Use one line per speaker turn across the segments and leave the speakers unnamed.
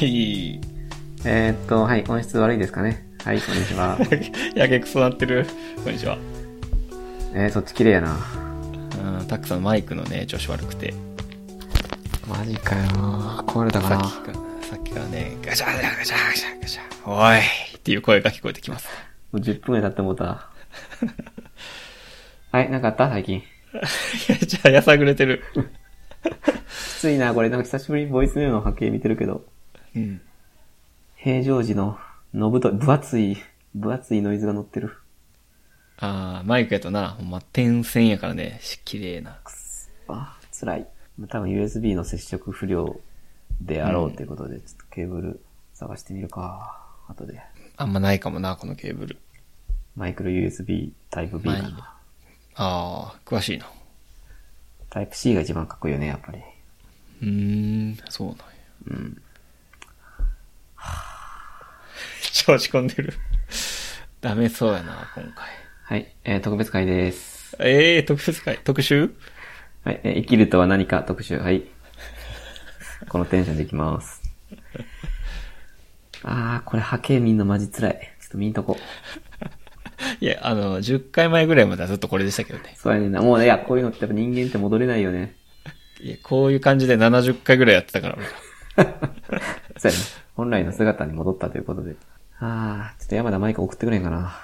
い。
えーっと、はい、音質悪いですかね。はい、こんに ちは。
やけくそなってる。こんにちは。
えー、そっち綺麗やな。
うん、たくさんマイクのね、調子悪くて。
マジかよな壊れたか
さっ
な
きか、さっきからね、ガチャガチャガチャガチャガチャ。おいっていう声が聞こえてきます。
もう10分ぐらい経ってもうた。はい、なんかあった最近。
いや、じゃあ、やさぐれてる。
きついな、これ。なんか久しぶりにボイスメモの波形見てるけど。
うん。
平常時の、のぶと、分厚い、分厚いノイズが乗ってる。
あー、マイクやとな、ほんま、点線やからね、し綺麗な。
あー、辛い。多分 USB の接触不良であろうということで、ちょっとケーブル探してみるか。後で。
あんまないかもな、このケーブル。
マイクロ USB タイプ B か
マイ
な。
あー、詳しいな。
タイプ C が一番かっこいいよね、やっぱり。
うーん、そうなんや。
うん。
調子込んでる。ダメそうやな、今回。
はい、えー特別会です。
えー、特別会、特集
はい、えー生きるとは何か特集。 はい。このテンションでいき ます。あー、これ波形見んのマジ辛い。ちょっと見んとこ。
いや、あの、10回前ぐらいまではずっとこれでしたけどね。
そうやねんな。もうね、いや、こういうのってやっぱ人間って戻れないよね。
いや、こういう感じで70回ぐらいやってたから、俺ら
そうやね。本来の姿に戻ったということで。あー、ちょっと山田マイク送ってくれへんかな。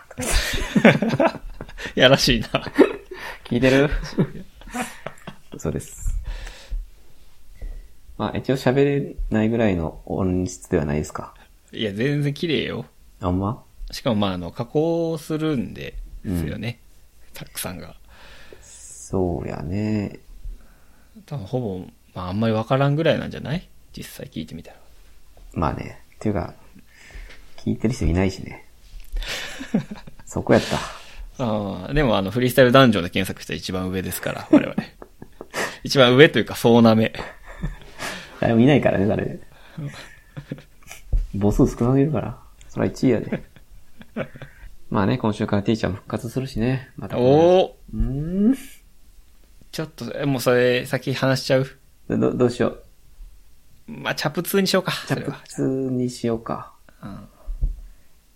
いやらしいな。
聞いて るそうです。まあ、一応喋れないぐらいの音質ではないですか。
いや、全然綺麗よ。
あんま
しかも、まあ、あの、加工するんで、ですよね。たくさんが。
そうやね。
多分、ほぼ、まあ、あんまりわからんぐらいなんじゃない実際聞いてみたら。
まあね。っていうか、聞いてる人いないし ね。そこやった。
ああ、でも、あの、フリースタイルダンジョンで検索したら一番上ですから、我々。 一番上というか、そうなめ。
誰もいないからね、誰。母数少なすぎるから。そら1位やで。まあね、今週からティーチャーも復活するしね。また。
おお
うーん。
ちょっと、えもうそれ、先話しちゃう
ど、どうしよう。
まあ、チャプ2にしようか、それ
着
は。
通にしようか。
うん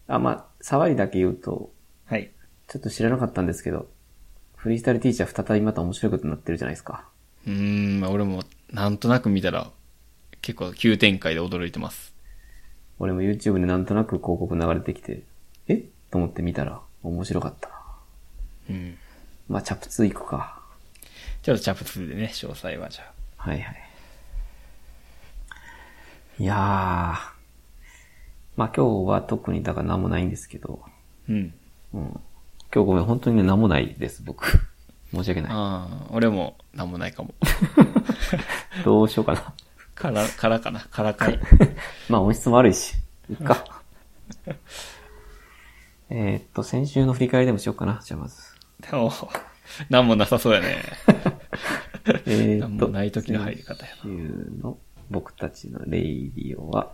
あ、まあ、触りだけ言うと、
はい。
ちょっと知らなかったんですけど、フリースタイルティーチャー再びまた面白いことになってるじゃないですか。
うーん、まあ俺も、なんとなく見たら、結構急展開で驚いてます。
俺も YouTube でなんとなく広告流れてきて、えと思って見たら、面白かったな。
うん。
まあ、チャプ2行くか。
ちょっとチャプ2でね、詳細はじゃあ。
はいはい。いやー。まあ今日は特にだから何もないんですけど、
うん。
うん。今日ごめん、本当にね、何もないです、僕。 申し訳な
ああ、俺も、なんもないかも。
い。どうしようかな。
から、からかな、からかい。
まあ音質も悪いし、いっか。えーっと、先週の振り返りでもしようかな。じゃあまず。
でも、なんもなさそうやね。
え
なんもない時の入り方やな。
先週の僕たちのレイディオは、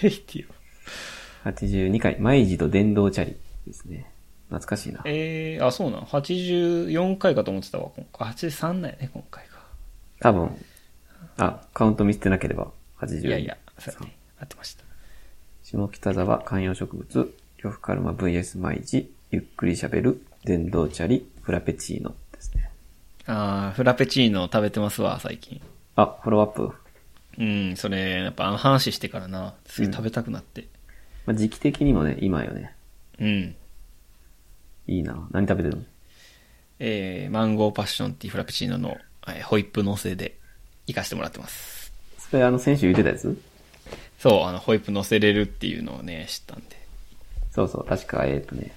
レイディオ。
82回、毎時と電動チャリですね。懐かしいな。
えー、あ、そうなの ?84 回かと思ってたわ、今回。83なんやね、今回が。
多分、あ、カウント見捨てなければ、80。
いやいや、そうやね。合ってました。
下北沢観葉植物、呂布カルマ VS 毎時、ゆっくり喋る、電動チャリ、フラペチーノですね。
ああ、フラペチーノ食べてますわ、最近。
あ、フォローアップ。
うん、それ、やっぱあの話してからな、すぐ食べたくなって。
まあ、時期的にもね、今よね。
うん。
いいな。何食べてるの
えー、マンゴーパッションっていうフラペチーノの、えーホイップのせで行かしてもらってます。
それあの、先週言ってたやつ
そう、あの、ホイップ乗せれるっていうのをね、知ったんで。
そうそう、確か、えっ、とね、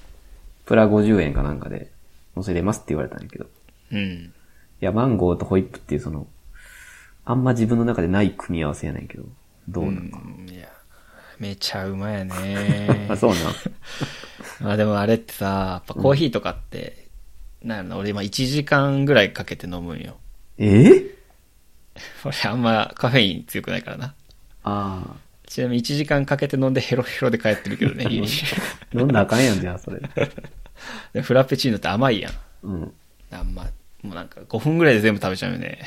プラ50円かなんかで、乗せれますって言われたんやけど。い
うん。
や、マンゴーとホイップっていうその、あんま自分の中でない組み合わせやねんけど、どうなのか。
うん、いや、めちゃうまい
。
ね
あ、そうなん。
まあでもあれってさ、やっぱコーヒーとかって、なんやろな、俺今1時間ぐらいかけて飲むんよ。
えー、
俺あんまカフェイン強くないからな。
ああ。
ちなみに1時間かけて飲んでヘロヘロで帰ってるけどね、家に。
飲んだらあかんやん、じゃあ、それ。
でフラペチーノって甘いやん。
うん。
あんま、もうなんか5分ぐらいで全部食べちゃうよね。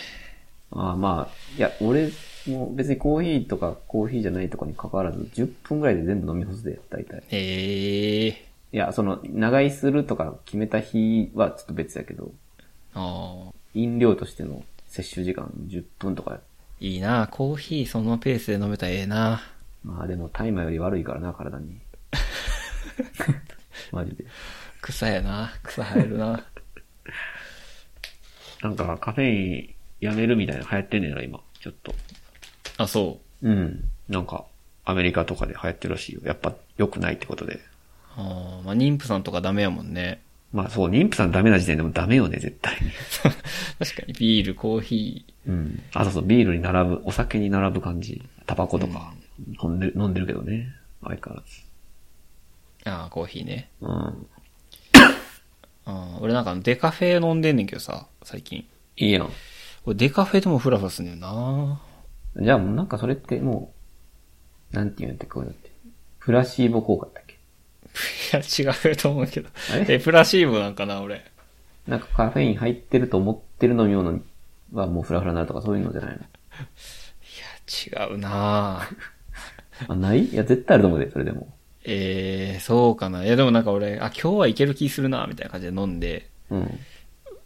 ああ、まあ、いや、俺、もう別にコーヒーとかコーヒーじゃないとかに関わらず、10分ぐらいで全部飲み干すで、大体。
へえ。
いや、その、長居するとか決めた日はちょっと別やけど、
ああ。
飲料としての摂取時間10分とか。
いいなコーヒーそのペースで飲めたらええな
まあでも大麻より悪いからな、体 に。マジで。
草やな草生えるな
なんかカフェインやめるみたいな流行ってんねんな、今。ちょっと。
あ、そう。
うん。なんか、アメリカとかで流行ってるらしいよ。やっぱ良くないってことで。
ああ、まあ、妊婦さんとかダメやもんね。
まあそう、妊婦さんダメな時点でもダメよね、絶対に。
確かに、ビール、コーヒ
うん。あとそう、ビールに並ぶ、お酒に並ぶ感じ。タバコとか、飲んでる、飲んでるけどね。相変わ
ー、ああ、コーヒーね。
らず。うん。
ああ、俺なんかデカフェ飲んでんねんけどさ、最近。
いいやん。
俺デカフェでもフラフラすんねんな
じゃあもうなんかそれってもう、なんていうんだってこういうのって。プラシーボ効果だったっけ
いや、違うと思うけど
え。
え、プラシーボなんかな、俺。
なんかカフェイン入ってると思ってる飲み物はもうフラフラになるとかそういうのじゃないの
違うなぁ。
あ、ないいや、絶対あると思うで、それでも。
えー、そうかな。いや、でもなんか俺、あ、今日はいける気するなみたいな感じで飲んで、
うん。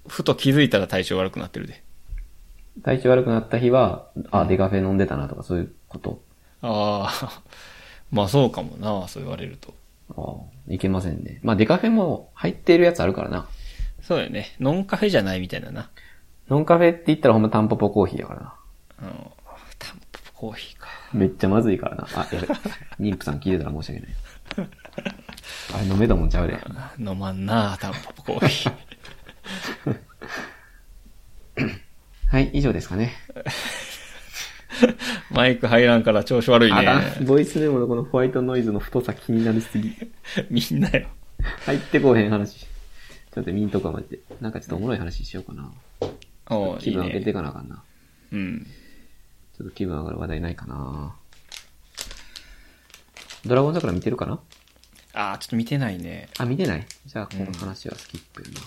ふと気づいたら体調悪くなってるで。
体調悪くなった日は、あ、デカフェ飲んでたなとかそういうこと。
ああ、 まあそうかもなそう言われると。
ああ、いけませんね。まあデカフェも入ってるやつあるからな。
そうだよね。ノンカフェじゃないみたいだな。
ノンカフェって言ったらほんまタンポポコーヒーやからな。
あの、タンポポコーヒーか。
めっちゃまずいからな。あ、 やべ。妊婦さん聞いてたら申し訳ない。あれ飲めたもんちゃうで。
飲まんなタンポポコー ヒー。
はい、以上ですかね。
マイク入らんから調子悪い
あら
ね。、
ボイスメモのこのホワイトノイズの太さ気になりすぎ。
みんなよ。
入ってこうへん話。ちょっと見んとかまで。なんかちょっとおもろい話しようかな。
おう
気
いい
分上げ
ね。
てかなあかんな。
うん。
ちょっと気分上がる話題ないかな。ドラゴン桜見てるかな
ああ、ちょっと見てないね。
あ、見てないじゃあ、この話はスキップやな。そ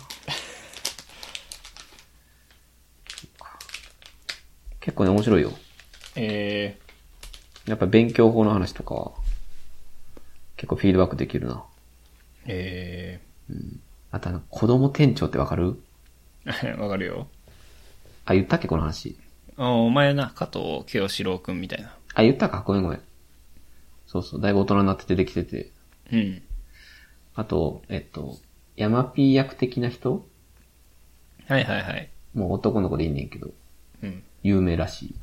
っか結構ね、面白いよ。
え
やっぱ勉強法の話とかは、結構フィードバックできるな。
ー、え
あとあの、子供店長ってわかる
ー、 わかるよ。
あ、言ったっけこの話。
あお前な、加藤清志郎くんみたいな。
あ、言ったかごめんごめん。そうそう、だいぶ大人になって出てきてて。
うん。
あと、えっと、ヤマピー役的な人
はいはいはい。
もう男の子でいいねんけど、
うん。
有名らしい。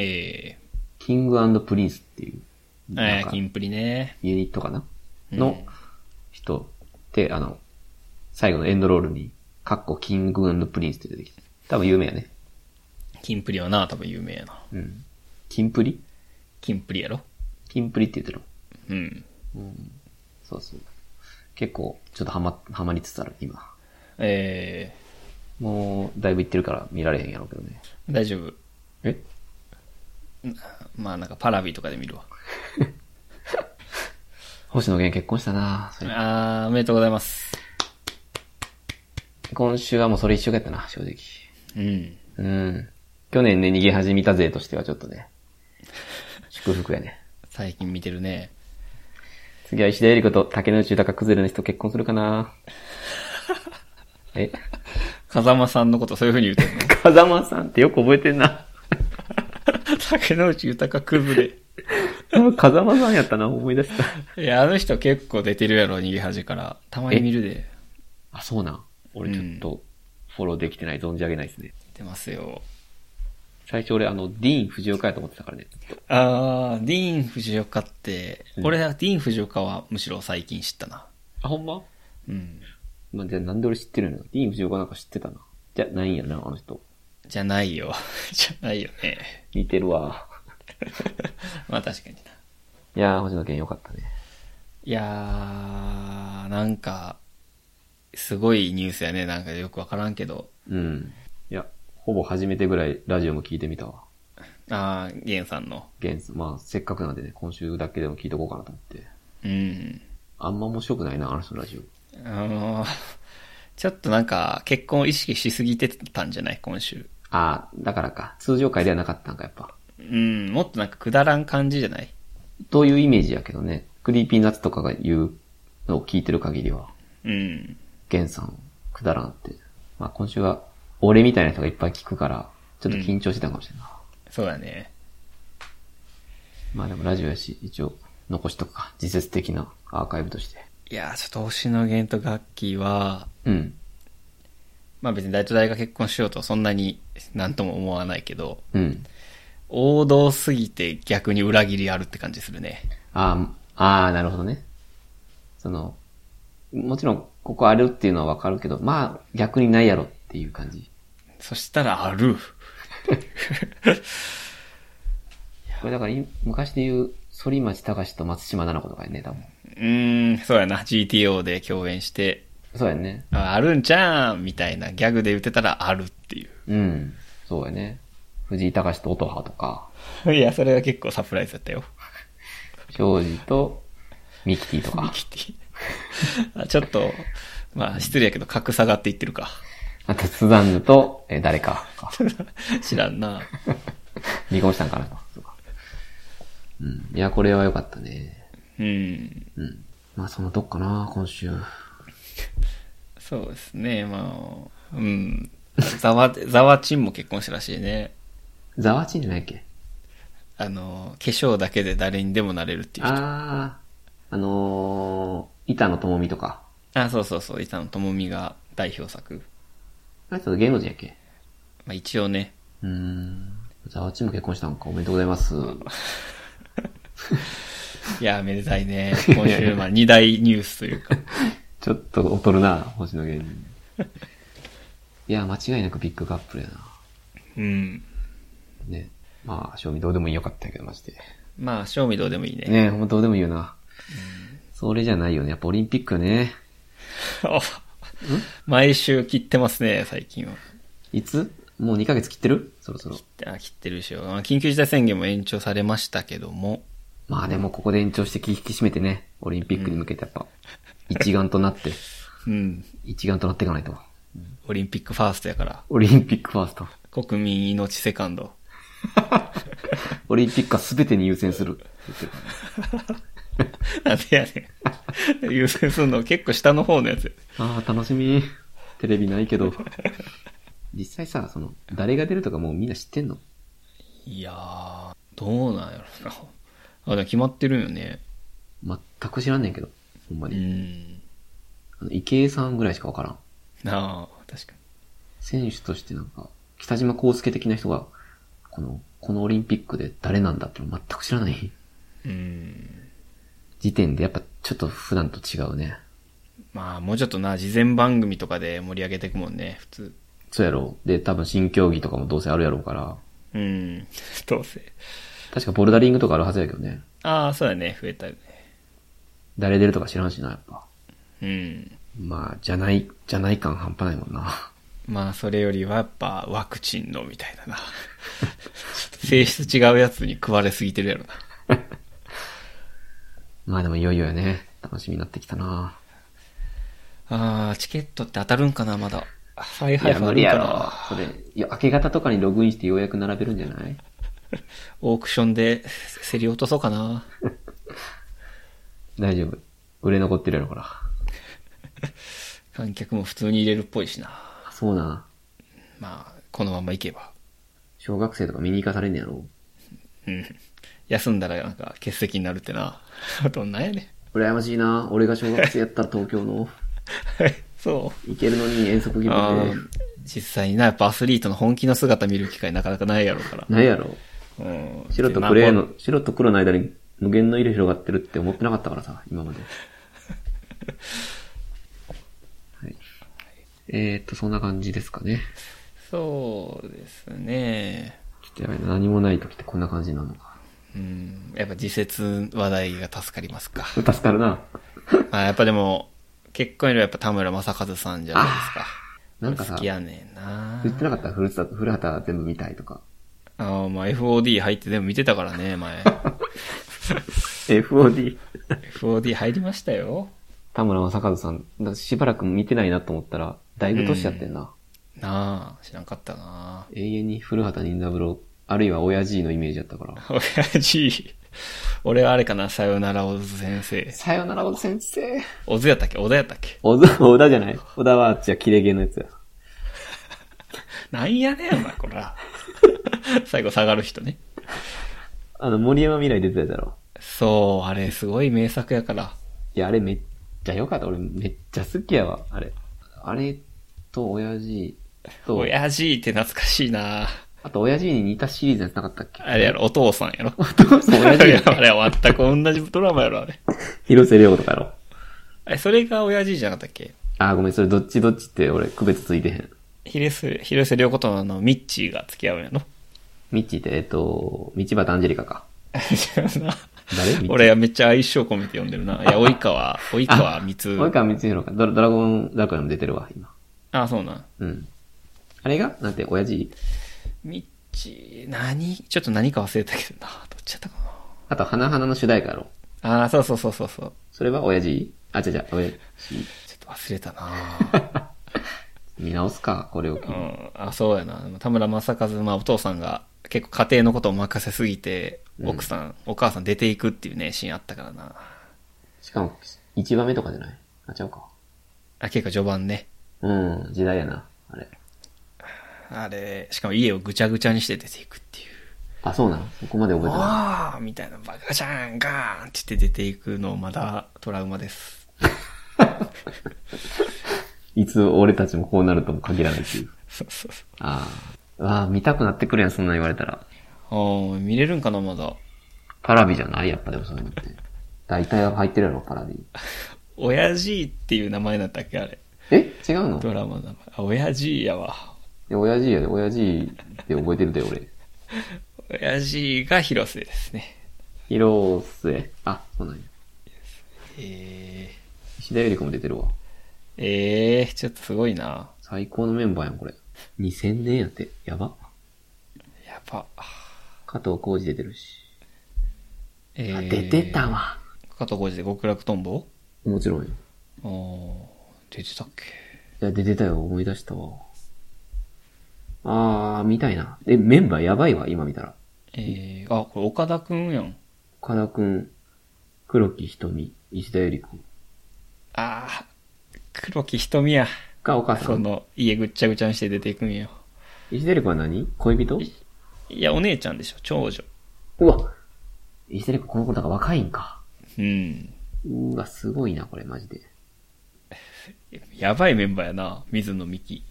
え
キングプリンスっていう、
ー、あ
なん
ー
か
キンプリね。
ユニットかな
うん
の人って、あの、最後のエンドロールに、カッコキングプリンスって出てきて。多分有名やね。
キンプリはな、多分有名やな。
うん。キンプリ
キンプリやろ
キンプリって言ってるの。
うん。
そうそう。結構、ちょっとハマ、ハマりつつある、今。
え
もう、だいぶ行ってるから見られへんやろうけどね。
ー、大丈夫。
え
まあなんかパラビとかで見るわ。
星野源結婚したなそれ
あー、おめでとうございます。
今週はもうそれ一緒やったな、正直。
うん。
うん。去年ね、逃げ始めたぜとしてはちょっとね、祝福やね。
最近見てるね。
次は石田ゆり子と竹野内豊崩れの人結婚するかなえ
風間さんのことそういう風に言う てんの
風間さんってよく覚えてんな。
竹野内豊崩
風間さんやったな、思い出した。
れ。いや、あの人結構出てるやろ、逃げ恥から。たまに見るで。
あ、そうなん。俺ちょっと、フォローできてない、存じ上げないですね。
出ますよ。
最初俺、あの、ディーン・藤岡やと思ってたからね。
あー、ディーン・フジオカって、俺はディーン・フジオカはむしろ最近知ったな。
あ、ほんま
うん。
まあ、じゃあなんで俺知ってるのディーン・藤岡なんか知ってたな。じゃ、ないんやな、あの人。
じゃないよ。 じゃないよね。
似てるわ。
まあ確かにな。
いやー、星野源よかったね。
いやー、なんか、すごいニュースやね。なんかよくわからんけど。
うん。いや、ほぼ初めてぐらいラジオも聞いてみたわ。
あー、ゲンさんの。
現まあ、せっかくなんでね、今週だけでも聞いとこうかなと思って。
うん。
あんま面白くないな、あの人のラジオ。
あのー、 ちょっとなんか、結婚を意識しすぎてたんじゃない今週。
ああ、だからか。通常回ではなかったんか、やっぱ。
うん、もっとなんかくだらん感じじゃない
というイメージやけどね。クリーピーナッツとかが言うのを聞いてる限りは、
うん。
ゲンさん、くだらんって。まあ今週は、俺みたいな人がいっぱい聞くから、ちょっと緊張してたかもしれない。
そうだね。
まあでもラジオやし、一応、残しとくか。自説的なアーカイブとして。
いやー、ちょっと星野源とガッキーは、
うん。
まあ別に大と大が結婚しようとはそんなになんとも思わないけど、
うん。
王道すぎて逆に裏切りあるって感じするね。
ああ、ああ、なるほどね。その、もちろん、ここあるっていうのはわかるけど、まあ、逆にないやろっていう感じ。
そしたらある。
これだからい、昔で言う、反町隆史と松島奈々子とかやね、多分。
うーん、そうやな。GTO で共演して、
そうやね。
ああるんちゃーんみたいなギャグで言ってたらあるってい
うん。そうやね。藤井隆史と音羽とか、
う。いや、それは結構サプライズだったよ。
庄司とミキティとか。
キティ。 あちょっと、まあ失礼やけど格下がっていってるか。
あと、スザンヌと、えー誰かか。
知らんな。
離婚したんかなそうか。うん。いや、これは良かったね。
うん。
うん。まあ、そのどっかな、今週。
そうですね、まあ、うん。ざわ、ざわちんも結婚したらしいね。
ザワチンじゃないっけ
あの、化粧だけで誰にでもなれるっていう人。あ
あー、あのー、板野友美とか。
そうそうそう、板野友美が代表作。
あれ、ちょっと芸能人やっけ
まあ一応ね、
うーん。ザワチンも結婚したんか、おめでとうございます。
いやー、めでたい ね。今週、まあ二大ニュースというか。
ちょっと劣るな、星野源に。いや、間違いなくビッグカップルやな。
うん。
ね。まあ、賞味どうでもいいよかったけど、マジで。
まあ、賞味どうでもいい ね。
ねほんまどうでもいいよな。それじゃないよね。やっぱオリンピックよね。
あ毎週切ってますね、最近は。
いつもう2ヶ月切ってるそろそろ。
あ切ってるでしょ。まあ緊急事態宣言も延長されましたけども。
まあでもここで延長して引き締めてね、オリンピックに向けてやっぱ、一丸となって、
うん。
一丸となっていかないと。
オリンピックファーストやから。
オリンピックファースト。
国民命セカンド。
オリンピックは全てに優先する。
なんでやねん。優先するの結構下の方のやつ。
ああ、楽しみ。テレビないけど。実際さ、その、誰が出るとかもうみんな知ってんの
いやー、どうなんやろな。あ、でも決まってるんよね。
全く知らんねんけど。ほんま
う
に。
ん。
あの池江さんぐらいしかわからん。
なあ、確かに。
選手としてなんか、北島康介的な人が、この、このオリンピックで誰なんだっての全く知らない
うん。
時点でやっぱちょっと普段と違うね。
まあ、もうちょっとな、事前番組とかで盛り上げていくもんね、普通。
そうやろで、多分新競技とかもどうせあるやろうから、
うん。どうせ。
確かボルダリングとかあるはずやけどね。
ああ、そうだね、増えたよね。
誰出るとか知らんしな、やっぱ。
うん。
まあ、じゃない、じゃない感半端ないもんな。
まあ、それよりはやっぱワクチンのみたいな な。性質違うやつに食われすぎてるやろな。
まあでもいよいよやね。楽しみになってきたな。
ああ、チケットって当たるんかな、まだ。再
い
配
や、
布あ
無
る
理
ん
や
か
ろ
な。。
それ、いや、明け方とかにログインしてようやく並べるんじゃない
オークションで競り落とそうかな。
大丈夫。売れ残ってるやろ、ほら。
観客も普通に入れるっぽいしな。
あそうな。
まあ、このままいけば。
小学生とか見に行かされんねやろ。
うん。休んだらなんか欠席になるってな。どんなんや ね
羨ましいな。俺が小学生やったら東京の、
ん。はいそ
行けるのに遠足気
う。あ
分
ー実際にな、やっぱアスリートの本気の姿見る機会なかなかないやろうから
で。。ないやろ。
うん。
白とグレーの、白と黒の間に無限の色広がってるって思ってなかったからさ、今まで。はい。えーっと、そんな感じですかね。
そうですね。
ちょっとやばいな。何もない時ってこんな感じなのか。
うん。やっぱ自説話題が助かりますか。
助かるな。
まあやっぱでも、結婚よりはやっぱ田村正和さんじゃないですか。
なんかさ
好き、やねんな
言ってなかった古畑、古畑全部見たいとか。
ああ、まあ FOD 入って全部見てたから ね、前。
FOD。
FOD 入りましたよ。
田村正和さん、だしばらく見てないなと思ったら、だいぶ年やってんな。
なあ、知らんかったな
永遠に古畑任三郎あるいは親父のイメージだったから。
親父、俺はあれかな、さよなら小津先生。
さよなら、小田先生。
小津やったっけ小田やったっけ
小田、 小田じゃない小田はあっちは切れ毛のやつや。
なんやねん、お前、こら。 最後下がる人ね。
あの、森山未来出てたやつやろ。
そう、あれすごい名作やから。
いや、あれめっちゃ良かった。俺めっちゃ好きやわ、あれ。あれと親父と、
親父って懐かしいな
あと親父に似たシリーズやつなかったっけ
あれやろ、お父さんやろ。お
父さん 親父やろ
あれは全く同じドラマやろ、あれ。
広瀬涼子とかやろ。
あれ、それが親父じゃなかったっけ
あー、ごめん、それどっちどっちって俺区別ついてへん。
広瀬、広瀬良子とあの、ミッチーが付き合うんや ろ。
ミッチーって、えっと、道端アンジェリカか。
違うな。
誰ミッチー
俺はめっちゃ相性込めて読んでる な。いや、及川、及川光。
及川光弘か。ドラドラゴン、ドラクエにも出てるわ、今。
あ、そうなん。
うん。あれがなんて、親父
ミッチー、何ちょっと何か忘れたけどな。どっちやったか
あと、花々の主題歌やろ。
な。あー、そうそうそうそうそう。
それは親父あ、違う違う、親父。
ちょっと忘れたな
見直すか、これを機
う
に。
ん。あ、そうやな。田村正和、まあお父さんが結構家庭のことを任せすぎて、奥さん、お母さん出ていくっていうね、シーンあったからな。
しかも、一番目とかじゃないあ、ちゃうか。
あ、結構序盤ね。
うん、時代やな、あれ。
あれ、しかも家をぐちゃぐちゃにして出ていくっていう。
あ、そうなのそこまで覚えてな
わーみたいな、バカじゃん、ガーンって言って出ていくの、まだトラウマです。
い。いつ俺たちもこうなるとも限らないっていう。
そうそうそ
ああ。わあ、見たくなってくるやん、そんなん言われたら。
う。おー見れるんかな、まだ。
パラビじゃないやっぱでもそういうのって。大体は入ってるやろ、パラビ。
親父っていう名前なんだったっけ、あれ。
え違うの
ドラマの名前。あ、親父やわ。
いや、親父やで、親父って覚えてるで、俺。
親父が広瀬ですね。
広末。あ、そうなんや。
えー、
石田ゆり子も出てるわ。
えー、ちょっとすごいな。
最高のメンバーやん、これ。2000年やって。やば。
やば。
加藤浩二出てるし。
え
あ
ー、
出てた。わ。
加藤浩次で極楽とんぼ
もちろんよ。
おー、出てたっけ
いや、出てたよ。思い出したわ。あー、見たいな。え、メンバーやばいわ、今見たら。
えー、あ、これ岡田くんやん。
岡田くん、黒木瞳、石田ゆり子
あー、黒木瞳や。
がお母さ
そ
ん。
の、家ぐっちゃぐちゃにして出ていくんよ。
石田ゆり子は何恋人
いや、お姉ちゃんでしょ、長女。
うわ石田ゆり子この子だから若いんか。
うん。
うーわ、すごいな、これ、マジで。
やばいメンバーやな、水野美紀。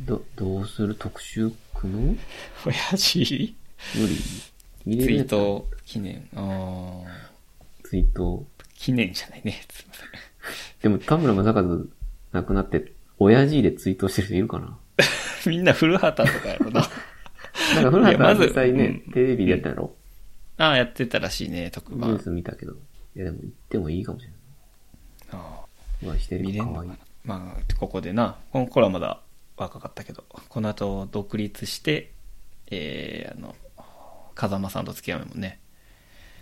ど、どうする特集組む
親父
無理。見れ
ツ
る
イ
や
ー
つ
ト記念。あー。
ツイート。
記念じゃないね。 すいません。
でも、田村正和亡くなって、親父でツイートしてる人いるかな
みんな古畑とかやろな。
なんか、古畑
いやま
は
ず
実際ね、
うん
テレビでやったやろ、
ああ、やってたらしいね、特
ニュー
番。
ス見たけど。いや、でも行ってもいいかもしれない。
あ
うわ、して
ー
る
見れ
か
んの
わ
か
いい
な。。まあ、ここでな、この頃はまだ若かったけど、この後独立して、えー、あの、風間さんと付き合うもんね。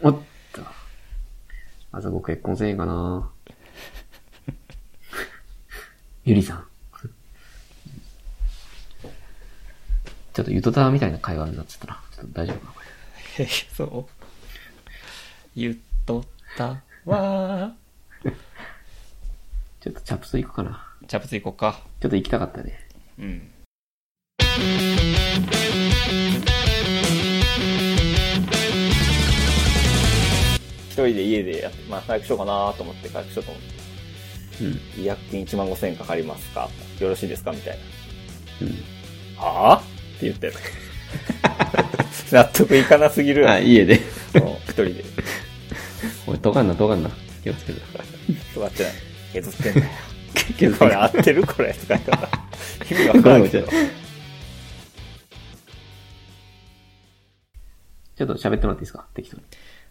おっと。あそこ結婚せえへんかな ゆりさん。ちょっとゆとたわみたいな会話になっちゃったな。ちょっと大丈夫かな、これ。
えーそう。言っとったわ
ちょっとチャプス行くかな。
ー。チャプス行こうか。
ちょっと行きたかったね。
うん。一人で家でやって、まあ、早くしようかなと思って、早くしようと思って、
うん。
違約金1万5千円かかりますかよろしいですかみたい
うん。
な。はあって言ったよ。 納得いかなすぎるよ
あ、家で。
そう一人で。
おい、とがんな、とがんな。気をつけて。
座ってない。削ってん だよ。
け
これ合ってるこれ。とか言ったら意味わかんない けど。
ちょっと喋ってもらっていいですか適当に。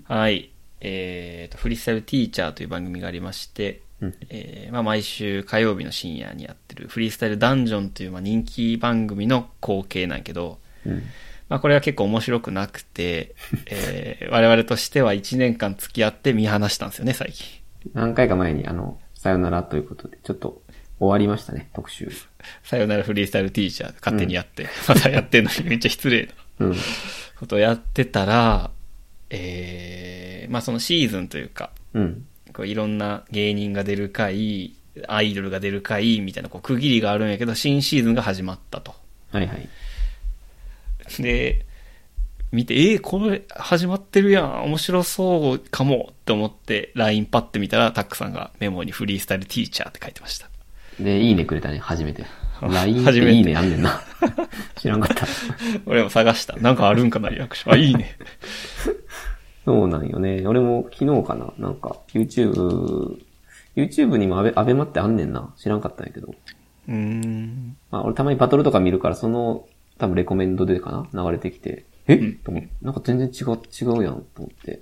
はい。えーと、フリースタイルティーチャーという番組がありまして、
うん
えーまあ、毎週火曜日の深夜にやってるフリースタイルダンジョンという、まあ、人気番組の後継なんやけど、
うん。
まあ、これは結構面白くなくて、えー我々としては1年間付き合って見放したんですよね、最近。
何回か前に、あの、さよならということで、ちょっと終わりましたね、特集。
さよならフリースタイルティーチャー勝手にやって、またやってんのにめっちゃ失礼な。
うん。
ことをやってたら、えー、まあそのシーズンというか、
うん。
こういろんな芸人が出る回、アイドルが出る回、みたいなこう区切りがあるんやけど、新シーズンが始まったと。
はいはい。
で、見て、えー、これ始まってるやん、面白そうかもって思って、LINE パッて見たら、タックさんがメモにフリースタイルティーチャーって書いてました。
で、いいねくれたね、初め て。LINE っ
初め
て
て
いいねあんねんな。 知らんかった。
俺も探した。なんかあるんかな、リアクション。あ、いいね。
そうなんよね。俺も昨日かな、なんか YouTube、YouTube にもアベアベマってあんねんな。知らんかったんやけど。
うーん。
まあ、俺たまにバトルとか見るから、その、多分レコメンドでかな流れてきて、え、
ん
と思って、なんか全然違う、違うやん、と思って。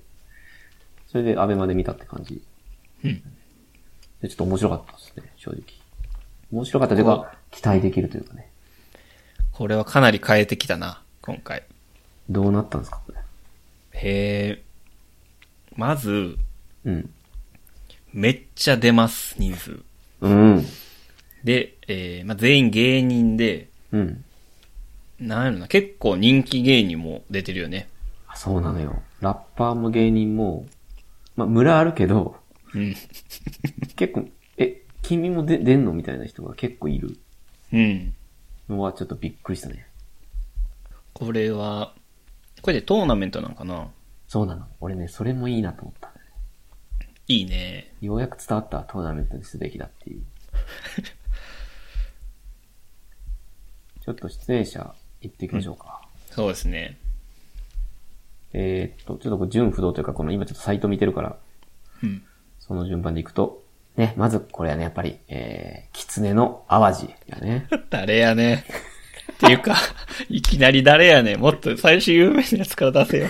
それで、アベマで見たって感じ。
うん
で、ちょっと面白かったですね、正直。面白かったというか、期待できるというかね。
これはかなり変えてきたな、今回。
どうなったんですか、こ
へえ。まず、
れ。うん。
めっちゃ出ます、人数。
うん。
で、えーまあ、全員芸人で、
うん。
なんやろな、結構人気芸人も出てるよね。
あそうなのよ。ラッパーも芸人も、まあ、村あるけど、
うん。
結構、え、君もで出んのみたいな人が結構いる
うん。
のはちょっとびっくりしたね。
これは、これでトーナメントなんかな
そうなの。俺ね、それもいいなと思った。
いいね。
ようやく伝わったトーナメントにすべきだっていう。ちょっと出演者行っていきましょうか。
そうですね。
えーっと、ちょっとこう順不動というか、この今ちょっとサイト見てるから、
うん。
その順番でいくと、ね、まずこれはね、やっぱり、えー、狐の淡路やね。
誰やねん。っていうか、 いきなり誰やねん。もっと最初有名なやつから出せよ。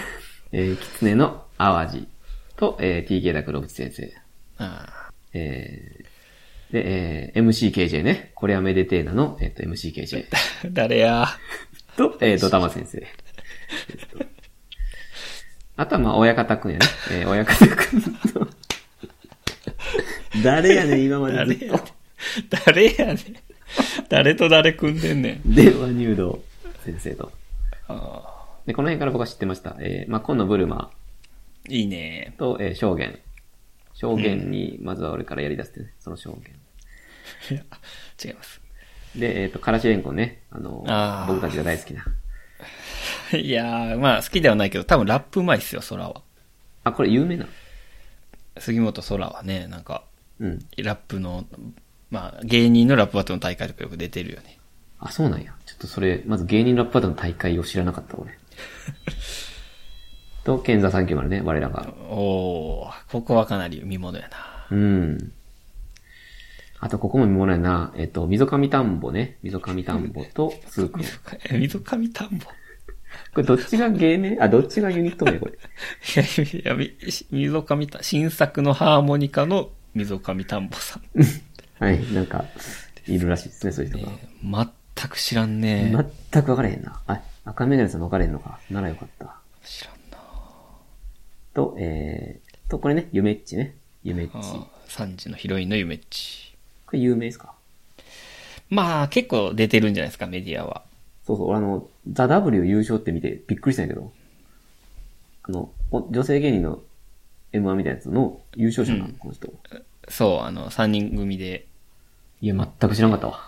えー、狐の淡路と、えー、TK だ黒渕先生。
あ あ。
えー、で、えー、MCKJ ね。これはめでてーなの、えーっと、MCKJ。
誰や。
と、えー、ドタマ先生。えっとあとは、まあ、親方くんやね。えー、親方くんと。誰やねん、今ま
誰
で
や
ず
ね
っ
ん
と。。
誰やねん。誰と誰組んでんねん。
電話入道先生と。
ああ。
で、この辺から僕は知ってました。えー、まあ、今野ブルマ
いいね。
と、えー、証言。証言に、まずは俺からやり出してね、その証言。
いや違います。
で、えっ、と、からしれんこんね。あの
あー
僕たちが大好きな。
いやー、まあ好きではないけど、多分ラップうまいっすよ、空は。
あ、これ有名なの
杉本空はね、なんか、
うん。
ラップの、まあ芸人のラップバトルの大会とかよく出てるよね。
あ、そうなんや。ちょっとそれ、まず芸人ラップバトルの大会を知らなかった、 俺。と、ケンザ390ね、我らが。
おー、ここはかなり見物やな。
うん。あと、ここも見もらえな。えっと、溝上田んぼね。溝上田んぼと、スー くん。
溝上田んぼ。
これ、どっちが芸名あ、どっちがユニット名これ。
いや、いやみ溝上田、新作のハーモニカの溝上田んぼさん。
はい、なんか、いるらしいですね、そういう人が。
全く知らんね。
全く分かれへんな。あ、赤メガネさん分かれへんのか。ならよかった。
知らんな。
と、えー、と、これね、ゆめっちね。ゆめっち。
あー3時のヒロインのゆめっち。
これ有名ですか
まあ結構出てるんじゃないですか、メディアは。
そうそう、俺あの、ザ・ W 優勝って見てびっくりしたんやけど、あの、お女性芸人の M1 みたいなやつの優勝者なの、この人。
そう、あの、3人組で、
いや、全く知らんかったわ。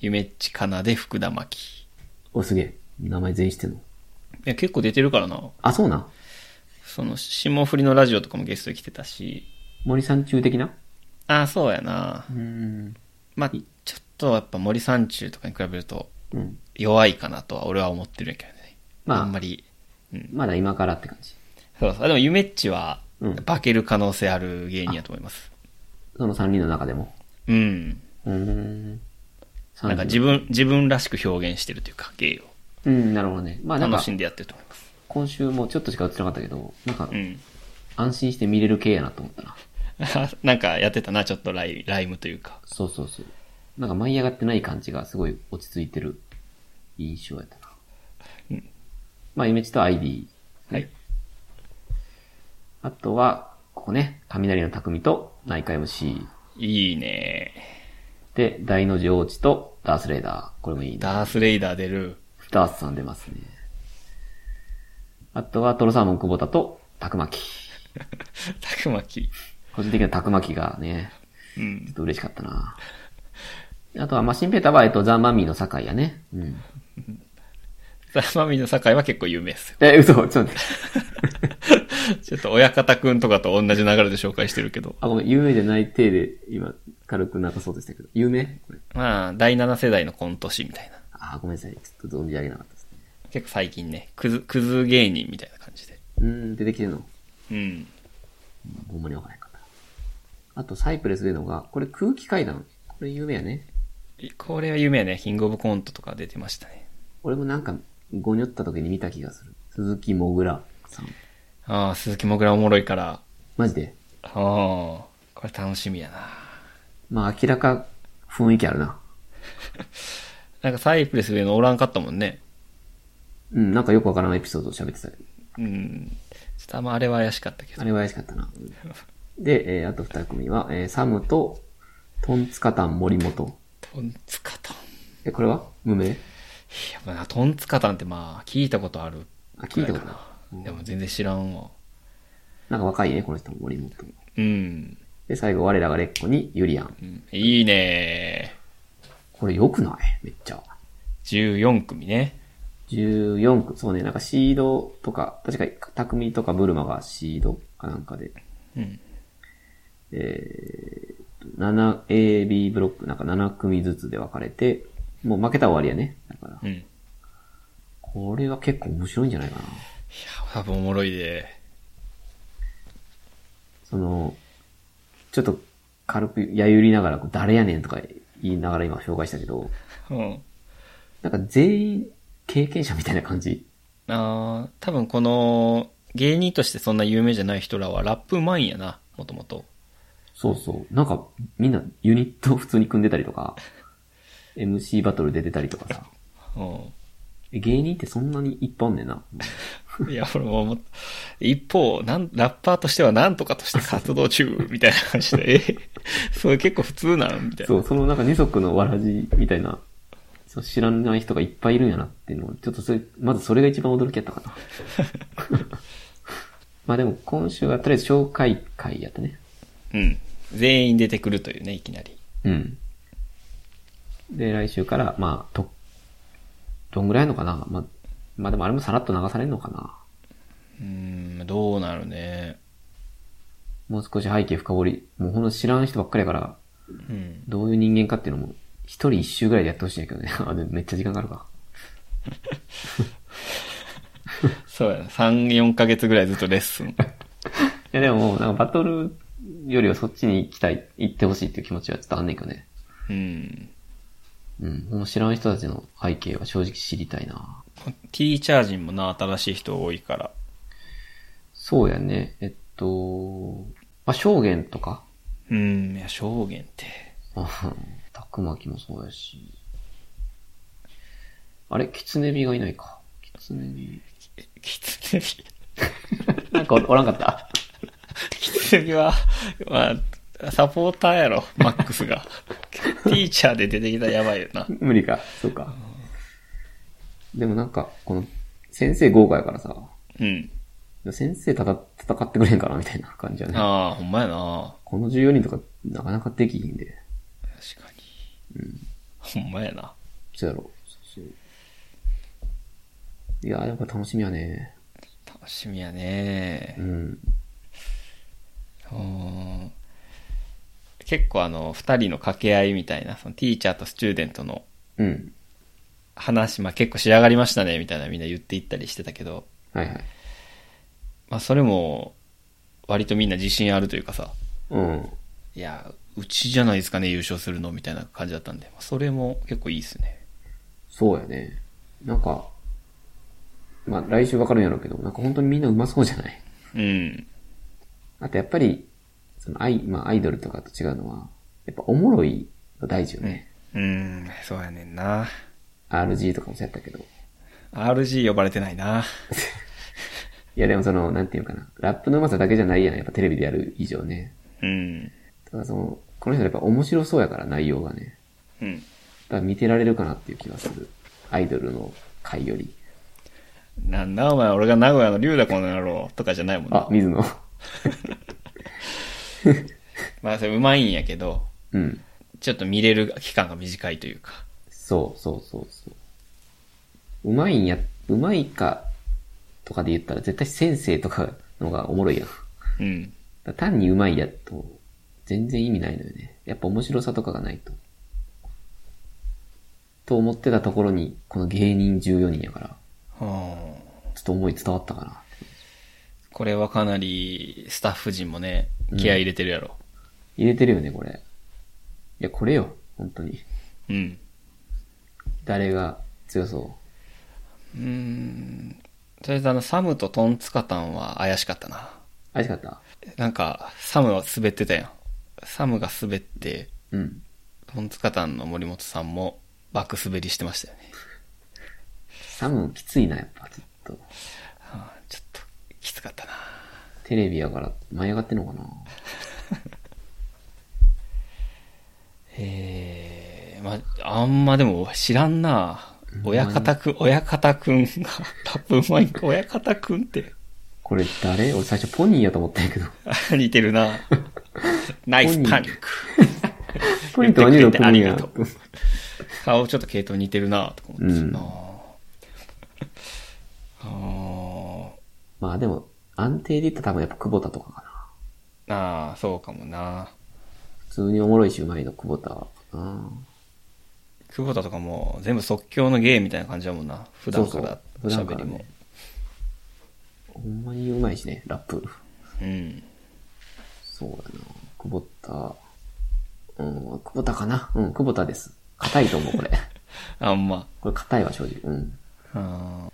ゆめっちかなで福田真希。
お、すげえ。名前全員してんの。
いや、結構出てるからな。
あ、そうなん。
その、霜降りのラジオとかもゲストで来てたし。
森さん中的な
ああ、そうやな
う。ーん。
まあ、ちょっとやっぱ森三中とかに比べると
うん。
弱いかなとは俺は思ってるんやけどね。
まあ
あんまり。
まだ今からって感じ。
そうそう。でも、ゆめっちは
うん、
化ける可能性ある芸人やと思います。
その3人の中でも。
うん。
うーん。
なんか
30
自分、自分らしく表現してるというか、芸を。
うん、なるほどね。まあなん
楽
か、
しんでやってると思います。
今週もちょっとしか映ってなかったけど、なんか
う、ん。
安心して見れる系やなと思ったな。
なんかやってたな、ちょっとライライムというか。
そうそうそう。なんか舞い上がってない感じがすごい落ち着いてる印象やったな。
うん
まあ、イメージと ID。
はい。
あとは、ここね、雷の匠と内科 MC。
いいね
で、大の字王子とダースレーダー。これもいいな。
ダースレイダー出る。
ダースさん出ますね。あとは、トロサーモン久保田と、たくまき。
たくまき。
個人的にはたくまきがね、
う
ちょっ
ん。
と嬉しかったな。あとは、まあ、シンペーターは、えっと、ザ・マミーの酒井やね。うん。
ザ・マミィの酒井は結構有名ですよ。
え、嘘、ちょっと待って。
ちょっと親方くんとかと同じ流れで紹介してるけど。
あ、ごめん、有名じゃない体で、今、軽く流そうとしたけど。有名これ。
まあ、第7世代のコント師みたいな。
あ、ごめんなさい。ちょっと存じ上げなかったですね。
結構最近ね、クズ、クズ芸人みたいな感じで。
うーん、出てきてるの。
うん。
ほんまにわからへんかった。あと、サイプレスでのが、これ空気階段。これ有名やね。
これは有名やね。キングオブコントとか出てましたね。
俺もなんか、ごにょった時に見た気がする。鈴木もぐらさん。
ああ、鈴木もぐらおもろいから。
マジで。
ああ、これ楽しみやな。
まあ、明らか雰囲気あるな。
なんかサイプレス上のおらんかったもんね。
うん、なんかよくわからんエピソードを喋ってたけど。
うん。ちょっとあんまあれは怪しかったけ
あ
ど。
れは怪しかったな。で、えーあと二組は、えーサムと、トンツカタン森本。
トンツカタン。
え、これは無名
いや、まあ、トンツカタンってまあ、聞いたことある
あ、
く
聞い
らい
たこ
か
とない。
な。でも全然知らんわ。
なんか若いね、この人も森本。
うん。
で、最後、我らがレッコにユリアン。
うんいいね
これ良くないめっちゃ。
14組ね。
14区、そうね、なんかシードとか、確か匠とかブルマがシードかなんかで、
うん。
えー、7、A、B ブロック、なんか7組ずつで分かれて、もう負けたら終わりやね。だから、
うん。いや、
これは結構面白いんじゃないかな。
多分おもろいで。
その、ちょっと軽くやゆりながら、こう誰やねんとか言いながら今紹介したけど、
うん。
なんか全員経験者みたいな感じ。
あー多分この芸人としてそんな有名じゃない人らはラップマンやな、もともと。
そうそう。なんか、みんなユニットを普通に組んでたりとか、MC バトルで出たりとかさ。
う
え芸人ってそんなにいっぱいあんねんな。
ん。いや、俺も思った。一方なん、ラッパーとしてはなんとかとして活動中、 みたいな感じで、え、それ結構普通なんみたいな。
そう、そのなんか二足のわらじみたいな、そう知らない人がいっぱいいるんやなっていうのを、ちょっとそれ、まずそれが一番驚きやったかな。まあでも今週はとりあえず紹介会やったね。
うん。全員出てくるというね、いきなり。
うん。で、来週から、まあ、と、どんぐらいのかなまあ、まあでもあれもさらっと流されるのかな
うーん、どうなるね。
もう少し背景深掘り、もうほんと知らん人ばっかりやから、
うん。
どういう人間かっていうのも、一人一周ぐらいでやってほしいんやけどね。 あ、でもめっちゃ時間かかるか。
そうやな。3、4ヶ月ぐらいずっとレッス ン。
いやでも、なんかバトルよりはそっちに行きたい、行ってほしいっていう気持ちはちょっとあんねんけどね。
うん。
うん。もう知らん人たちの背景は正直知りたいな。
T チャージンもな、新しい人多いから。
そうやね。えっと、まあ、証言とか。
うん、いや、証言って。
あたくまきもそうやし。あれキツネビがいないか。キツネビ。
きつねび。
なんかおおらんかった。
次は、まあ、サポーターやろ、マックスが。ティーチャーで出てきたらやばいよな。
無理か。そうか。でもなんか、この、先生豪華やからさ、
うん。
先生たた戦ってくれへんかなみたいな感じやね。
ああ、ほんまやな。
この14人とか、なかなかできひんで。
確かに。ほんまやな。
そうやろ。そうそういやー、やっぱ楽しみやね。
楽しみやね
う。ん。
うん結構あの、二人の掛け合いみたいな、そのティーチャーとスチューデントの
うん。
話、まあ結構仕上がりましたね、みたいなみんな言っていったりしてたけど、
はいはい。
まあそれも、割とみんな自信あるというかさ、
うん。
いや、うちじゃないですかね、優勝するの、みたいな感じだったんで、まあそれも結構いいですね。
そうやね。なんか、まあ来週わかるんやろうけど、なんか本当にみんなうまそうじゃない
うん。
あとやっぱり、そのアイ、まあアイドルとかと違うのは、やっぱおもろいの大事よね。
うん、そうやねんな。
RG とかもそうやったけど。い
RG 呼ばれてないな。
やでもその、なんていうかな。ラップのうまさだけじゃないやん。やっぱテレビでやる以上ね。
うん。
ただその、この人やっぱ面白そうやから内容がね。
うん。
だから見てられるかなっていう気がする。アイドルの回より。
なんだお前、俺が名古屋の龍だこの野郎とかじゃないもん
あ
な、。
水野。
まあ、それうまいんやけど、
うん。
ちょっと見れる期間が短いというか。
そうそうそうそう。うまいんや、うまいか、とかで言ったら絶対先生とかのがおもろいやん。だか
うん。
ら単にうまいやと、全然意味ないのよね。やっぱ面白さとかがないと。と思ってたところに、この芸人14人やから、
はあ
ちょっと思い伝わったかな。
これはかなりスタッフ陣もね、気合い入れてるやろ。
入れてるよね、これ。いや、これよ、本当に。
うん。
誰が強そう
ーん。とりあえずあの、サムとトンツカタンは怪しかったな。
う。怪しかった
なんか、サムは滑ってたやん。サムが滑って、
うん。
トンツカタンの森本さんもバック滑りしてましたよね。
サムきついな、やっぱ、ちょっと。
はあちょっと、きつかったな。
テレビやから舞い上がってんのかな
えー、まあ、あんまでも知らんな。親方くん、親方くんが、タップうまいんか、親方くんって、
これ誰俺最初ポニーやと思ったんや けど。
あ似てるな。ナイスパニック。
ポニーと兄のポニーや
言ってくれてありがと顔ちょっと系統似てるなとか思ってたな、あ
まあでも、安定で言ったら多分やっぱ久保田とかかな。
ーあー、そうかもな。
普通におもろいしうまいの久保田かな。
久保田とかも全部即興の芸みたいな感じだもんな。普段から
そうそう普段か
喋
ら
りも
ね。ほんまにうまいしね、ラップ。
うん。
そうやな。久保田。うん、久保田かな。うん、久保田です。硬いと思う、これ。
あんま。
これ硬いわ、正直。うん。
あー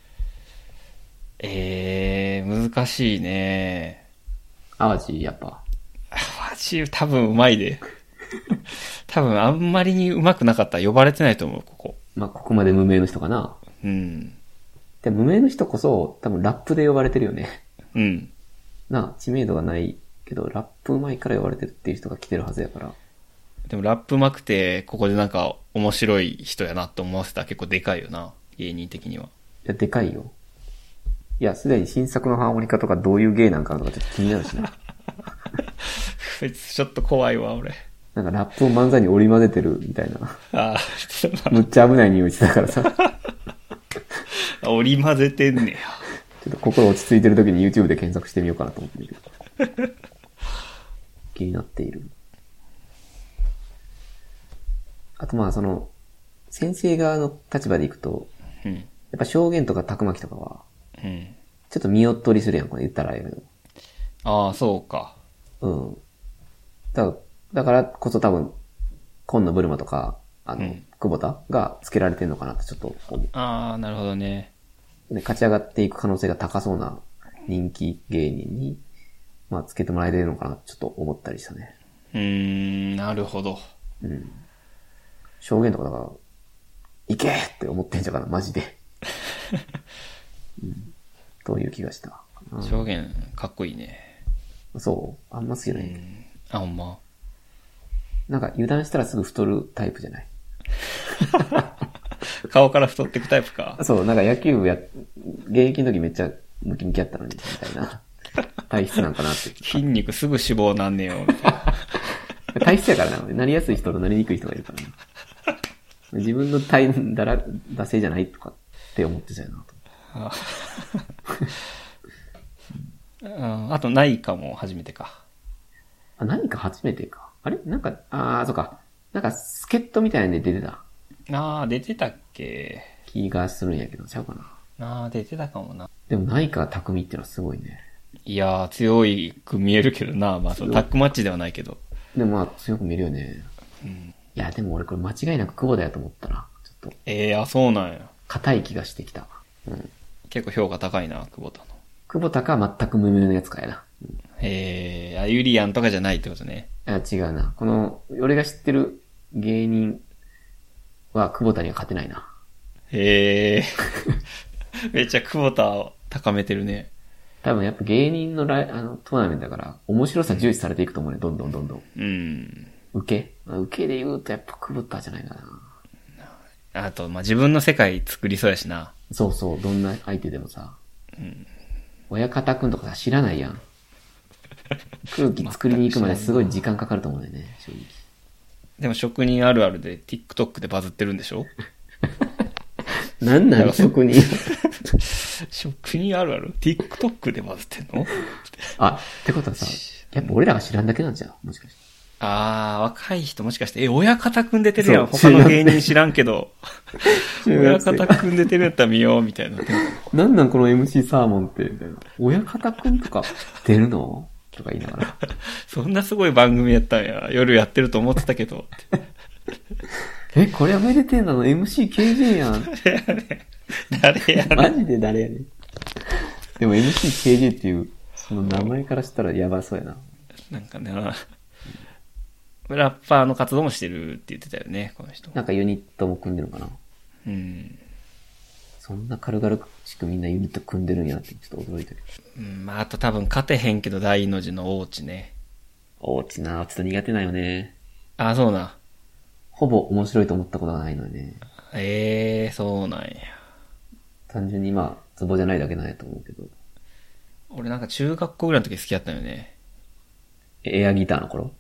えー、難しいね。
淡路、やっぱ。
マジ、多分うまいで。 多分あんまりにうまくなかったら呼ばれてないと思う、ここ。
まあ、ここまで無名の人かな。
うん。
で無名の人こそ、多分ラップで呼ばれてるよね。
うん。
なあ、知名度がないけど、ラップ前から呼ばれてるっていう人が来てるはずやから。
でもラップうまくて、ここでなんか面白い人やなと思わせたら結構でかいよな。芸人的には。
いや、でかいよ。いや、すでに新作のハーモニカとかどういう芸なんかなとかちょっと気になるしな。
こいつちょっと怖いわ、俺。
なんかラップを漫才に織り混ぜてるみたい な。
ああ、ちょっと
むっちゃ危ない匂いしてたからさ。ちょ
な織り混ぜてんねや。
っと心落ち着いてる時に YouTube で検索してみようかなと思ってみる。気になっている。あとまあその、先生側の立場でいくと、
うん。
やっぱ証言とかたくまきとかは、
うん。
ちょっと見劣りするやん、これ言ったらあれやけど。
ああ、そうか。
うん。だだからこそ多分、今野ブルマとか、あの、
うん
久保田がつけられてるのかなってちょっと思
ああ、なるほどね。
う。で勝ち上がっていく可能性が高そうな人気芸人に、まあ、つけてもらえるのかなってちょっと思ったりしたね。
うーん、なるほど。
証言とかだから、いけって思ってんじゃうかな、マジで。うん。という気がした。
証言、かっこいいね。
そうあんま好きじゃない。
うん。あ、ほんま。
なんか油断したらすぐ太るタイプじゃない。
顔から太っていくタイプ か。
そう、なんか野球部や、現役の時めっちゃムキムキやったのに、みたいな。体質なんかなって。
筋肉すぐ脂肪なんねよ、みたいな。
体質やからな。なりやすい人となりにくい人がいるからな。自分の体、だら、惰性じゃないとかって思ってたよなと。
うん、あと、ないかも、初めてか。
あ、何か初めてか。あれなんか、あー、そうか。なんか、助っ人みたいなんで出てた
ああ、出てたっけ
気がするんやけど、ちゃうかな。
ああ、出てたかもな。
でも、ないか匠ってのはすごいね。
いやー、強いく見えるけどな。まあ、そのタックマッチではないけど。
でも、まあ、強く見えるよね。いや、でも俺これ間違いなく久保田やと思ったら、ちょっと、
ええー、あ、そうなんや。
硬い気がしてきた。うん。
結構評価高いな、久保田の。
久保田か全く無名のやつかやな。
ええー、あ、ユリアンとかじゃないってことね。
あ、違うな。この、俺が知ってる芸人は久保田には勝てないな。
え えー、めっちゃ久保田を高めてるね。
多分やっぱ芸人のライあのトーナメントだから、面白さ重視されていくと思うね。どんどんどんどん。
うん。
受けまあ受けで言うとやっぱ久保田じゃないかな。
あと、まあ、自分の世界作りそうやしな。
そうそう、どんな相手でもさ、
うん。
親方くんとかさ、知らないやん。空気作りに行くまですごい時間かかると思うんだよ ね、正直。
でも職人あるあるで TikTok でバズってるんで しょ
なんなの、職 人。
職人あるある ?TikTok でバズってんの
あ、ってことはさ、やっぱ俺らが知らんだけなんじゃん、もしかして。
あー、若い人もしかして、え、親方くん出てるやん。
そ
他
う
の芸人知らんけ ど。
中学
親
生
方くん出てるやったら見よう、みたいな。
なんなんこの MC サーモンって、みたいな。親方くんとか出るのとか言いながら。
そんなすごい番組やったんや。夜やってると思ってたけ ど。
え、これはめでてんなの ?MC KJ やん。
誰 や
マジで誰やねん。でも MCKJ っていう、その名前からしたらやばそうやな。
なんかね、ラッパーの活動もしてるって言ってたよね、この人。
なんかユニットも組んでるのかな
うん。
そんな軽々しくみんなユニット組んでるんやってちょっと驚いたけど。
うん、まあ、あと多分勝てへんけど大の字の大内ね。
おうちな、ちょっと苦手なんよね。
あ、そうな。
ほぼ面白いと思ったことがないのよね。
ええー、そうなんや。
単純にまあ、ツボじゃないだけなんやと思うけど。
俺なんか中学校ぐらいの時好きやったよね。
エアギターの頃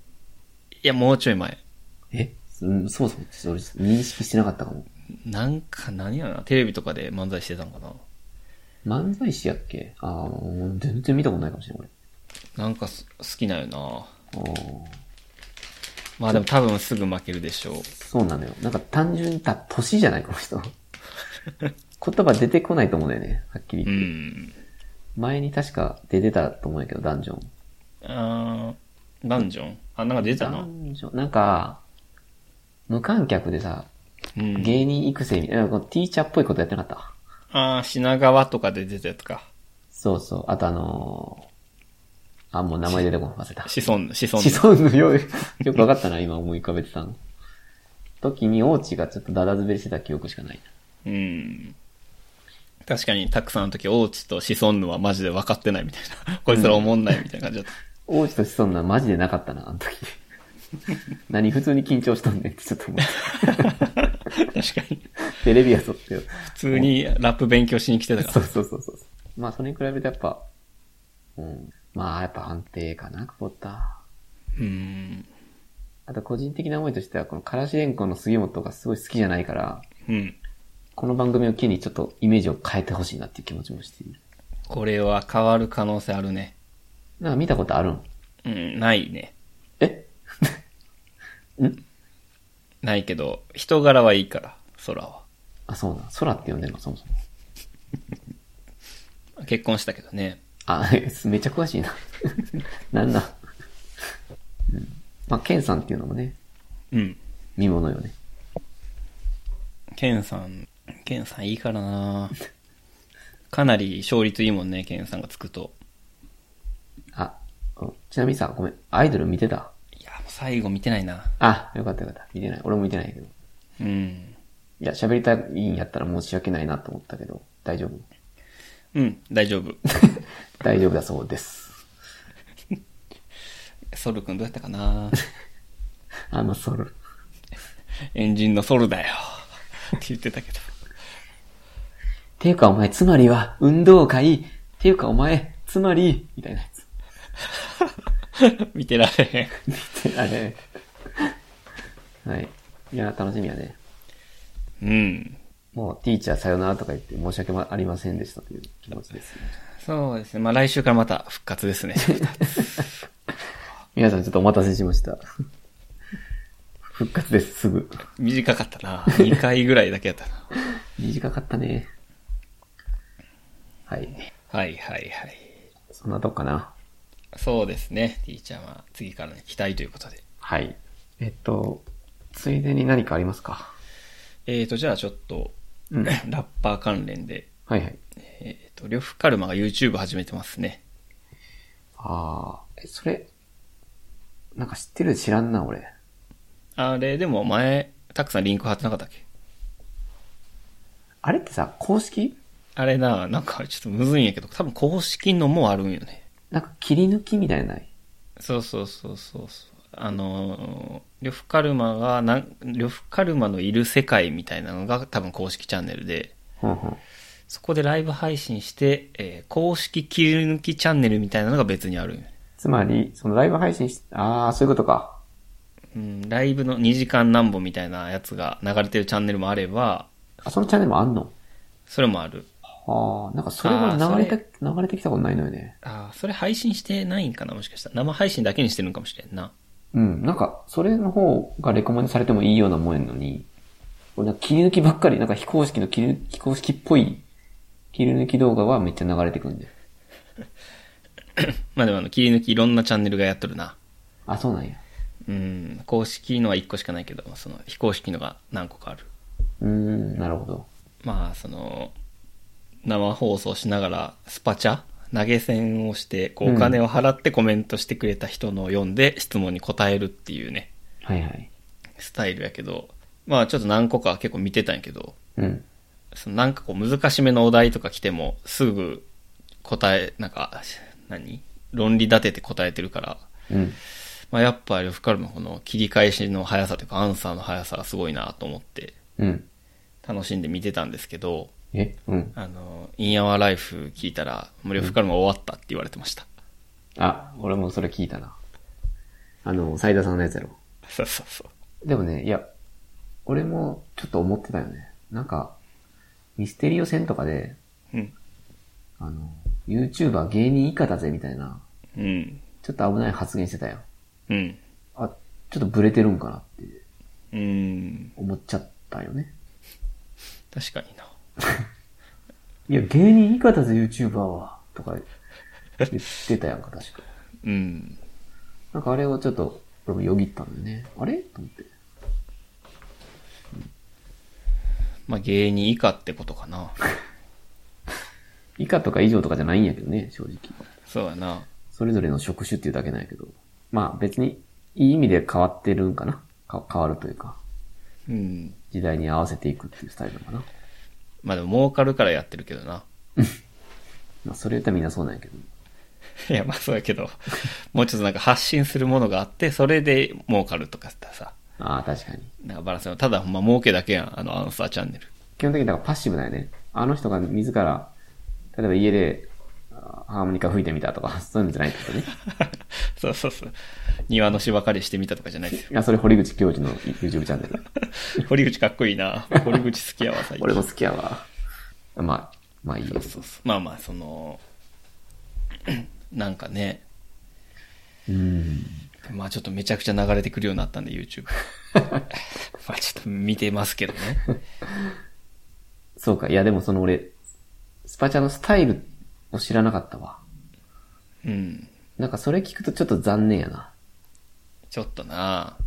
いや、もうちょい前。
えうんそもそもちょっと俺認識してなかったかも。
なんか何やろな。テレビとかで漫才してたんかな。
漫才師やっけああ、もう全然見たことないかもしれない、
なんかす好きなんよな。
これ。ああ。
まあでも多分すぐ負けるでしょう。
そうなのよ。なんか単純にた、年じゃないこの 人。言葉出てこないと思うんだよね。はっきり
う
言って。
ん。
前に確か出てたと思うんやけど、ダンジョン。
あー、ダンジョンあ、なんか出てた
ダ
な。
ンジョン、なんか、無観客でさ、
うん。
芸人育成みたいな、このティーチャーっぽいことやってなかった。
あー、品川とかで出たやつか。
そうそう。あとあのーあ、もう名前出てこない忘れた。
子孫、子孫。
子孫のよう、よくわかったな、今思い浮かべてたの。時に、オーチがちょっとダダ滑りしてた記憶しかないな。
うん。確かに、たくさんの時、大内と子孫のはマジで分かってないみたいな。 こいつら思んないみたいな感じだっ。
王子と子孫なマジでなかったな、あの時。 何普通に緊張したんねってちょっと思った
確かに。
た。テレビはそってよ。
普通にラップ勉強しに来てたか
そうそうそうそう。まあそれに比べてやっぱ、うん。まあやっぱ安定かな、クボタ。
ら。うん。
あと個人的な思いとしては、このカラシレンコの杉本がすごい好きじゃないから、
うん。
この番組を機にちょっとイメージを変えてほしいなっていう気持ちもしている。
これは変わる可能性あるね。
なんか見たことあるん
うん、ないね。
え
ないけど、人柄はいいから、空は。
あ、そうなん。空って呼んでるの、そもそも。
結婚したけどね。
あ、 めっちゃ詳しいな。 なんだ。うんまあ、ケンさんっていうのもね、
うん。
見ものよね。
ケンさん、ケンさんいいからなかなり勝率いいもんね、ケンさんがつくと。
あ、うんちなみにさ、ごめん、アイドル見てた
いや、もう最後見てないな。
あ、よかったよかった。見てない。俺も見てないけど。
うん。
いや、喋りたいんやったら申し訳ないなと思ったけど、大丈夫。
うん、大丈夫。
大丈夫だそうです。
ソル君どうやったかな
あの、ソル。
エンジンのソルだよ。って言ってたけど。
ていうかお前、つまりは、運動会。ていうかお前、つまり、みたいなやつ。
見てられへん。
見て あれ。はい。いや、楽しみやね。
うん。
もう、ティーチャーさよならとか言って申し訳ありませんでしたという気持ちです、ね。
そうですね。まあ来週からまた復活ですね。
皆さんちょっとお待たせしました。 復活です、すぐ。
短かったな。2回ぐらいだけやったな。
短かったね。はい。
はいはいはい。
そんなとこかな。
そうですね。ティーチャーは次からに期待ということで。
はい。えっと、ついでに何かありますか
えーと、じゃあちょっと、
うん。はい
ラッパー関連で、
はい。
えーと、リョフカルマが YouTube 始めてますね。
あー、えそれ、なんか知ってる知らんな、俺。
あれ、でも前、たくさんリンク貼ってなかったっけ
あれってさ、公式
あれな、なんかちょっとむずいんやけど、多分公式のもあるんよね。
なんか切り抜きみたいなのない
そうそうそうそうそう。あのー、呂布カルマがなん、呂布カルマのいる世界みたいなのが多分公式チャンネルで、
ほんほん。
そこでライブ配信して、えー公式切り抜きチャンネルみたいなのが別にあるんよね。
つまり、そのライブ配信し、ああ、そういうことか。
うん、ライブの2時間何本みたいなやつが流れてるチャンネルもあれば、
あ、そのチャンネルもあんの
それもある。
ああ、なんかそれは流れて、流れてきたことないのよね。
ああ、それ配信してないんかなもしかしたら。生配信だけにしてるのかもしれんな。
うん、なんか、それの方がレコメンドされてもいいようなもんやのに、俺なんか切り抜きばっかり、なんか非公式の切り、非公式っぽい切り抜き動画はめっちゃ流れてくるんだよ。
まあでもあの、切り抜きいろんなチャンネルがやっとるな。
あ、そうなんや。
うん、公式のは1個しかないけど、その非公式のが何個かある。
うーん、なるほど。
まあ、その、生放送しながらスパチャ投げ銭をして、こ
う
う、
ん
お金を払ってコメントしてくれた人のを読んで質問に答えるっていうね、
はいはい。
スタイルやけど、まあちょっと何個か結構見てたんやけど、
うん。
そのなんかこう難しめのお題とか来ても、すぐ答え、なんか、何論理立てて答えてるから、
うん。
まあやっぱ呂布カルマこの切り返しの速さというかアンサーの速さがすごいなと思って
うん。
楽しんで見てたんですけど、
え、うん。
あの、インアワーライフ聞いたら、無料フカルマ終わったって言われてました。
あ、俺もそれ聞いたな。あの、斉田さんのやつやろ。
そうそうそう。
でもね、いや、俺もちょっと思ってたよね。なんか、ミステリオ戦とかで、
うん。
あの、YouTuber 芸人以下だぜみたいな、
うん。
ちょっと危ない発言してたよ。
うん。
あ、ちょっとブレてるんかなって
うん。
思っちゃったよね。
確かにな。
いや、芸人以下だぜ YouTuber は、とか言ってたやんか、確か。
うん。
なんかあれをちょっと、俺もよぎったんだよね。あれと思って。
まあ、芸人以下ってことか な。
以下とか以上とかじゃないんやけどね、正直。
そうやな。
それぞれの職種っていうだけなんやけど。まあ別に、いい意味で変わってるんかな。か変わるというか、
うん。
時代に合わせていくっていうスタイルなのかな。
まあ、でも儲かるからやってるけどな。
まあそれ言ったらみんなそうなんやけど。
いや、まあそうやけど、 もうちょっとなんか発信するものがあって、それで儲かるとかだったらさ、
ああ、確かに。
なんかバランスの、ただほんま儲けだけやん、あのアンサーチャンネル。
基本的にだからパッシブだよね。あの人が自ら、例えば家であハーモニカ吹いてみたとか、 そういうんじゃないってこ とね。
そうそうそう。庭の芝刈りしてみたとかじゃないですよ。
いや、それ堀口教授の YouTube チャンネル。
堀口かっこいいな。堀口好きやわ、最近
俺。も好きやわ。まあ、まあいいよ。
そうそうまあまあその なんかね
うん。
まあちょっとめちゃくちゃ流れてくるようになったんで YouTube まあちょっと見てますけどね
そうか。いや、でもその俺、スパチャのスタイルを知らなかったわ。
うん
なんかそれ聞くとちょっと残念やな。
ちょっとな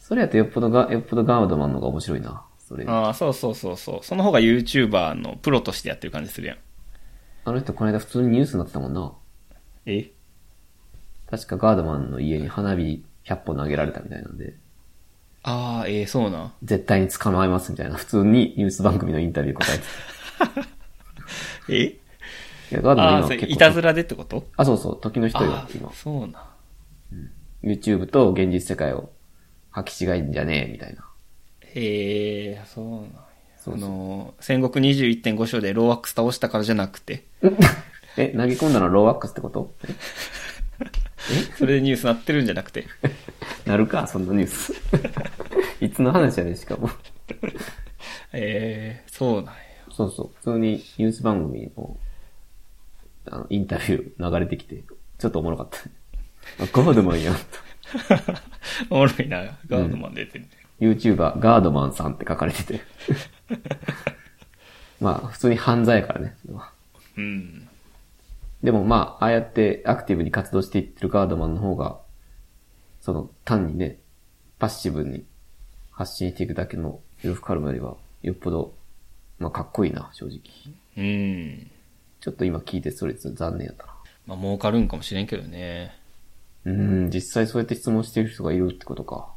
それやとよっぽどが、よっぽどガードマンの方が面白いな。それ。あ
ああそうそうそうそうその方が YouTuber のプロとしてやってる感じするやん
の人この間普通にニュースになってたもんな。
え
確かガードマンの家に花火100本投げられたみたいなんで。
ああええそうなん
絶対に捕まえますみたいな、普通にニュース番組のインタビュー答えてた。い
え
や、ガードマン今
ああそれ
結構
いたずらでってこと
あ、そうそう、時の人よ
あ、
今
あ。そうなん
YouTube と現実世界を履き違えんじゃねえ、みたいな。
へえそうなんや
そうそう
あの戦国21.5章でローワックス倒したからじゃなくて
え、投げ込んだのはローワックスってこと
それでニュースなってるんじゃなくて
えなるか、そんなニュース。 いつの話やねん、しかも。
ええそうなんや。
そうそう、普通にニュース番組の、あの、インタビュー流れてきて、ちょっとおもろかった。あガードマンやんと。
おもろいな、ガードマン出てる、ね
YouTuber ガードマンさんって書かれてて。まあ、普通に犯罪やからね、それは。
うん。
でもまあ、ああやってアクティブに活動していってるガードマンの方が、その、単にね、パッシブに発信していくだけのルフカルマよりは、よっぽど、まあ、かっこいいな、正直。
うん。
ちょっと今聞いてそれちょっと残念やったな。
まあ、儲かるんかもしれんけどね。
うーん、実際そうやって質問してる人がいるってことか。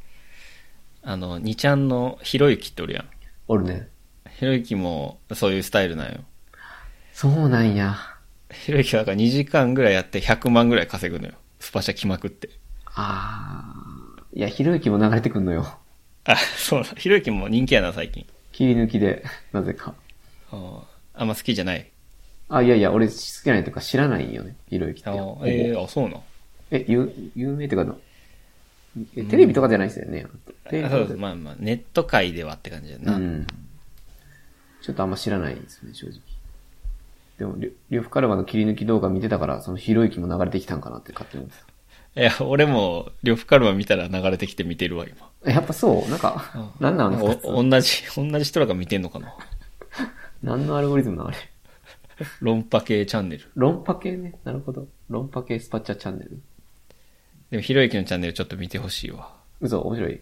あの、2ちゃんのひろゆきっておるやん。
おるね。
ひろゆきもそういうスタイルなんよ。
そうなんや。
ひろゆきはだから2時間ぐらいやって100万ぐらい稼ぐのよ。スパシャ来まくって。
あー。いや、ひろゆきも流れてくんのよ。
あ、そうだ。ひろゆきも人気やな、最近。
切り抜きで、なぜか。
あああんま好きじゃない。
あ、いやいや、俺好きじゃないというか知らないよね。ひろゆきって。
あ
ほぼ
えーあ、そうなの。
え、有、有名っていうか、えテレビとかじゃないですよね。テレ
あ
ビ
そ
と
う
か
そうまあまあ、ネット界ではって感じだな。
うん。ちょっとあんま知らないですね、正直。でも、りょ呂布カルマの切り抜き動画見てたから、そのひろゆきも流れてきたんかなって勝手に思って
いや、俺も、呂布カルマ見たら流れてきて見てるわ、今。
た。えやっぱそうなんか、何なのあの二つ
お同じ、同じ人らが見てんのかな。
何のアルゴリズムなのあれ。
論破系チャンネル。
論破系ね。なるほど。論破系スパチャチャンネル。
でも、ひろゆきのチャンネルちょっと見てほしいわ。
嘘、面白い。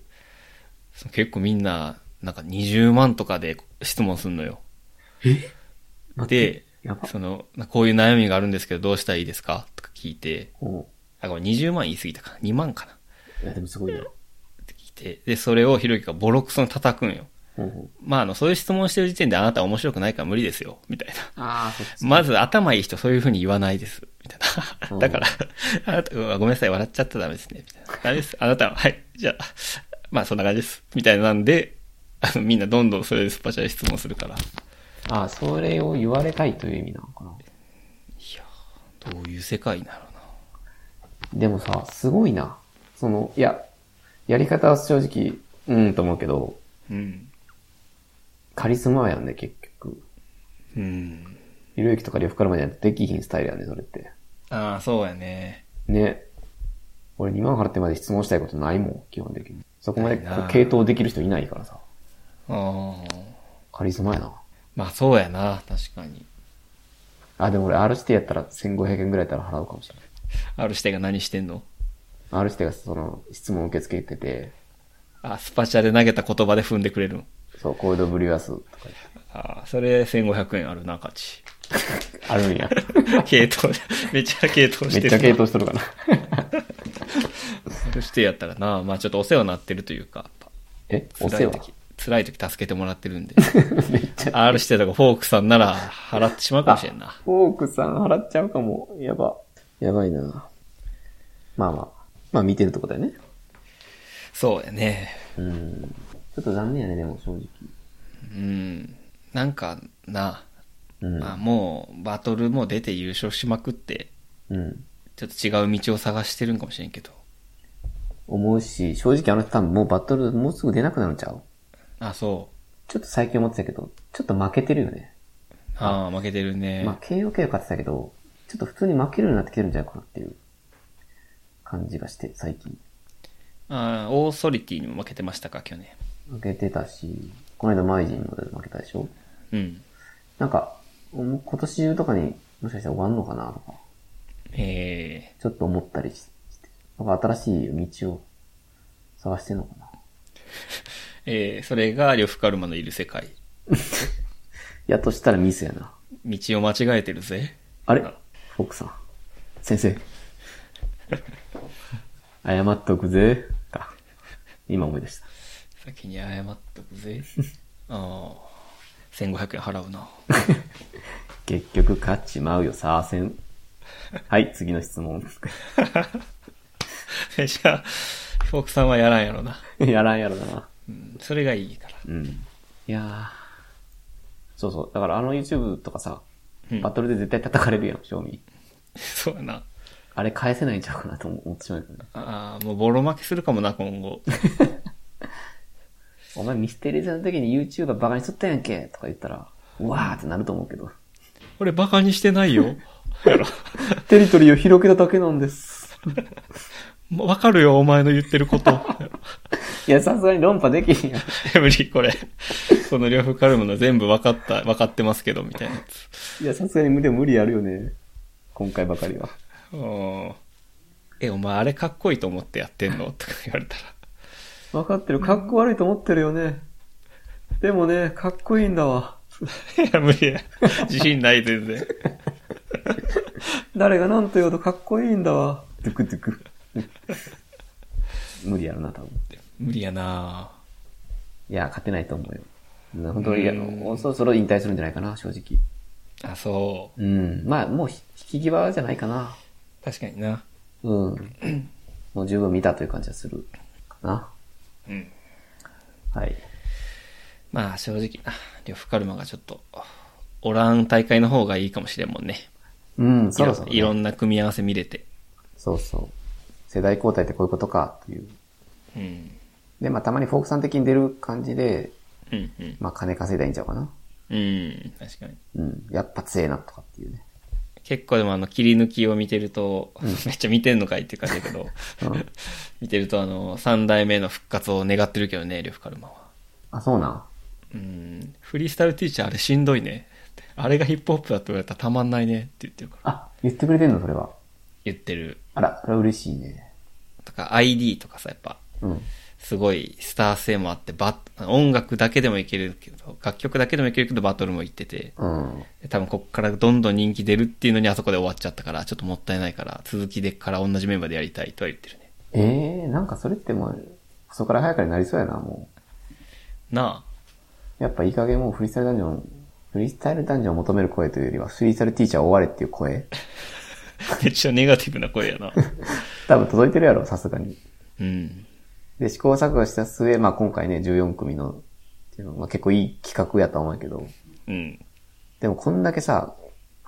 その結構みんな、なんか20万とかで質問すんのよ。
待って
で
やば、
その、こういう悩みがあるんですけどどうしたらいいですかとか聞いて、
おう
あ、これ20万言い過ぎたか。2万かな。
いや、でもすごいな。
って聞いて、で、それをひろゆきがボロクソに叩くんよ。
ほうほう
まあ、あの、そういう質問してる時点であなたは面白くないから無理ですよ。みたいな。
ああ、そっち。
まず頭いい人そういう風に言わないです。みたい
うん
な。だから、あなた、うわごめんなさい、笑っちゃったらダメですね。みたいな。ダメです。あなたは、はい。じゃあ、まあそんな感じです。みたいなんで、あの、みんなどんどんそれでスパチャで質問するから。
ああ、それを言われたいという意味なのかな。
どういう世界なのな。
でもさ、すごいな。その、いや、やり方は正直、うんと思うけど、
うん。
カリスマやんね、結局。
うん。
ひろゆきとか呂布カルマじゃなくてできひんスタイルやんね、それって。
ああ、そうやね。
ね。俺2万払ってまで質問したいことないもん、基本的に。そこまで
ないな
系統できる人いないからさ。
ああ。
カリスマやな。
まあそうやな、確かに。
あ、でも俺 R 指定やったら1500円ぐらいやったら払うかもしれない。
ある視点が何してんの
R 指定がその質問を受け付けてて、
あ、スパチャで投げた言葉で踏んでくれるの。
そう、コールドブリュアスとか言っ
ああ、それ1500円あるな、価 値。
てあるんや。
系統、めっちゃ系統
め
し
ってちゃ系統しと るかな。
そしてやったらな、まあちょっとお世話になってるというか、やっ
え、
ぱ
お
辛
世
い
話
時、辛い時助けてもらってるんで、
めっちゃ
R してとかフォークさんなら払ってしまうかもしれんな。
フォークさん払っちゃうかも。やば。やばいな。まあまあ。まあ見てるとこだよね。
そうやね。
うん。ちょっと残念やね、でも正直。
うん。なんかな、
うん。
まあもうバトルも出て優勝しまくって、
うん。
ちょっと違う道を探してるんかもしれんけど。
思うし、正直あの人多分もうバトルもうすぐ出なくなるんちゃう
あ、そ
ちょっと最近思ってたけど、ちょっと負けてるよね。
う。ああ、負けてるね。
まあ KOK 勝ってたけど、ちょっと普通に負けるようになってきてるんじゃないかなっていう感じがして、最近。
ああ、オーソリティにも負けてましたか、去年。
負けてたし、この間マイジンので負けたでしょ
うん。
なんか、もう今年中とかにもしかしたら終わんのかなとか。
ええ
ちょっと思ったりしして、なんか新しい道を探してんのかな。
ええそれが呂布カルマのいる世界。
やっとしたらミスやな。
道を間違えてるぜ。
あれフォークさん。先生。 謝っとくぜ。か。今思い出した。
先に謝っとく ぜ。ああ、1500円払うな。
結局勝っちまうよ、サーセン。はい、次の質問。
え じゃあ、フォークさんはやらんやろな。
やらんやろな。
うん、それがいいから。
うん。いやー。そうそう。だからあの YouTube とかさ、
うん
バトルで絶対叩かれるやん、賞味。
そうやな。
あれ返せないんちゃうかなと思ってしまうけどね。
ああ、もうボロ負けするかもな、今後。
お前ミステリーズの時に YouTuber バカにしとったやんけとか言ったら、うわーってなると思うけど。
俺バカにしてないよ。やろ。
テリトリーを広げただけなんです。
もうわかるよ、お前の言ってる こと。や
いや、さすがに論破できひんやん。
ろ無理、これ。この呂布カルマの全部わかった、わかってますけど、みたいなやつ。
いや、さすがに無理無理やるよね。今回ばかりは。
うんえ、お前あれかっこいいと思ってやってんのとか言われたら。
分かってる。かっこ悪いと思ってるよね。でもね、かっこいいんだわ。
いや、無理や。自信ない、全然。
誰が何と言おうとかっこいいんだわ。ドゥクドゥク。 無理やるな、多分。
無理やなぁ。
いや、勝てないと思うよ。本当に、いや
うん
もうそろそろ引退するんじゃないかな、正直。
あ、そ
うん。まあ、もうひ引き際じゃないかな。
う。確かにな。
うん。もう十分見たという感じがするかな。
うん。
はい。
まあ、正直な。呂布カルマがちょっと、おらん大会の方がいいかもしれんもんね。
うん、そろそろ、
いろ
ね。
んな組み合わせ見れて。
そうそう。世代交代ってこういうことか、という。
うん。
で、まあ、たまにフォークさん的に出る感じで、
うん、うん。
まあ、金稼いだらいいんちゃうかな。
うん、確かに。
うん。やっぱ強えな、とかっていうね。
結構でもあの切り抜きを見てると、 めっちゃ見てんのかいっていう感じだけど、
うん。
見てるとあの、三代目の復活を願ってるけどね、リョフカルマは。
あ、そうなん。
うん、フリースタイルティーチャーあれしんどいね。あれがヒップホップだって言われたらたまんないねって言ってるから。
あ、言ってくれてんの、それは。
言ってる。
あら、それは嬉しいね。
とか ID とかさ、やっぱ、
うん。
すごいスター性もあって、バッ音楽だけでもいけるけど、楽曲だけでもいけるけどバトルもいってて、
うん。
多分こっからどんどん人気出るっていうのにあそこで終わっちゃったから、ちょっともったいないから、続きでから同じメンバーでやりたいとは言ってるね。
ええー、なんかそれってもう、そこから早からになりそうやな、も
な
う。やっぱいい加減もうフリースタイルダンジョン、フリースタイルダンジョンを求める声というよりは、フリースタイルティーチャーを追われっていう声。
あ、 めっちゃネガティブな声やな。
多分届いてるやろ、さすがに。
うん。
で、試行錯誤した末、まあ今回ね、14組の、っていうのはまあ結構いい企画やと思うけど、
うん。
でもこんだけさ、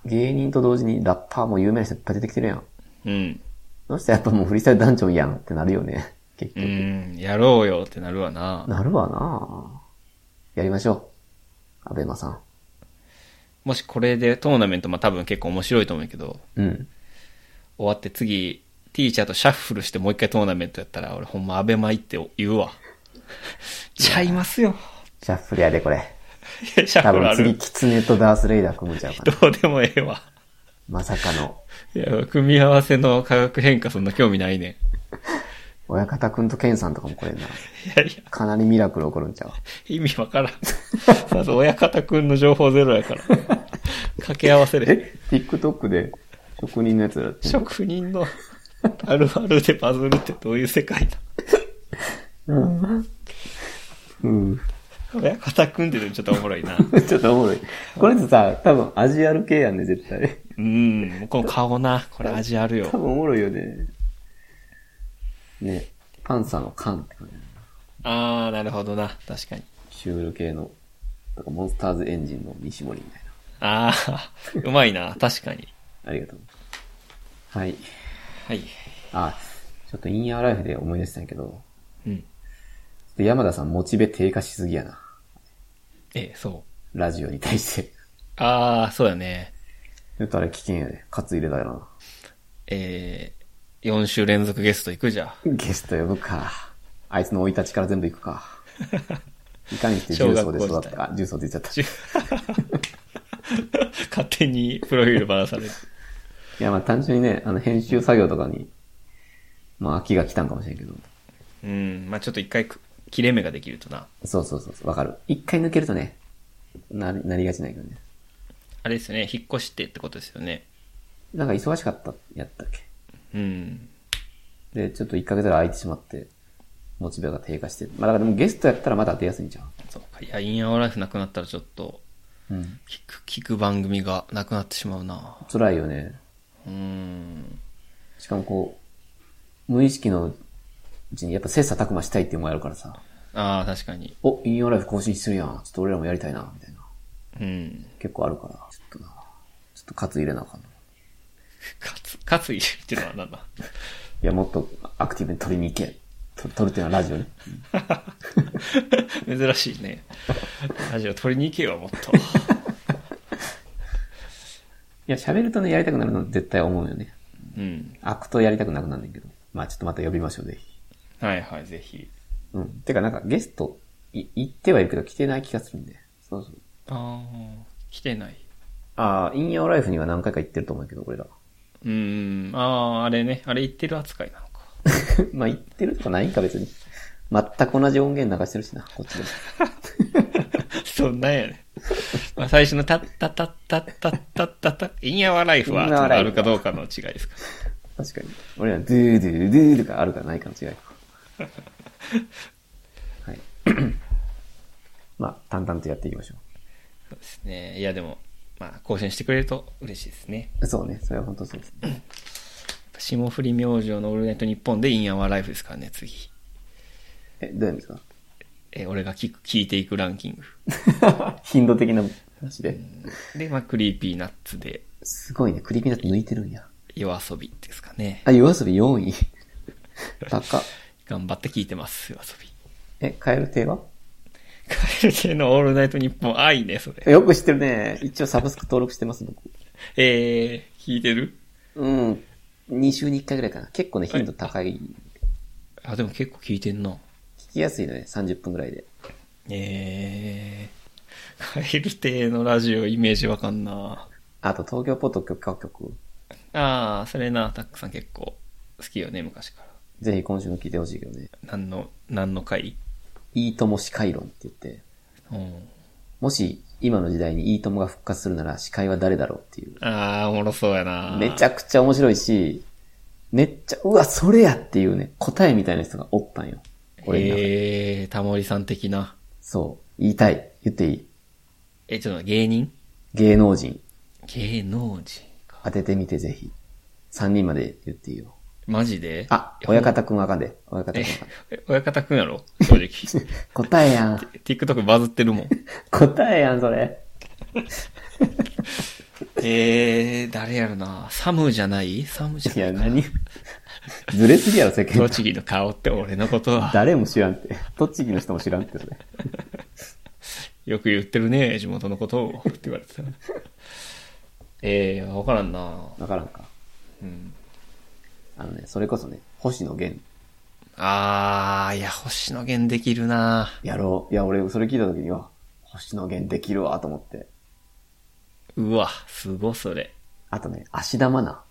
芸人と同時にラッパーも有名な人いっぱい出てきてるやん。
うん。
そしたらやっぱもうフリースタイルダンジョンやんってなるよね、結
う
局。
ん。やろうよってなるわな。
なるわなやりましょう。アベマさん。
もしこれでトーナメント、まあ、多分結構面白いと思うけど、
うん。
終わって次、ティーチャーとシャッフルしてもう一回トーナメントやったら、俺ほんまアベマ行って言うわ。 ちゃいますよ。
シャッフルやで、これ。
いやシャッ
多
フルあ
分次、
る。
キツネとダースレイダー組むんちゃうかな。
どうでもええわ。
まさかの。
いや、組み合わせの化学変化そんな興味ないね
親方くんとケンさんとかもこれな。
ん。いやいや、
かなりミラクル起こるんちゃう。
意味わ からん。まず親方くんの情報ゼロやから。掛け合わせで。
TikTok で職人のやつだって。
職人のあるあるでバズるってどういう世界だ
うん。
親方くんってちょっとおもろいな。
ちょっとおもろい。これってさ、多分アジアル系やんね、絶対。
うん、もうこの顔な。これ味あるよ
多。分おもろいよね。ね。パンサーの缶って感じ。
あー、なるほどな。確かに。
シュール系の、なんかモンスターズエンジンの西森みたい
あー、うまいな。確かに。
な。ありがとう。はい。
はい。
あ、ちょっとインヤーライフで思い出したんやけど、
うん。
ちょっと山田さんモチベ低下しすぎやな。
え、そう。
ラジオに対して。
あー、そうやね。
ちょっとあれ危険やで。カツ入れたよな。
えー、4週連続ゲスト行くじゃん。
ゲスト呼ぶか。あいつの生い立ちから全部行く か。いかにして
小
重
学
曹
校
で
時代
育った。あ、重曹って言っちゃ
じ
っ
ゅ 勝手にプロフィールばらされる。
た。いや、まあ単純にね、あの、編集作業とかに、まあ秋が来たんかもしれんけど。
うん、まあちょっと一回く切れ目ができるとな。
そうそうそうそう、わかる。一回抜けるとね、な、なりがちないけどね。
あれですよね、引っ越してってことですよね。
なんか忙しかった、やったっけ。
うん。
で、ちょっと1ヶ月ぐらい空いてしまって、モチベが低下して。まあだからでもゲストやったらまだ出やすいんじゃん。
そうか。いや、インアワーライフなくなったらちょっと、
うん。
聞く、聞く番組がなくなってしまうな。
辛いよね。
うん。
しかもこう、無意識のうちにやっぱ切磋琢磨したいっていうのもあるからさ。
ああ、確かに。
お、引用ライフ更新してるやん。ちょっと俺らもやりたいな、みたいな。
うん。
結構あるから。ちょっとな。ちょっとカツ入れなあかんな。
勝つ、勝ついっていうのはなんだ。
いや、もっとアクティブに取りに行け。と取るっていうのはラジオね。
珍しいね。ラジオ取りに行けよ、もっと。
いや、喋るとね、やりたくなるの絶対思うよね。
うん。
アクトやりたくなくなんねんけど。まあちょっとまた呼びましょう、ぜひ。
はいはい、ぜひ。
うん。てかなんかゲスト、い、行ってはいるけど来てない気がするんで。そうそう。
ああ、来てない。
ああ、インヤーライフには何回か行ってると思うけど、俺ら。
うん、ああ、あれね、あれ言ってる扱いなのか。
まあ行ってるとかないんか別に。全く同じ音源流してるしな、こっちでも。
そんなんやね。まあ最初のタッタタッタッタッタッタッタ、インヤワライフは
インアワライ
あ
フ
るかどうかの違いですか。
確かに。俺ら、ドゥードゥードゥーとかあるかないかの違いか。 はい。 まあ、淡々とやっていきましょ
そうですね。いやでも、まあ更新してくれると嬉しいですね。
う。そうね、それは本当そうですね。
霜降り明星のオールナイトニッポンでインヤワライフですからね、次。
え、どうやるんです
え、俺が聞く、聞いていくランキング。
か頻度的な話で。
で、まあ、クリーピーナッツで、
すごいね、クリーピーナッツ抜いてるんや。
夜遊びですかね。
あ、夜遊び4位。 高っ。
頑張って聞いてます、夜遊び。
え、カエル亭は
カエル系のオールナイトニッポン、あ、いいね、それ。
よく知ってるね。一応サブスク登録してます、僕。
えー、聞いてる
うん。2週に1回ぐらいかな。結構ね、頻度高い。
あ、でも結構聞いてんな。
聞きやすいのね、30分ぐらいで。
えー、カエル亭のラジオイメージわかんな。
あと、東京ポッド許可局。
あー、それな、たくさん結構好きよね、昔から。
ぜひ今週も聞いてほしいけどね。
何の、何の回
いいとも司会論って言って、
うん。
もし今の時代にいいともが復活するなら司会は誰だろうっていう。
あー、おもろそうやな。
めちゃくちゃ面白いし、めっちゃ、うわ、それやっていうね、答えみたいな人がおったんよ。俺の中で
えー、タモリさん的な。
そう。言いたい。言っていい。
え、ちょっと待って芸人
芸能人。
芸能人か。
当ててみてぜひ。3人まで言っていいよ。
マジで
あ、親方くんあかんで。親方くんあ
え
かん。、
親方くんやろ 正直。
答えやん。
TikTok バズってるもん。
答えやん、それ。
えー、誰やろな。サムじゃないサムじゃ
い
ない
や、何ずれすぎやろ、世間。
栃木の顔って俺のことは。
誰も知らんって。栃木の人も知らんって、それ。
よく言ってるね、地元のことを。って言われてた。えー、わからんな。
わからんか。
うん。
あのね、それこそね、星野源。
あー、いや、星野源できるな。
やろう。いや、俺、それ聞いた時には、星野源できるわ、と思って。
うわ、すごそれ。
あとね、芦田愛菜。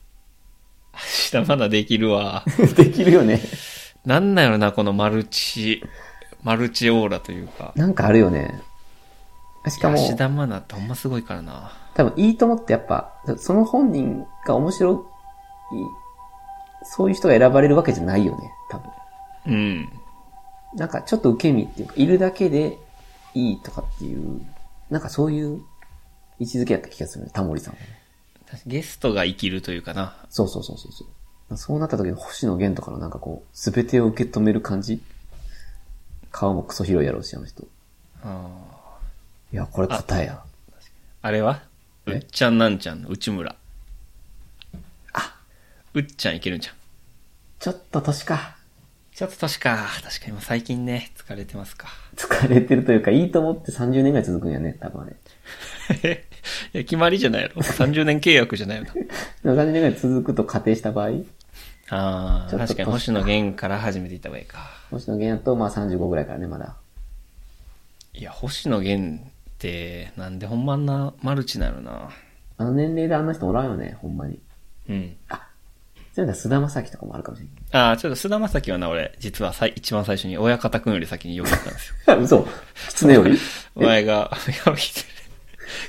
明日まだできるわ。
できるよね。
なんなんやろな、このマルチ、マルチオーラというか。
なんかあるよね。しかも、
芦田愛菜ってほんますごいからな。
多分、いいともってやっぱ、その本人が面白い、そういう人が選ばれるわけじゃないよね、多分。
うん。
なんか、ちょっと受け身っていうか、いるだけでいいとかっていう、なんかそういう位置づけやった気がするね、タモリさんはね。
ゲストが生きるというかな。
そうそうそうそうそう。そうなった時の星野源とかのなんかこう、すべてを受け止める感じ顔もクソ広いやろうし、あの人。い
あ
や、これ答えや。
あれは
え
うっちゃんなんちゃんの内村。あうっちゃんいけるんじゃん。
ちょっと年か。
ちょっと確か、確かにもう最近ね、疲れてますか。
疲れてるというか、いいと思って30年ぐらい続くんやね、多分あれ。
え いや決まりじゃないやろ。30年契約じゃないよな。
でも30年ぐらい続くと仮定した場合、 ちょ
ああ、
っと
確かに星野源から始めていった方がいいか。
星野源だと、まあ35ぐらいからね、まだ。
いや、星野源って、なんでほんまあんなマルチなのな。
あの年齢であんな人おらんよね、ほんまに。
うん。
そういうのは菅田将暉とかもあるかもし
ああ、ちょっと菅田将暉はな、俺、実はさい一番最初に親方くんより先に呼びに行ったんですよ。
れない。 嘘。狐より
お前が、いや、キツネ、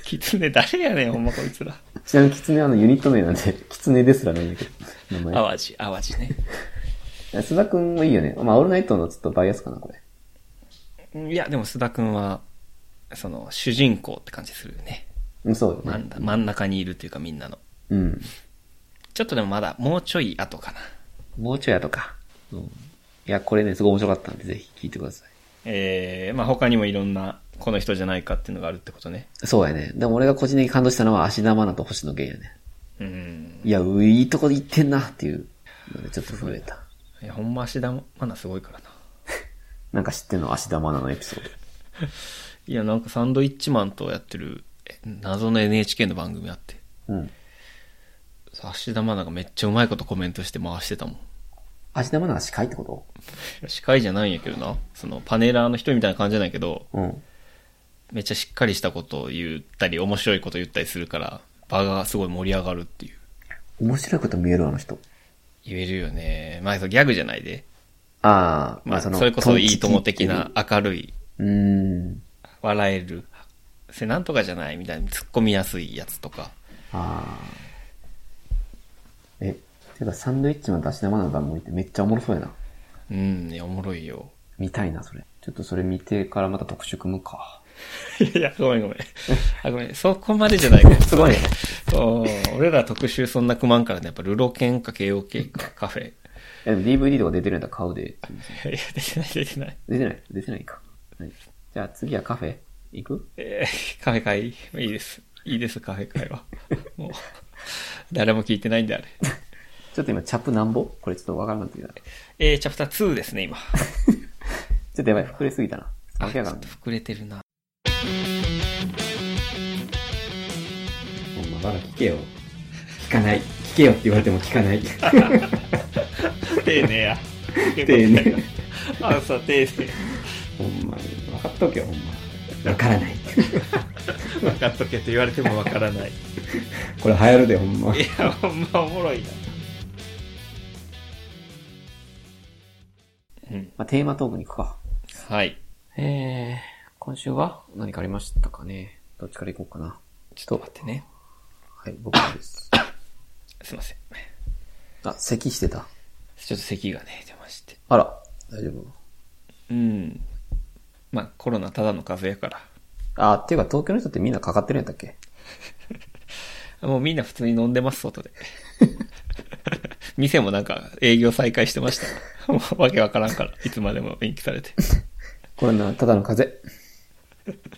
キツネ誰やねん、ほんまこいつら。
ちなみに狐はあのユニット名なんで、狐ですらないんだけど。名前。
淡路、淡路ね。
須田くんもいいよね。まあ、オールナイトのちょっとバイアスかな、これ。
うんいや、でも須田くんは、その、主人公って感じするよね。
うん、そうよ
真
ね
ん。真ん中にいるというか、みんなの。
うん。
ちょっとでもまだ、もうちょい後かな。
もうちょいやとか。うん。いや、これね、すごい面白かったんで、ぜひ聞いてください。
えー、まあ他にもいろんな、この人じゃないかっていうのがあるってことね。
そうやね。でも俺が個人的に感動したのは、芦田愛菜と星野源やね。
うん。
いや、ういいとこで行ってんな、っていうので、ちょっと震えた。
いや、ほんま芦田愛菜すごいからな。
なんか知ってんの芦田愛菜のエピソード。
いや、なんかサンドイッチマンとやってる、え謎の NHK の番組あって、
うん。
芦田愛菜がめっちゃうまいことコメントして回してたもん。
芦田愛菜が司会ってこ
司会じゃないんやけどな。そのパネラーの人みたいな感じじゃないけど、
とうん。
めっちゃしっかりしたことを言ったり、面白いこと言ったりするから、場がすごい盛り上がるっていう。
面白いこと見えるあの人。
言えるよね。まあ、そのギャグじゃないで。
ああ、
まあ、それこそいいとも的。
トン
な
チ
明るい、
キうーん。
笑える。せ、なんとかじゃないみたいな、突っ込みやすいやつとか。
ああ。え、てかサンドイッチマンと芦田愛菜の番組ってめっちゃおもろそうやな。
うん、いやおもろいよ。
見たいな、それ。ちょっとそれ見てからまた特集組むか。
いや、ごめんごめん。 あ、ごめん。そこまでじゃないか も。
すごいね。
そう俺ら特集そんなくまんからね、やっぱルロケンか KOK かカフェ。い
え、でも DVD とか出てるんだ、買うで。
や、出てない出てない。
出てない出てないか。はい。じゃあ次はカフェ。行く
えーカフェ会、いいです。いいです、カフェ会は。 もう、誰も聞いてないんであれ。
ちょっと今、チャップなんぼこれちょっとわからなくてきた。ちょ
えー、チャプター2ですね、今。
っとやばい、膨れすぎたな。
あ、
わけ
ちょ
わ
っ
か
と
んない。
膨れてるな。
ほんま、まだ聞けよ。聞かない。聞けよって言われても聞かない。
丁寧や。丁
寧。
アンサー丁
ほんまに。分かっとけよ、ほんま。わからない。
寧。分かっとけと言われても分からない。い
これ流行るで、ほ んま。
や、ほんまおもろいな。うん。
まあ、テーマトークに行くか。
はい。
えー、今週は何かありましたかねどっちから行こうかな。
ちょっと待ってね。
はい、僕です。
すいません。
あ、咳してた。
ちょっと咳がね、出まして。
あら、大丈夫。
うん。まあ、コロナただの風邪やから。
あ、っていうか東京の人ってみんなかかってるんやったっけ
もうみんな普通に飲んでます、外で。 店もなんか営業再開してました。 もうわけわからんから、いつまでも延期されて。
これな、ただの風 邪。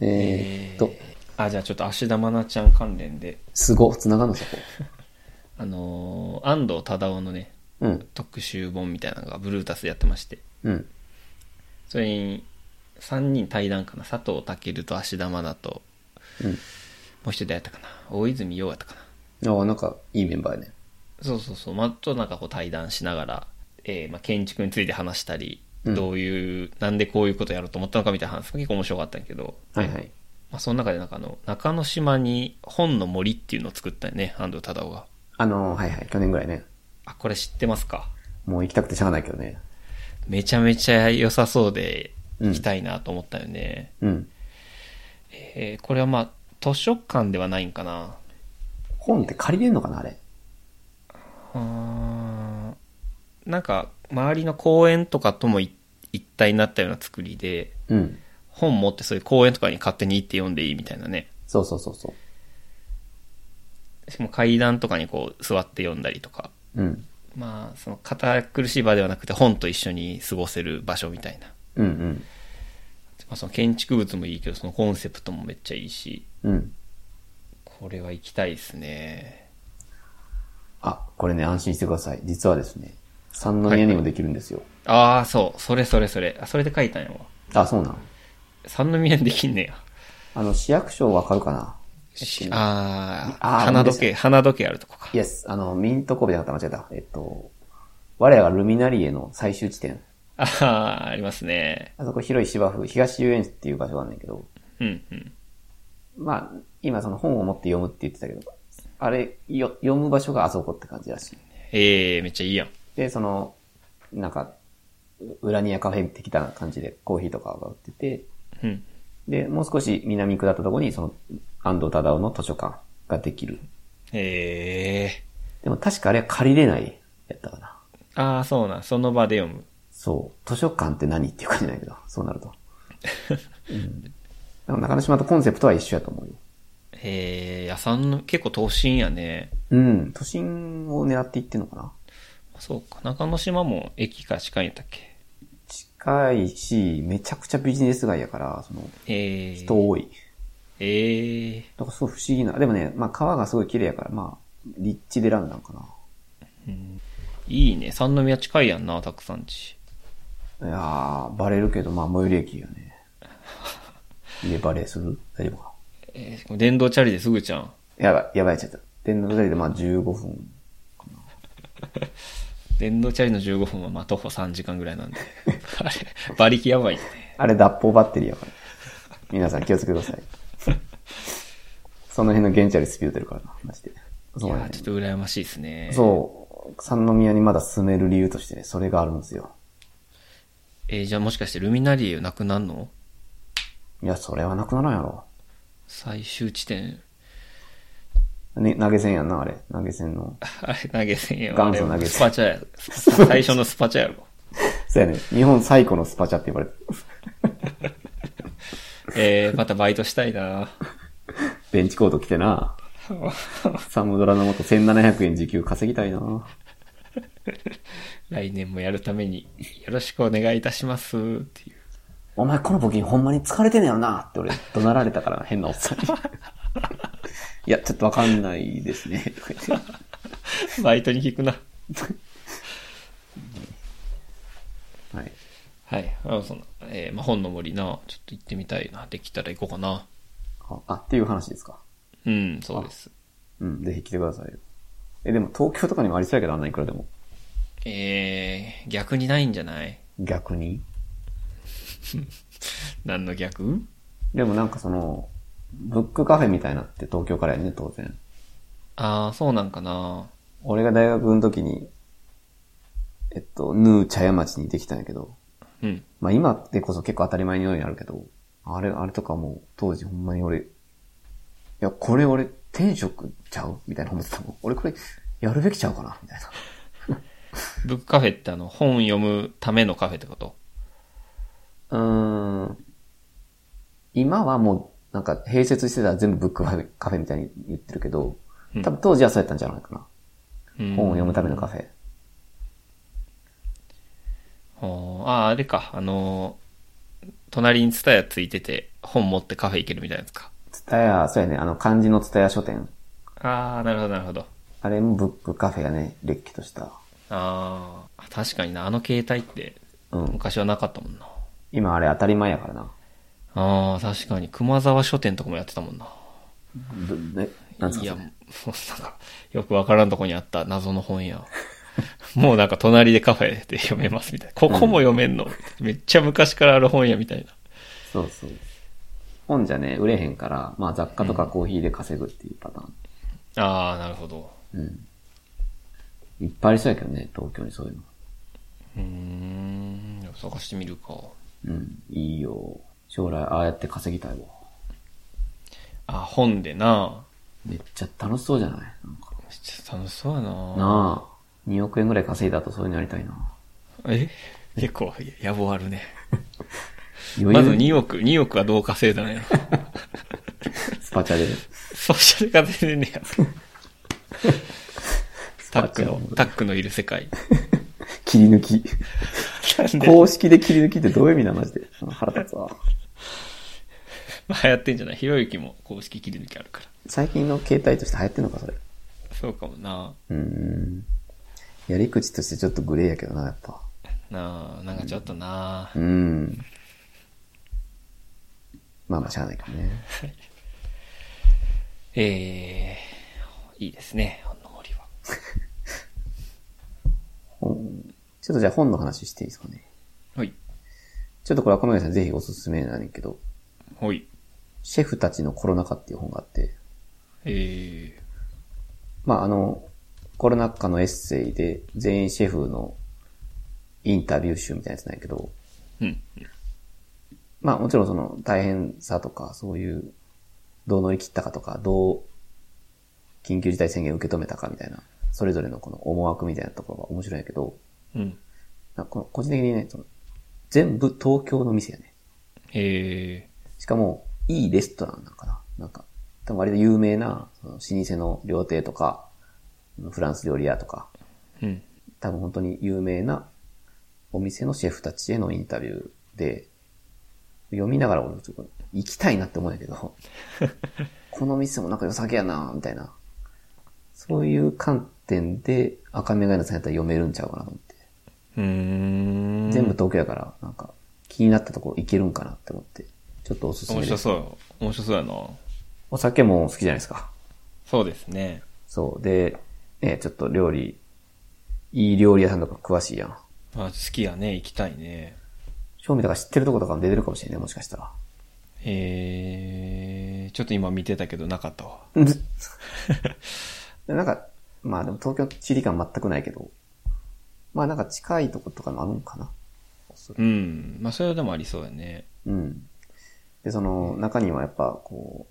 えーっと、
あ、じゃあちょっと芦田愛菜ちゃん関連で、
すご、繋がんのそこ。
あのー安藤忠雄のね、
うん、
特集本みたいなのがブルータスでやってまして、
うん、
それに3人対談かな、佐藤健と芦田愛菜と、もう一人誰やったかな、大泉洋やったかな。
うん。ああ、なんか、いいメンバーやね。
そうそうそう、まあ、となんかこう対談しながら、えーまあ、建築について話したり、
うん
どういう、なんでこういうことやろうと思ったのかみたいな話が結構面白かったんやけど、
はいはい。
まあ、その中でなんかあの、中之島に本の森っていうのを作ったよね、安藤忠雄が。
あのー、はいはい、去年ぐらいね。
あ、これ知ってますか
もう行きたくてしゃあないけどね。
めちゃめちゃ良さそうで、
うん
行きたいなと思ったよね。
うん。
えーこれはまあ、図書館ではないんかな。
本って借りれんのかな、あれ。
うーんなんか、周りの公園とかともい一体になったような作りで、
うん。
本持ってそういう公園とかに勝手に行って読んでいいみたいなね。
そうそうそうそ
しかも階段とかにこう座って読んだりとか。
う。うん。
まあ、その堅苦しい場ではなくて本と一緒に過ごせる場所みたいな。
うん
まあ、その建築物もいいけど、そのコンセプトもめっちゃいいし、
うん。うん。
これは行きたいですね。
あ、これね、安心してください。実はですね、三宮にもできるんですよ。
ああ、そう。それそれそれ。あ、それで書いたんやわ。
あ、そうなん。
三宮にできんねや。
あの、市役所わかるかな
しあ
あ
あ、
ー
花時
思い
計、花時計あるとこか。
イエス、あの、ミント神戸じゃなかった、間違えた。えっと、我らがルミナリエの最終地点。
ああ、ありますね。
あそこ広い芝生、東遊園地っていう場所があるんだけど、
うん、うん。
まあ、今その本を持って読むって言ってたけど、あれ、よ読む場所があそこって感じらしい。
ええめっちゃいいやん。
で、その、なんか、う裏庭カフェ的な感じでコーヒーとかが売ってて、
うん。
で、もう少し南下ったところに、その、安藤忠雄の図書館ができる。
ええ
でも確かあれは借りれないやったかな。
ああ、そうなん。その場で読む。
そう。図書館って何っていう感じだけど、そうなると。うん、中之島とコンセプトは一緒やと思うよ。
へえ、屋さんの、結構都心やね。
うん。都心を狙っていってんのかな
そうか。中之島も駅から近いんやったっけ
近いし、めちゃくちゃビジネス街やから、その、
ええ
人多い。
ええ
だからすごい不思議な。でもね、まあ川がすごい綺麗やから、まあ、立地で選んだんかな。
いいね。三宮近いやんな、たくさんち。
いやー、バレるけど、まあ、最寄り駅よね。で、バレする大丈夫か。
えー電動チャリですぐじゃん。
やばい、やばいやっちゃった。電動チャリでまあ15分。
電動チャリの15分はまあ徒歩3時間ぐらいなんで。 あれ、馬力やばいね。
あれ、脱法バッテリーやから。皆さん気をつけてください。その辺の現チャリスピード出るからな、マジで。
い
そう
や
ね
ー、。ちょっと羨ましいですね。
そう。三宮にまだ住める理由としてね、それがあるんですよ。
えーじゃあもしかしてルミナリエなくなんの
いや、それはなくならんやろ。
最終地点。
ね、投げ銭やんな、あれ。投げ銭の。
あれ、投げ銭よ。
元祖投げ銭
あれスパチャや。スパ最初のスパチャやろ。
そうやね。日本最古のスパチャって言われてる。
えー、またバイトしたいな
ベンチコート着て な。サムドラのもと1700円時給稼ぎたいな。
来年もやるためによろしくお願いいたしますっていう。
お前この募金ほんまに疲れてんねやろなって俺怒鳴られたからな、変なおっさん に。いや、ちょっとわかんないですね。とか言って
バイトに聞くな。
はい。
はい。あの、その、えーまあ、本の森な、ちょっと行ってみたいな。できたら行こうかな。
ああ、っていう話ですか。
うん、そうです。
うん、ぜひ来てくださいよ。え、でも東京とかにもありそうやけど、あんないくらでも。
えー、逆にないんじゃない
逆に
何の逆
でもなんかその、ブックカフェみたいなって東京からやんね、当然。
ああ、そうなんかな。
俺が大学の時に、えっと、ヌー茶屋町にできたんやけど、
うん。
まあ今でこそ結構当たり前のようにあるけど、あれ、あれとかもう当時ほんまに俺、いや、これ俺天職ちゃうみたいな思ってたもん。俺これやるべきちゃうかなみたいな。
ブックカフェってあの、本読むためのカフェってこと
うーん。今はもう、なんか、併設してたら全部ブックカフェカフェみたいに言ってるけど
うん、
多分当時はそうやったんじゃないかな。
うん
本を読むためのカフェ。
ほうああ、あれか。あのー、隣にツタヤついてて、本持ってカフェ行けるみたいなやつか。
ツタヤ、そうやね、あの、漢字のツタヤ書店。
ああ、なるほど、なるほど。
あれもブックカフェやね、れっきとした。
ああ、確かにな、あの携帯って、
うん。
昔はなかったもんな。
今あれ当たり前やからな。
ああ、確かに。熊沢書店とかもやってたもんな。
ぶね、なんつう
いや、
か
もうなんか、よくわからんとこにあった謎の本や。 もうなんか隣でカフェで読めますみたいな。ここも読めんの、 めっちゃ昔からある本やみたいな。
それそうそう。本じゃね、売れへんから、まあ雑貨とかコーヒーで稼ぐっていうパターン。
ああ、なるほど。
うん。いっぱいありそうやけどね、東京にそういうの。
うーん、探してみるか。
うん、いいよ。将来ああやって稼ぎたいわ。
あ、本でな。
めっちゃ楽しそうじゃないなんか
めっちゃ楽しそうやな。
なあ、2億円ぐらい稼いだとそういうのやりたいな。
え結構、や野望あるね。
余
まず
裕に
2億、2億はどう稼いだのやろ。
スパチャで。
ソーシャル稼いでんねや。タッ
パチ
ク
ャ
の、タックのいる世界。
切り抜き。
なんで
公式で切り抜きってどういう意味なのマジで。腹立つわ。
流行ってんじゃないひろゆきも公式切り抜きあるから。
最近の携帯として流行ってんのか、それ。
そうかもな。
うーん。やり口としてちょっとグレーやけどな、やっぱ。
なあ、なんかちょっとな
うーん。まあまあ、しゃあないかね。
ええいいですね、ほんの森は。
本ちょっとじゃあ本の話していいですかね。
はい。
ちょっとこれはこのさんぜひおすすめなんやけど、
はい。
シェフたちのコロナ禍っていう本があって、
ええ
まあ、あの、コロナ禍のエッセイで全員シェフのインタビュー集みたいなやつなんやけど、
うん。
まあもちろんその大変さとかそういう、どう乗り切ったかとか、どう緊急事態宣言を受け止めたかみたいな、それぞれのこの思惑みたいなところが面白いんやけど、
うん。
なんかこの個人的にね、その全部東京の店やね。
ええ
しかも、いいレストランなんかな。なんか、多分割と有名な、その老舗の料亭とか、フランス料理屋とか、
うん。
多分本当に有名なお店のシェフたちへのインタビューで、読みながら俺もちょっと行きたいなって思うんやけど、この店もなんか良さげやなみたいな。そういう観点で赤目がのさんやったら読めるんちゃうかなと思って。
うーん。
全部東京やから、なんか気になったとこ行けるんかなって思って、ちょっとおすすめ
面
です
白。そうよ。面白そうやな
お酒も好きじゃないですか。
そうですね。
そう。で、ね、ちょっと料理、いい料理屋さんとか詳しいやん。
まあ、好きやね、行きたいね。
賞味とか知ってるとことかも出てるかもしれない、もしかした ら。
ええちょっと今見てたけどなかったわ。
なんか、まあでも東京地理感全くないけど、まあなんか近いとことかもあるんかな。
うん。まあ、それはでもありそうやね。
うん。で、その中にはやっぱこ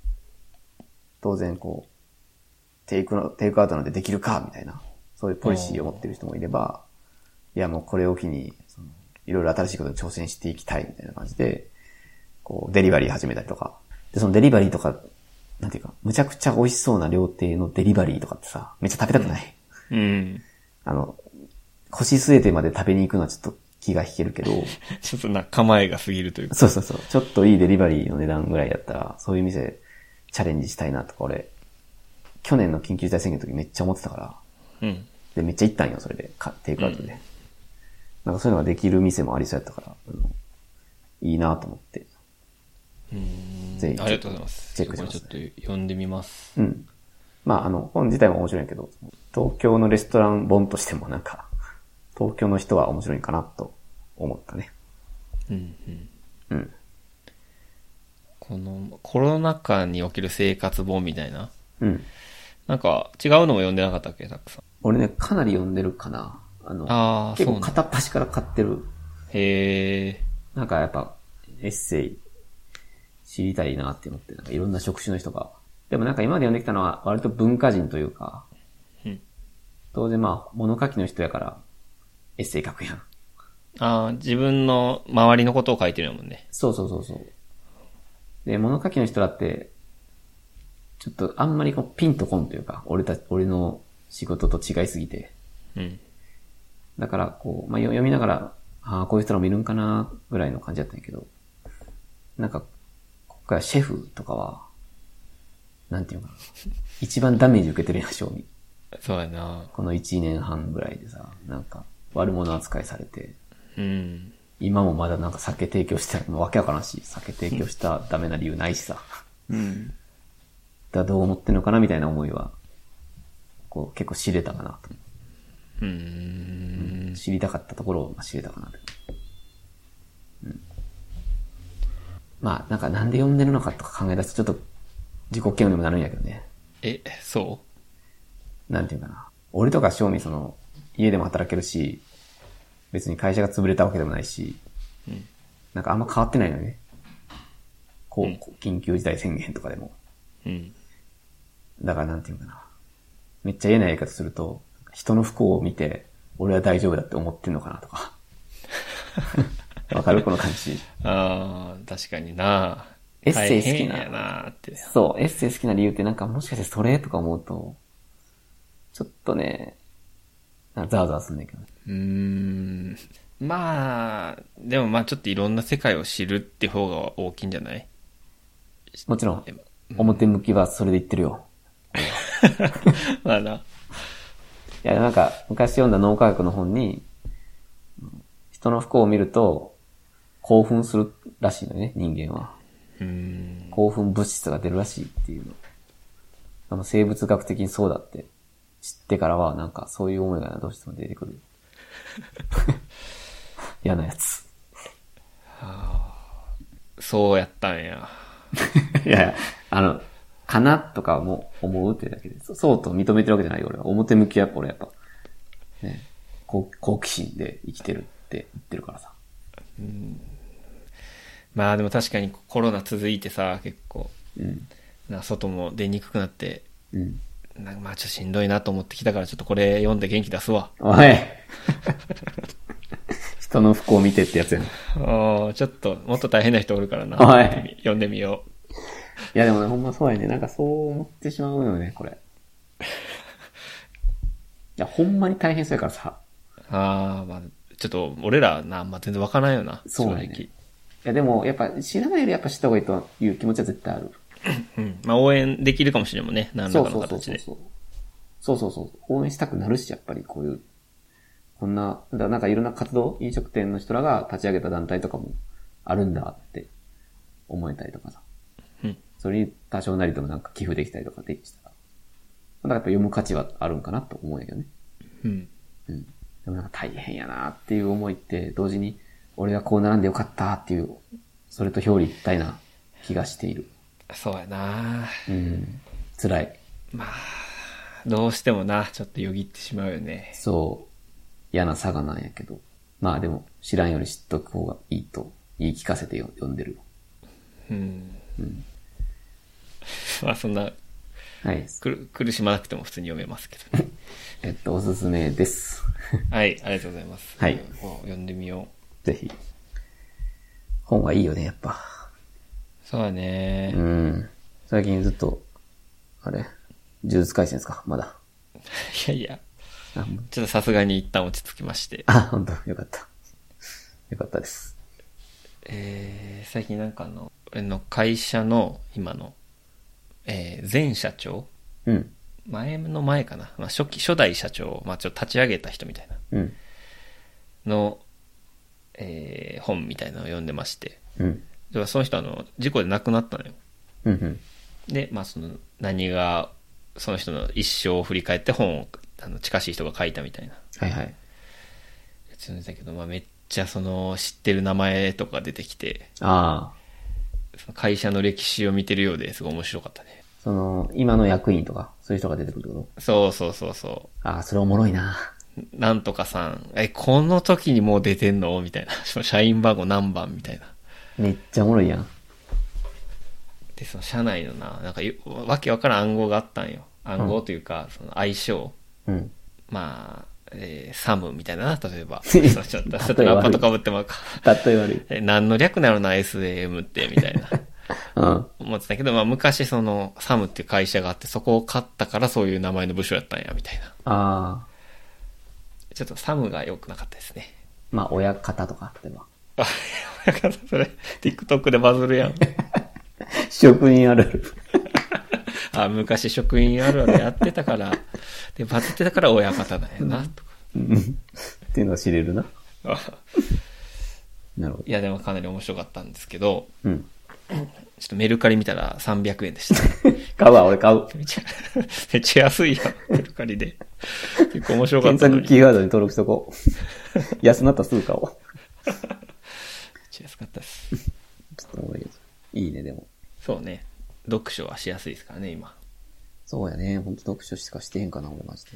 う、当然こう、テイクの、テイクアウトなんてできるか、みたいな、そういうポリシーを持ってる人もいれば、いやもうこれを機に、そのいろいろ新しいことに挑戦していきたい、みたいな感じで、こう、デリバリー始めたりとか。で、そのデリバリーとか、なんていうか、むちゃくちゃ美味しそうな料亭のデリバリーとかってさ、めっちゃ食べたくない、
うん。
あの、腰据えてまで食べに行くのはちょっと気が引けるけど、
ちょっとな、構えが過ぎるというか。
そうそうそう。ちょっといいデリバリーの値段ぐらいだったら、そういう店チャレンジしたいなとか、俺、去年の緊急事態宣言の時めっちゃ思ってたから、
うん。
で、めっちゃ行ったんよ、それで、かテイクアウトで。なんかそういうのができる店もありそうやったから、うんいいなと思って。
うん
ぜひ
ありがとうございます。
チェックし
こ
ます
れちょっと読んでみます。
うん。まあ、あの、本自体も面白いんやけど、東京のレストラン本としてもなんか、東京の人は面白いかなと思ったね。
うんうん。
うん。
この、コロナ禍における生活本みたいな。
うん。
なんか、違うのも読んでなかったっけ、たくさん。
俺ね、かなり読んでるかな。あの、
あー
結
そ
構
うなん
片っ端から買ってる。
へえ。
なんかやっぱ、エッセイ、知りたいなって思って、なんかいろんな職種の人が。でもなんか今まで読んできたのは割と文化人というか、
うん
当然まあ、物書きの人やから、エッセイ書くやん。
ああ、自分の周りのことを書いてるんやもんね。
そうそうそうそう。で、物書きの人だって、ちょっとあんまりこうピンとこんというか、俺たち、俺の仕事と違いすぎて。
うん。
だから、こう、まあ、よ読みながら、ああ、こういう人らもいるんかな、ぐらいの感じだったんやけど、なんか、今回シェフとかは、なんていうのかな、一番ダメージ受けてるやん、賞味。
そうやな。
この1年半ぐらいでさ、なんか、悪者扱いされて、
うん。
今もまだなんか酒提供したら、もうわけわからんし、酒提供したらダメな理由ないしさ。
うん。
だからどう思ってんのかなみたいな思いは、こう結構知れたかなと。
うん。
知りたかったところをまあ知れたかなと。うん。まあ、なんかなんで読んでるのかとか考え出すとちょっと自己嫌悪にもなるんやけどね。
え、そ
なんていうかな。俺とか正味その、家でも働けるし、別に会社が潰れたわけでもないし、
うん
なんかあんま変わってないのよね。こ
うん
う、こう緊急事態宣言とかでも。
ううん。
だからなんていうのかな。めっちゃ嫌な言い方すると、人の不幸を見て、俺は大丈夫だって思ってんのかなと か。わかるこの感じ。
ああ、確かにな。
エッセイ好きな
大変やなって。
そう、エッセイ好きな理由ってなんかもしかしてそれとか思うと、ちょっとね、なんかザワザワすんねんけど。
うーん。まあ、でもまあちょっといろんな世界を知るって方が大きいんじゃない
もちろん、表向きはそれで言ってるよ。
まあな。
いや、なんか、昔読んだ脳科学の本に、人の不幸を見ると、興奮するらしいのよね、人間は。
うーん。
興奮物質が出るらしいっていうの。あの、生物学的にそうだって知ってからは、なんかそういう思いがどうしても出てくる。 嫌なやつ。
そうやったんや。
いやいや、あの、かなとかも思うってだけで、そそうと認めてるわけじゃないよ、俺は。表向きは、俺やっぱ、ね、好好奇心で生きてるって言ってるからさ。
まあでも確かにコロナ続いてさ、結構、
うん。
な外も出にくくなって、
うん。
なんかまあちょっとしんどいなと思ってきたから、ちょっとこれ読んで元気出すわ。
お い人の不幸を見てってやつやな。
あーちょっと、もっと大変な人おるからな。
はい
読んでみよ
いやでもね、ほんまそうやね。なんかそう思ってしまうのよね、これ。 いや、ほんまに大変そうやからさ。
う。ああ、まあちょっと、俺らな、まあ全然わからんよな。
そうや
正
ね。いやでも、やっぱ知らないよりやっぱ知った方がいいという気持ちは絶対ある。
直。うん。まあ応援できるかもしれんもんね。何
そう
らか
そ
の
うそう
形
そう
で。
そう。そうそうそう。応援したくなるし、やっぱりこういう、こんな、だなんかいろんな活動、飲食店の人らが立ち上げた団体とかもあるんだって思えたりとかさ。
うん。
それに多少なりともなんか寄付できたりとかできたら。だからやっぱ読む価値はあるんかなと思うんやけどね。
うん。
うん。でもなんか大変やなっていう思いって、同時に、俺がこう並んでよかったっていう、それと表裏一体な気がしている。
そうやな。
うん。辛い。
どうしてもな、ちょっとよぎってしまうよね。
そう。嫌な差がなんやけど。まあでも、知らんより知っとく方がいいと、言い聞かせてよ読んでるよ。
うん。まあそんな、
はい。
苦苦しまなくても普通に読めますけ どね。
えっと、おすすめです。
はい、ありがとうございます。
はい
もう読んでみよう。
ぜひ。本はいいよね、やっぱ。
そうやね。
うん。最近ずっと、あれ、呪術回戦ですかまだ。
いやいや、
あ、もう
ちょっとさすがに一旦落ち着きまして。
あ、本当よかった。よかったです。
えー最近なんかあの、俺の会社の今の、えー前社長
うん。
前の前かな。まあ、初期、初代社長を、まあ、ちょっと立ち上げた人みたいな、
うん。
の、えー本みたいなのを読んでまして。
うん。
だからその人あの、事故で亡くなったのよ。
うん。うん。
で、まあ、その、何が、その人の一生を振り返って本を、あの、近しい人が書いたみたいな。
はいはい。
やつなんだけど、まあ、めっちゃその、知ってる名前とか出てきて、
ああ。
その会社の歴史を見てるようですごい面白かったね。
その、今の役員とか、そういう人が出てくるってこ
そうそうそうそ
とああ、それおもろいな。
う。なんとかさん、え、この時にもう出てんのみたいな。 その社員番号何番みたいな。
めっちゃおもろいやん。
で、その社内のな、なんかよわけわからん暗号があったんよ。暗号というか、その相性。
うん。
まあ、えーサムみたいなな、例えば。そ
例え
うちょっと、ちょっとラッパとかぶってもらうか。
例え悪い。
え何の略なのな、SAM って、みたいな。
うん。
思ってたけど、まあ昔その、サムっていう会社があって、そこを買ったからそういう名前の部署やったんや、みたいな。
ああ。
ちょっとサムが良くなかったですね。
まあ、親方とか、例えば。
あ、親方それ、TikTok でバズるやん。
職人あるある。
あ、昔職員あるあるやってたから、で、バズってたから親方だよな、とか。
うんっていうのは知れるな。
あ
なるほど。
いや、でもかなり面白かったんですけど、
うん。
ちょっとメルカリ見たら300円でした。
買うわ、俺買う。
めっちゃ、めっちゃ安いやん、メルカリで。結構面白かっ
検
たのに。
索キーワードに登録しとこう。安なったらすぐ買おう。
めっちゃ安かったです。
ちょっとおもろいけどいいね、でも。
そうね。読書はしやすいですからね、今。
そうやね。ほんと読書しかしてへんかな、俺マジで。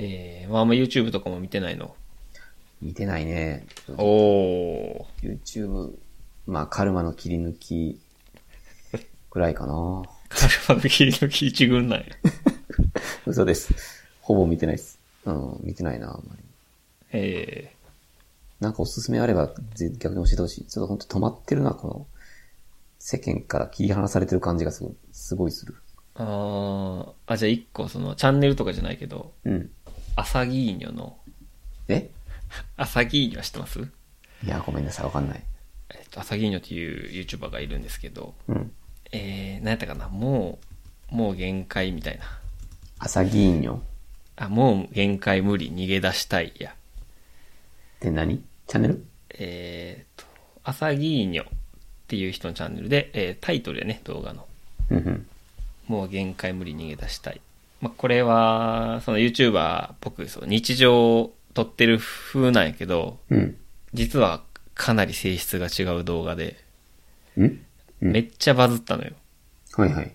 えー、まああんま YouTube とかも見てないの。
見てないね。
おお
YouTube、まあ、カルマの切り抜き、くらいかな。
カルマの切り抜き一軍なんや。
嘘です。ほぼ見てないです。うん、見てないな、あんまり。
え
なんかおすすめあれば、ぜ逆に教えてほしい。ちょっとほんと止まってるな、この、世間から切り離されてる感じがすごい、すごいする。
ー、あーあ、じゃあ一個その、チャンネルとかじゃないけど、
うん。
アサギーニョの、
え
アサギーニョは知ってます
いや、ごめんなさい、わかんない。
えっと、アサギーニョっていう YouTuber がいるんですけど、
うん。
えー、何やったかなもう、もう限界みたいな。
朝議員よ。
あ、もう限界無理、逃げ出したい。いや、
って何チャンネル
えー、と、アサギーニョっていう人のチャンネルで、えータイトルでね、動画の。
うんうん。
もう限界無理逃げ出したい。まあ、これは、その YouTuber っぽく、そう、日常を撮ってる風なんやけど、
うん。
実はかなり性質が違う動画で、
んうん
めっちゃバズったのよ。
はいはい。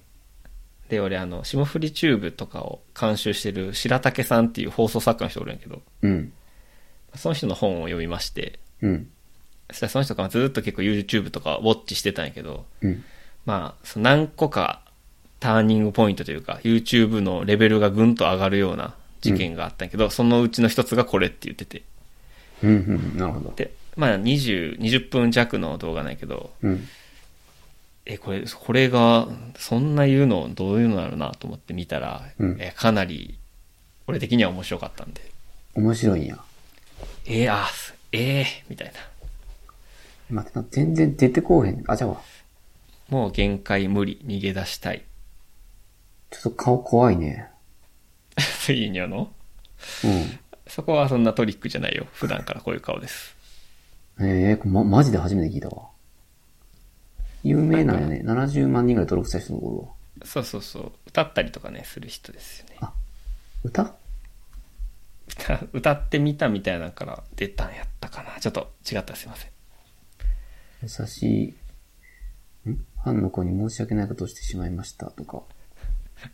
で、俺あの、霜降りチューブとかを監修してる白竹さんっていう放送作家の人おるんやけど、
うん。
その人の本を読みまして、
うん。
そしたらその人がずっと結構 YouTube とかウォッチしてたんやけど、
うん。
まあ、その何個かターニングポイントというか、YouTube のレベルがぐんと上がるような事件があったんやけど、そのうちの一つがこれって言ってて。
うん。うん。なるほど。
で、まあ20、20分弱の動画なんやけど、
うん。
え、これ、これが、そんな言うの、どういうのなるなと思って見たら、
うん
えかなり、俺的には面白かったんで、
面白いんや。
えー、あ、すえー、みたいな。
待ってな、全然出てこうへん。あ、じゃあわ、
もう限界無理、逃げ出したい。
ちょっと顔怖いね。
いいにょの
う
そこはそんなトリックじゃないよ。普段からこういう顔です。
ん。ええま、マジで初めて聞いたわ。有名なんやね。70万人ぐらい登録した人のおるわ。
そうそうそう。歌ったりとかね、する人ですよね。
歌
歌 歌ってみたみたいなのから出たんやったかな。ちょっと違ったらすいません。
優しい、んファンの子に申し訳ないことをしてしまいました。とか。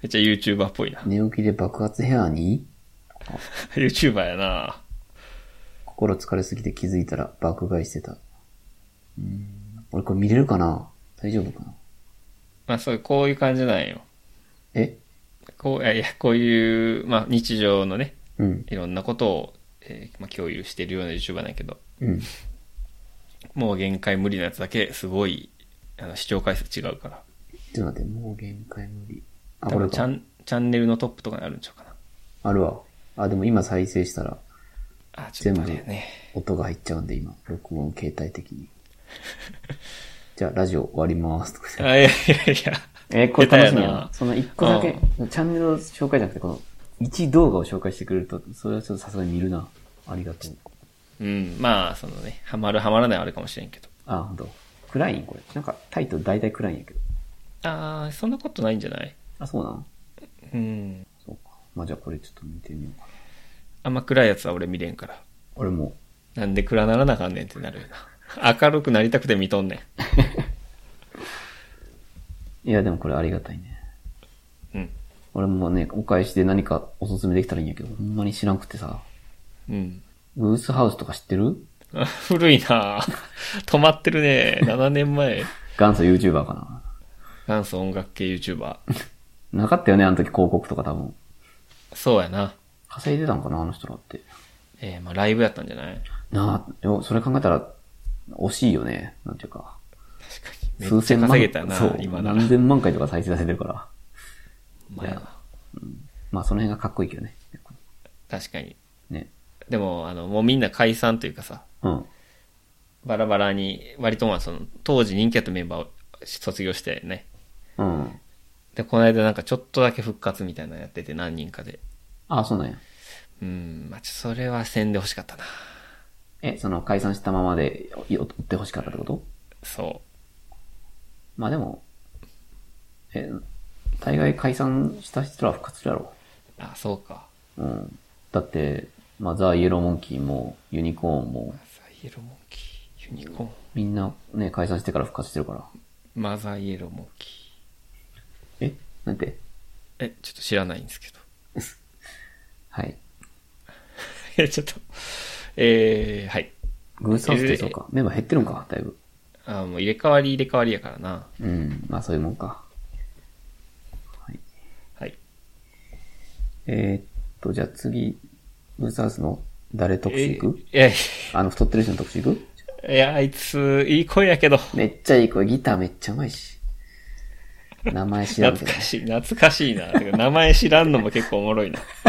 めっちゃ YouTuber っぽいな。
寝起きで爆発ヘアに
YouTuber やな
心疲れすぎて気づいたら爆買いしてた。うーん。俺これ見れるかな大丈夫かな
まあそう、こういう感じなんよ。
え
こう、いやいや、こういう、まあ日常のね、
うん。
いろんなことを、えーまあ、共有しているような YouTuber なんやけど、
うん。
もう限界無理なやつだけ、すごい、あの、視聴回数違うから。
ちょっと待って、もう限界無理。あ、
多
これ
分チャ
か。
ン、チャンネルのトップとかにあるんちゃうかな。
あるわ。あ、でも今再生したら、
あ、ちょっとあれ
全
や
部
ね。
音が入っちゃうんで今、録音携帯的に。じゃあ、ラジオ終わりますとか
あ、いやいやいや。
えーこれ楽しみや
下手や
な
な。
その一個だけ、チャンネルの紹介じゃなくて、この一動画を紹介してくれると、それはちょっとさすがに見るな。ありがとう。
うん、まあ、そのね、ハマるハマらないはあるかもしれんけど。
あ、ほんと。暗いんこれ。なんかタイトル大体暗いんやけど。
ああ、そんなことないんじゃない
あ、そうなの
うん。
そうか。まあじゃあこれちょっと見てみようかな。
あんま暗いやつは俺見れんから。
俺も、
なんで暗ならなあかんねんってなるよな。明るくなりたくて見とんね
いやでもこれありがたいね。
ん。うん。
俺もね、お返しで何かおすすめできたらいいんやけど、ほんまに知らんくてさ。
うん。
グースハウスとか知ってる
あ古いなあ止まってるね。7年前。
元祖 YouTuber かな。
元祖音楽系 YouTuber。
なかったよね、あの時広告とか多分。
そうやな。
稼いでたんかな、あの人らって。
えー、まあライブやったんじゃない
なあ、でもそれ考えたら、惜しいよね。なんていうか。
めっちゃ稼げたな、
そう、
今なら。
何千万回とか再生させてるから。
まあ
まあその辺がかっこいいけどね。
確かに。
ね。
でも、あの、もうみんな解散というかさ、
うん。
バラバラに、割とまあその、当時人気やったメンバーを卒業してね。
うん。
で、この間なんかちょっとだけ復活みたいなのやってて何人かで。
ああ、そうなんや。
うん、まあちょそれはせんでほしかったな。
え、その解散したままでい追ってほしかったってこと
そ
まあでも、え、大概解散した人らは復活するやろ。
う。あ、そうか。
うん。だって、まあザ・イエローモンキーも、ユニコーンも、
マザイエローモンキー、ユニコーン、
みんなね、解散してから復活してるから。
マザイエローモンキー。
えなんて
え、ちょっと知らないんですけど。
はい。
え、 ちょっと。えー、はい。
グースハウスってそうか。メンバー減ってるんか、だいぶ。
あもう入れ替わり入れ替わりやからな。
うん。まあそういうもんか。
はい。
えーっと、じゃあ次、ブースハウスの誰特集いく、
え、い
あの、太ってる人の特集いく
や、いや、あいつ、いい声やけど。
めっちゃいい声、ギターめっちゃうまいし。名前知らんけど
懐
ね
か。しい、懐かしいな。てか名前知らんのも結構おもろいな。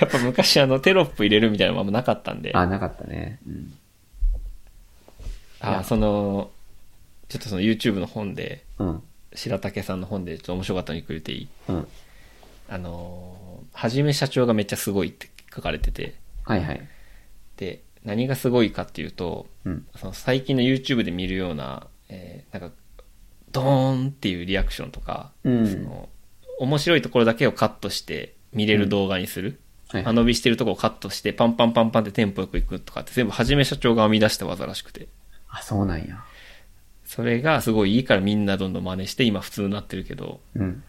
やっぱ昔あのテロップ入れるみたいなのもなかったんで。
あ、なかったね。うん。
あ、その、ちょっとその YouTube の本で、
うん。
白竹さんの本でちょっと面白かったのにくれていい
うん。
あのーはじめ社長がめっちゃすごいって書かれてて、
はいはい。
で、何がすごいかっていうと、
うん。
その最近の YouTube で見るような、えーなんか、ドーンっていうリアクションとか、
うん
その、面白いところだけをカットして見れる動画にする。
はい
間延びしてるとこをカットして、パンパンパンパンってテンポよくいくとかって全部はじめ社長が編み出した技らしくて。
あ、そうなんや。
それがすごいいいからみんなどんどん真似して今普通になってるけど、
うん。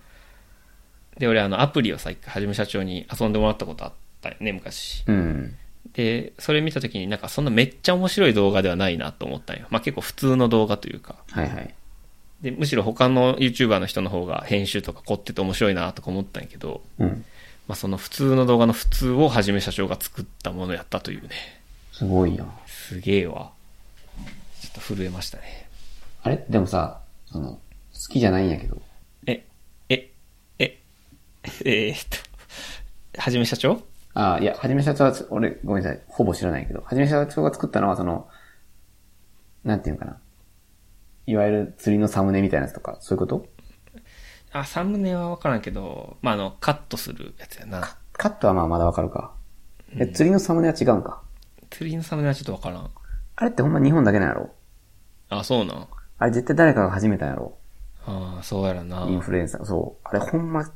で、俺あのアプリをさ、一回はじめ社長に遊んでもらったことあったよね、昔。
うん。
で、それ見た時になんかそんなめっちゃ面白い動画ではないなと思ったんよ。まあ結構普通の動画というか。
はいはい。
で、むしろ他の YouTuber の人の方が編集とか凝ってて面白いなとか思ったんやけど、
うん。
まあその普通の動画の普通をはじめ社長が作ったものやったというね。
すごいやん。
すげえわ。ちょっと震えましたね。
あれでもさ、その、好きじゃないんやけど。
え、え、え、えーっと、はじめ社長
あ、いや、はじめ社長は、俺、ごめんなさい。ほぼ知らないけど、はじめ社長が作ったのは、その、なんていうのかな。いわゆる釣りのサムネみたいなやつとか、そういうこと
あ、サムネはわからんけど、まああの、カットするやつやな。
カットはまあまだわかるか。え、釣りのサムネは違うんか。
釣りのサムネはちょっとわからん。
あれってほんま日本だけなんやろ
あ、そうなん。
あれ絶対誰かが始めたんやろ
ああ、そうやらな
イ。ンフルエンサー。そう。あれほんま、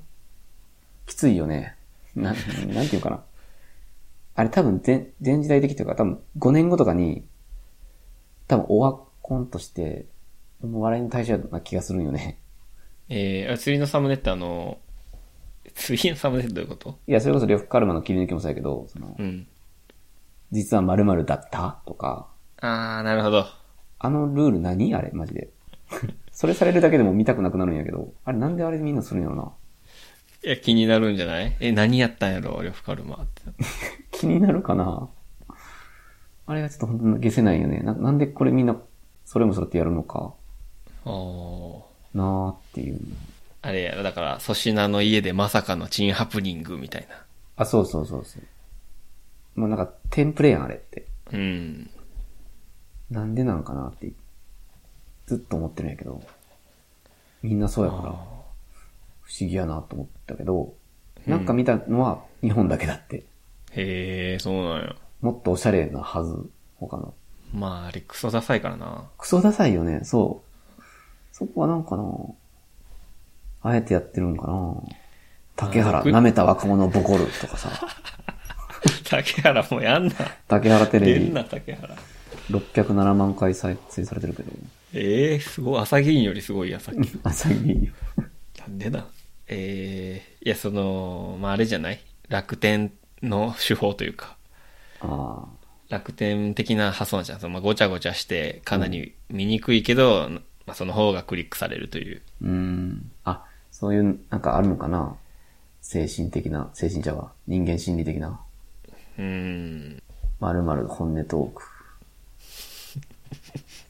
きついよね。な、なんていうかな。あれ多分全、全時代的というか、多分5年後とかに、多分オワコンとして、もう笑いの対象な気がするんよね。
えーあ、釣りのサムネってあの、釣りのサムネってどういうこと
いや、それこそリョフカルマの切り抜きもそうやけど、その
う、ん。
実は〇〇だったとか、
ああ、なるほど。
あのルール何あれマジで。それされるだけでも見たくなくなるんやけど、あれなんであれみんなするんやろな。
いや、気になるんじゃないえ、何やったんやろ、呂布カルマって。
気になるかなあれはちょっと本当に消せないよね。ななんでこれみんな、それもそれってやるのか
おー
なーっていう。
あれやろ、だから、粗品の家でまさかのチンハプニングみたいな。
あ、そうそうそうそう。もうなんかテンプレやん、あれって。
うん。
なんでなんかなって、ずっと思ってるんやけど、みんなそうやから、不思議やなと思ったけど、なんか見たのは日本だけだって。
へえ、そうなんや。
もっとおしゃれなはず、他の。
まあ、あれクソダサいからな。
クソダサいよね、そう。そこはなんかなあえてやってるんかな竹原、
僕
舐めた若者ボコるとかさ、
竹原もうやんな。
竹原テレ
出
ビ
んな、竹原。
607万回再生されてるけど、
ええすごい。朝議員よりすごいや、さっき。
朝日に。
なんでな。ええいや、その、まあ、あれじゃない楽天の手法というか、
ああ、
楽天的な破損じゃん。そのまあ、ごちゃごちゃして、かなり見にくいけど、まあ、その方がクリックされるという。
うーん。あ、そういう、なんかあるのかな精神的な、精神者は、人間心理的な、
うーん。
まるまる本音トーク。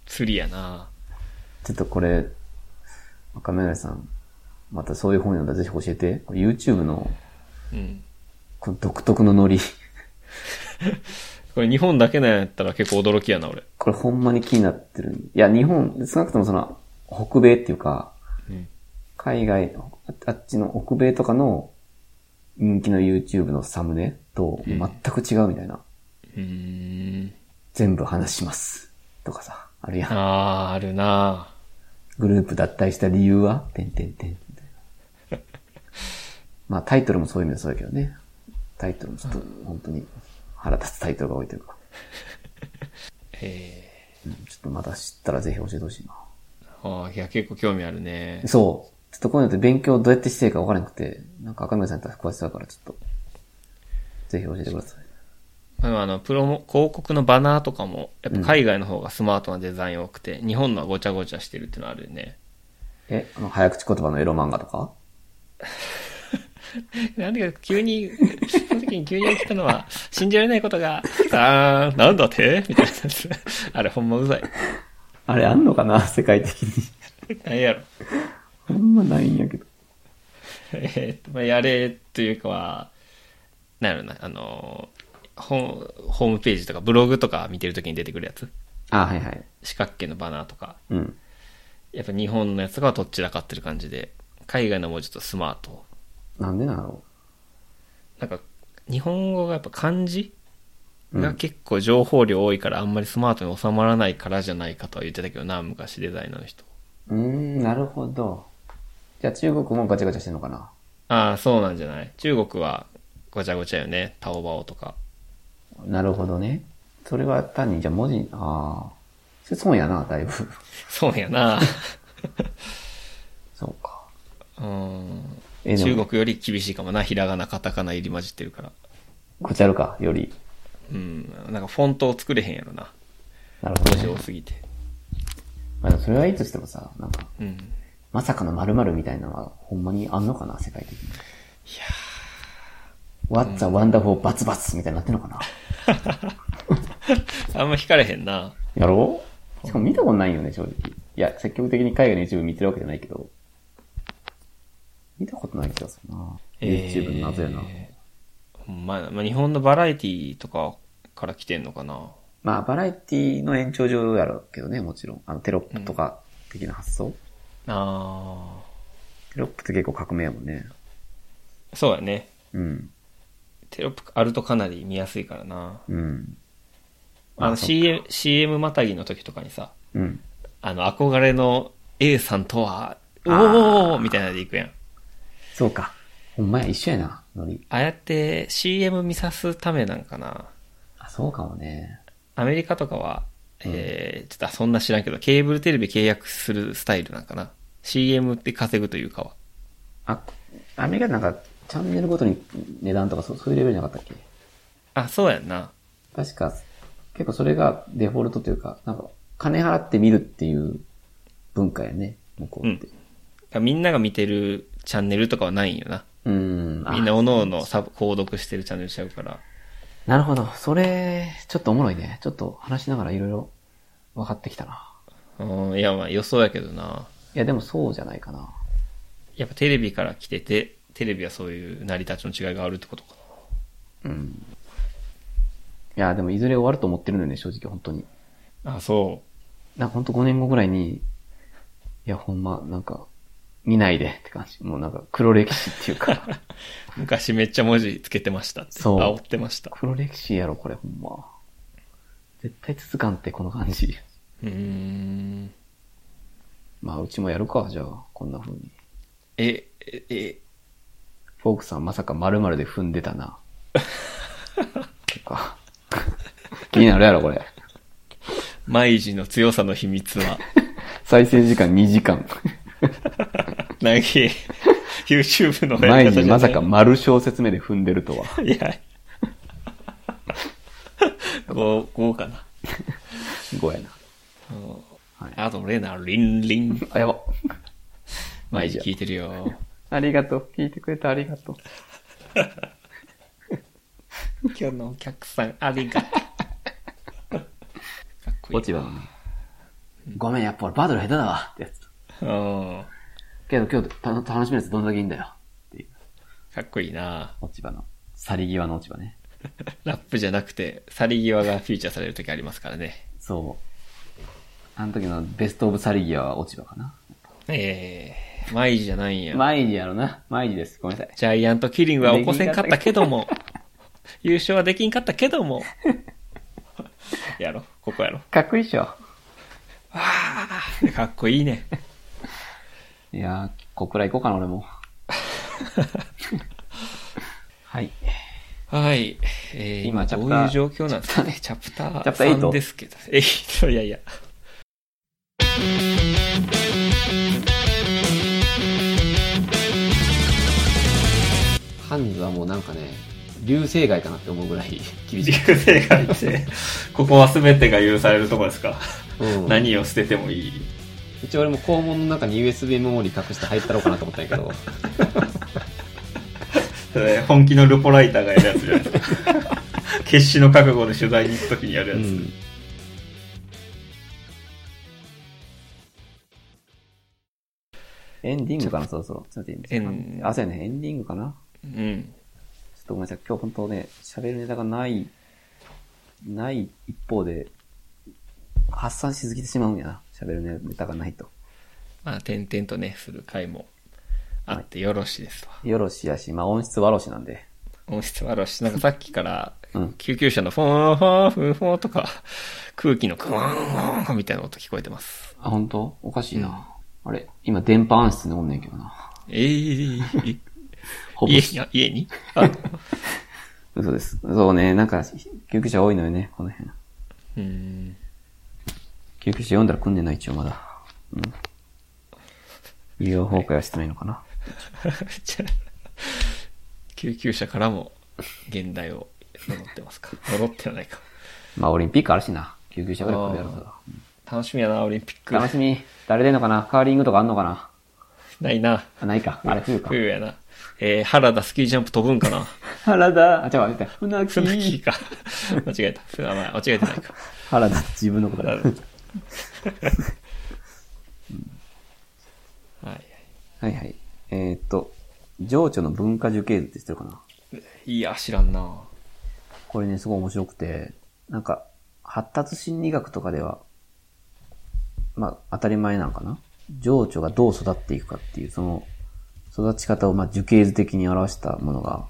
釣りやな。
ちょっとこれ、赤目さん、またそういう本読んだらぜひ教えて。これ YouTube の、
うん。
この独特のノリ。
これ日本だけなんやったら結構驚きやな、俺。
これほんまに気になってる。いや、日本、少なくともその、北米っていうか、
うん。
海外、ああっちの北米とかの人気の YouTube のサムネと全く違うみたいな。
うーん。
全部話します。とかさ、あるやん。
あー、あるな。
グループ脱退した理由はてんてんてん。 みたいなまあタイトルもそういう意味でそうやけどね。タイトルもちょっと本当に腹立つタイトルが多いというか。
え
うんちょっとまた知ったらぜひ教えてほしいな。
ー、あーいや、結構興味あるね。
そう。ちょっとこういうのって勉強どうやってしていいか分からなくて、なんか赤嶺さんと詳しそうだからちょっと、ぜひ教えてください。
まあでもあの、プロモ、広告のバナーとかも、やっぱ海外の方がスマートなデザイン多くて、日本のはごちゃごちゃしてるってのはあるよね。
え、あの、早口言葉のエロ漫画とか
なんでか急に、その時に急に起きたのは、信じられないことが、あー、なんだってみたいなやつ。あれほんまうざい。
あれあんのかな 世界的に。
なんやろ。
ほんまないんやけど。
えーっと、まあ、やれというかは、なんやろな、あの、ホホームページとかブログとか見てる時に出てくるやつ。
あ、はいはい。
四角形のバナーとか。
うん。
やっぱ日本のやつとかはどっちらかってる感じで、海外のもうちょっとスマート。
なんでなんだろ
なんか、日本語がやっぱ漢字
う。う
が
ん。
結構情報量多いからあんまりスマートに収まらないからじゃないかとは言ってたけどな、昔デザイナーの人。
うーん、なるほど。じゃあ中国もガチャガチャしてんのかな
ああ、そうなんじゃない中国はごちゃごちゃよね。タオバオとか。
なるほどね。それは単に、じゃあ文字、ああ。それ損やな、だいぶ。
そうやな。
そうか。
うん。
えでも
中国より厳しいかもな。ひらがな、カタカナ入り混じってるから。
こっちあるか、より。
うん。なんかフォントを作れへんやろな。
なるほど、
文字
ね。
多すぎて。
まあでもそれはいいとしてもさ、なんか、
うん。
まさかの〇〇みたいなのは、ほんまにあんのかな、世界的に。いやー。What's a wonderful バツバツみたいになってんのかな。
あんま惹かれへんな。
やろうしかも見たことないよね、正直。いや、積極的に海外の YouTube 見てるわけじゃないけど。見たことない気がするな。YouTube の謎やな。
えーほんまやなまあ、日本のバラエティとかから来てんのかな。
まあ、バラエティの延長上やろうけどね、もちろん。あの、テロップとか的な発想。
あ
テロップって結構革命やもんね。
あ。そうやね。
うん。
テロップあるとかなり見やすいからな。
うん。
あの
そっか
CM、CM またぎの時とかにさ、
うん。
あの、憧れの A さんとは、おーみたいなので行くやん。
そうか。ほんまや、一緒やな、ノリ。
ああやって CM 見さすためなんかな。
あ、そうかもね。
アメリカとかは、えー、ちょっとそんな知らんけど、ケーブルテレビ契約するスタイルなんかな。CM って稼ぐというかは。
あ、アメリカなんか、チャンネルごとに値段とかそうそういうレベルじゃなかったっけ
あ、そうやんな。
確か、結構それがデフォルトというか、なんか、金払って見るっていう文化やね、向こうって。
みんなが見てるチャンネルとかはないんよな。
うーん。あ
みんなおのおのサブ、購読してるチャンネルしちゃうから。
なるほど。それ、ちょっとおもろいね。ちょっと話しながらいろいろ分かってきたな。
うん、いや、まあ予想やけどな。
いや、でもそうじゃないかな。
やっぱテレビから来てて、テレビはそういう成り立ちの違いがあるってことか
うん。いや、でもいずれ終わると思ってるのよね、正直、本当に。
あ、そ
なんかほんと5年後ぐらいに、いや、ほんま、なんか、見ないでって感じ。もうなんか、黒歴史っていうか、
う。昔めっちゃ文字つけてましたって。
そう
煽ってました。
黒歴史やろ、これ、ほんま。絶対続かんって、この感じ。
うーん。
まあ、うちもやるか、じゃあ、こんな風に。
え、え、え、
フォークさんまさか〇〇で踏んでたな。とか。気になるやろ、これ。
マイジの強さの秘 密は、
再生時間2時間。
なぎ、YouTube のやり
毎
方じゃな
日
い
まさか丸小説目で踏んでるとは。
いや。 こう、こうかな。
5やな。はい
あと、レナ、リンリン。
あ、やば。
毎日聞いてるよ。
ありがとう。聞いてくれてありがとう。
今日のお客さん、ありがと う。かっこいい。
落ち葉のね。ごめん、やっぱ俺バトル下手だわ。ってやつ。
うん。
けど今日た楽しみなやつどんだけいいんだよ。っていう。
かっこいいな
落ち葉の。去り際の落ち葉ね。
ラップじゃなくて、去り際がフィーチャーされる時ありますからね。
そう。あの時のベストオブ去り際は落ち葉かな。
ええ毎日じゃないんや。
毎日やろな。毎日です。ごめんなさい。
ジャイアントキリングは起こせんかったけ ども、優勝はできんかったけども、やろ、ここやろ。
かっこいいっしょ。
かっこいいね。
いやー、小倉行こうかな、俺も。はい。
はい。えー、今、
今チャ
ど
プ
う
ター
いう状況なんですかね。チャプター
チャプター
3
8
ですけど。え、いやいや。
ハンズはもうなんかね、流星街かなって思うぐらい厳しい。
流星がって、ここは全てが許されるとこですか。
うん、
何を捨ててもいい。
一応俺も肛門の中に USB メモリー隠して入ったろうかなと思ったんやけど、
それ本気のルポライターがやるやつじゃないですか。 決死の覚悟で取材に行くときにやる
う
やつ。
ん。エンディングかな、そろそろ。ちょっと待って
エン
あ、そうやね、エンディングかな。
うん。
ちょっとごめんなさい、今日本当ね、喋るネタがない、ない一方で、発散しすぎてしまうんやな。喋るネタがないと。
まあ、点々とね、する回もあってよろしいですわ。
よろしやし、まあ音質はろしなんで。
音質悪いし、なんかさっきから
うん、
救急車のフォーフォーフォーフォーとか、空気のクワーンフォーみたいな音聞こえてます。
あ、本当？おかしいな。あれ今電波暗室におんねんけどな。
えー、
ほぼ
家に、あ家にあ、
嘘です。そうね、なんか、救急車多いのよね、この辺。
うん。
救急車読んだら来んねんな、一応まだ。うん。医療崩壊はしてないのかな。
じゃあ救急車からも現代を呪ってま すか呪ってはないか。
まあオリンピックあるしな。救急車ぐらい来るやろうか
楽しみやな、オリンピック
ら。。楽しみ。誰出んのかなカーリングとかあんのかな
ないな。
あ、ないか。あれ冬か。
冬やな。えー、原田スキージャンプ飛ぶんかな
原田。あ、違う、待って。船
船木
木。
か。 間違えた。船は間違えてないか。
原田、自分のことだ。は
原田 はい。
はい。えーっと、情緒の文化樹形図って知ってるかない
いや、知らんな。
これね、すごい面白くて、なんか、発達心理学とかでは、まあ、当たり前なのかな情緒がどう育っていくかっていう、その、育ち方を、まあ、樹形図的に表したものが、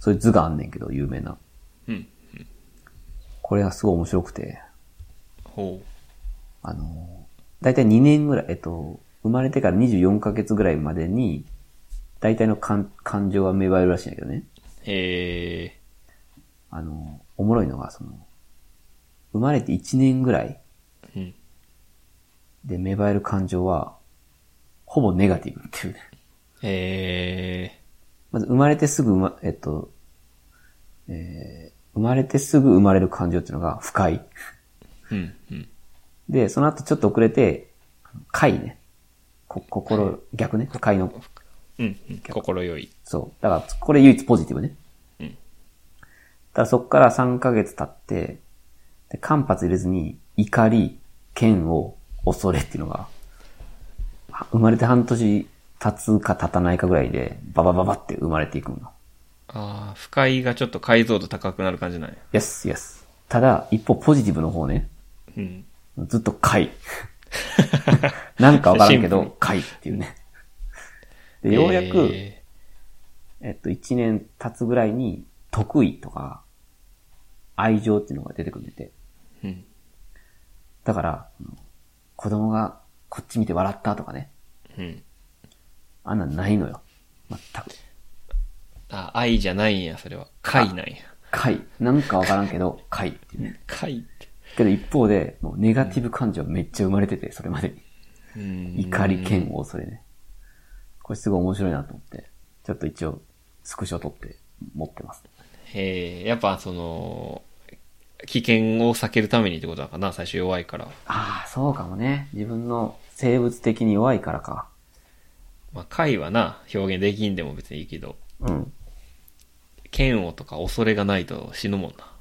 そういう図があんねんけど、有名な。
うん。
これがすごい面白くて、
ほ
あの、だいたい2年ぐらい、えっと、生まれてから24ヶ月ぐらいまでに、大体の感感情が芽生えるらしいんだけどね。
う。へえ。
あの、おもろいのが、その、生まれて1年ぐらい
うん。
で芽生える感情は、ほぼネガティブっていうね。
へえ。
まず生まれてすぐ生ま、えっと、えー生まれてすぐ生まれる感情っていうのが不快。
うん。うん。
で、その後ちょっと遅れて、快ね。こ、心、逆ね。快の
うん。うん。心よい。
そう。だから、これ唯一ポジティブね。
うん。
ただそっから3ヶ月経って、で間髪入れずに、怒り、剣を、恐れっていうのが、は生まれて半年経つか経たないかぐらいで、ババババって生まれていくの。
ああ、不快がちょっと解像度高くなる感じなんや。
Yes, yes. ただ、一方ポジティブの方ね。
うん。
ずっと 回。なんかわからんけど、回っていうね。で、ようやく、
え
えっと、1年経つぐらいに、得意とか、愛情っていうのが出てくるんでて。
ーうん。
だから、あの子供がこっち見て笑ったとかね。
うん。
あんなんないのよ。全く。
あ、愛じゃないんや、それは。愛なんや。
回。なんかわからんけど、回っていうね。
愛って。
けど一方で、もうネガティブ感情めっちゃ生まれてて、それまでに。
うん
怒り、嫌悪、それね。これすごい面白いなと思って、ちょっと一応、スクショ撮って持ってます。
えー、やっぱその、危険を避けるためにってことだからな、最初弱いから。
ああ、そうかもね。自分の生物的に弱いからか。
まあ、解はな、表現できんでも別にいいけど、
うん。
嫌悪とか恐れがないと死ぬもんな。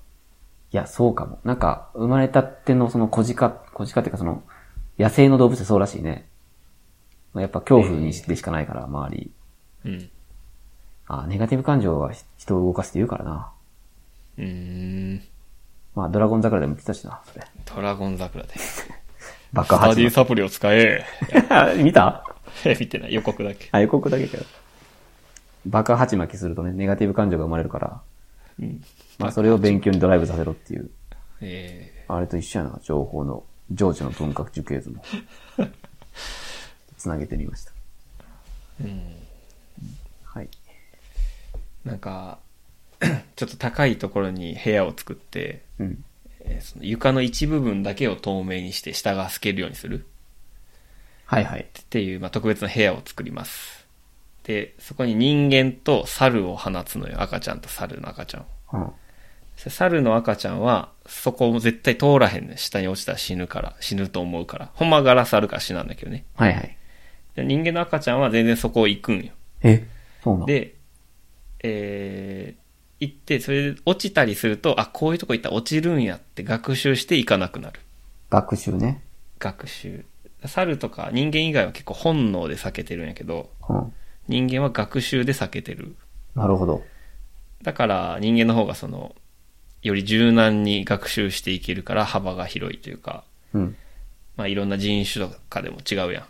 いや、そうかも。なんか、生まれたってのその小鹿、小鹿っていうかその、野生の動物ってそうらしいね。やっぱ恐怖にしでしかないから、周り。
うん。
ああ、ネガティブ感情は人を動かすって言うからな。
うーん。
まあ、ドラゴン桜でも言ってたしな、それ。
ドラゴン桜で。ス
爆
タ
発
ディサプリを使え。
見た
え見て ない、予告だけ。
あ、予告だけかよ。バカ鉢巻きするとね、ネガティブ感情が生まれるから、
うん。
まあそれを勉強にドライブさせろっていう、
え
あれと一緒やな、情報の、情緒の文学受形図 も。つなげてみました。
ー、うん。
はい。
なんか、 ちょっと高いところに部屋を作って、
うん。
えーその床の一部分だけを透明にして下が透けるようにする。
はいはい。
っていう、まあ、特別な部屋を作ります。で、そこに人間と猿を放つのよ。赤ちゃんと猿の赤ちゃんを。
うん。
そ猿の赤ちゃんは、そこを絶対通らへんね。下に落ちたら死ぬから、死ぬと思うから。ほんまガラスあるから死なんだけどね。
はいはい。
で人間の赤ちゃんは全然そこを行くんよ。
え、そうなの
で、えー、行って、それで落ちたりすると、あ、こういうとこ行ったら落ちるんやって学習して行かなくなる。
学習ね。
学習。猿とか人間以外は結構本能で避けてるんやけど、
うん。
人間は学習で避けてる。
なるほど。
だから人間の方がその、より柔軟に学習していけるから幅が広いというか、
うん。
まあいろんな人種とかでも違うやん。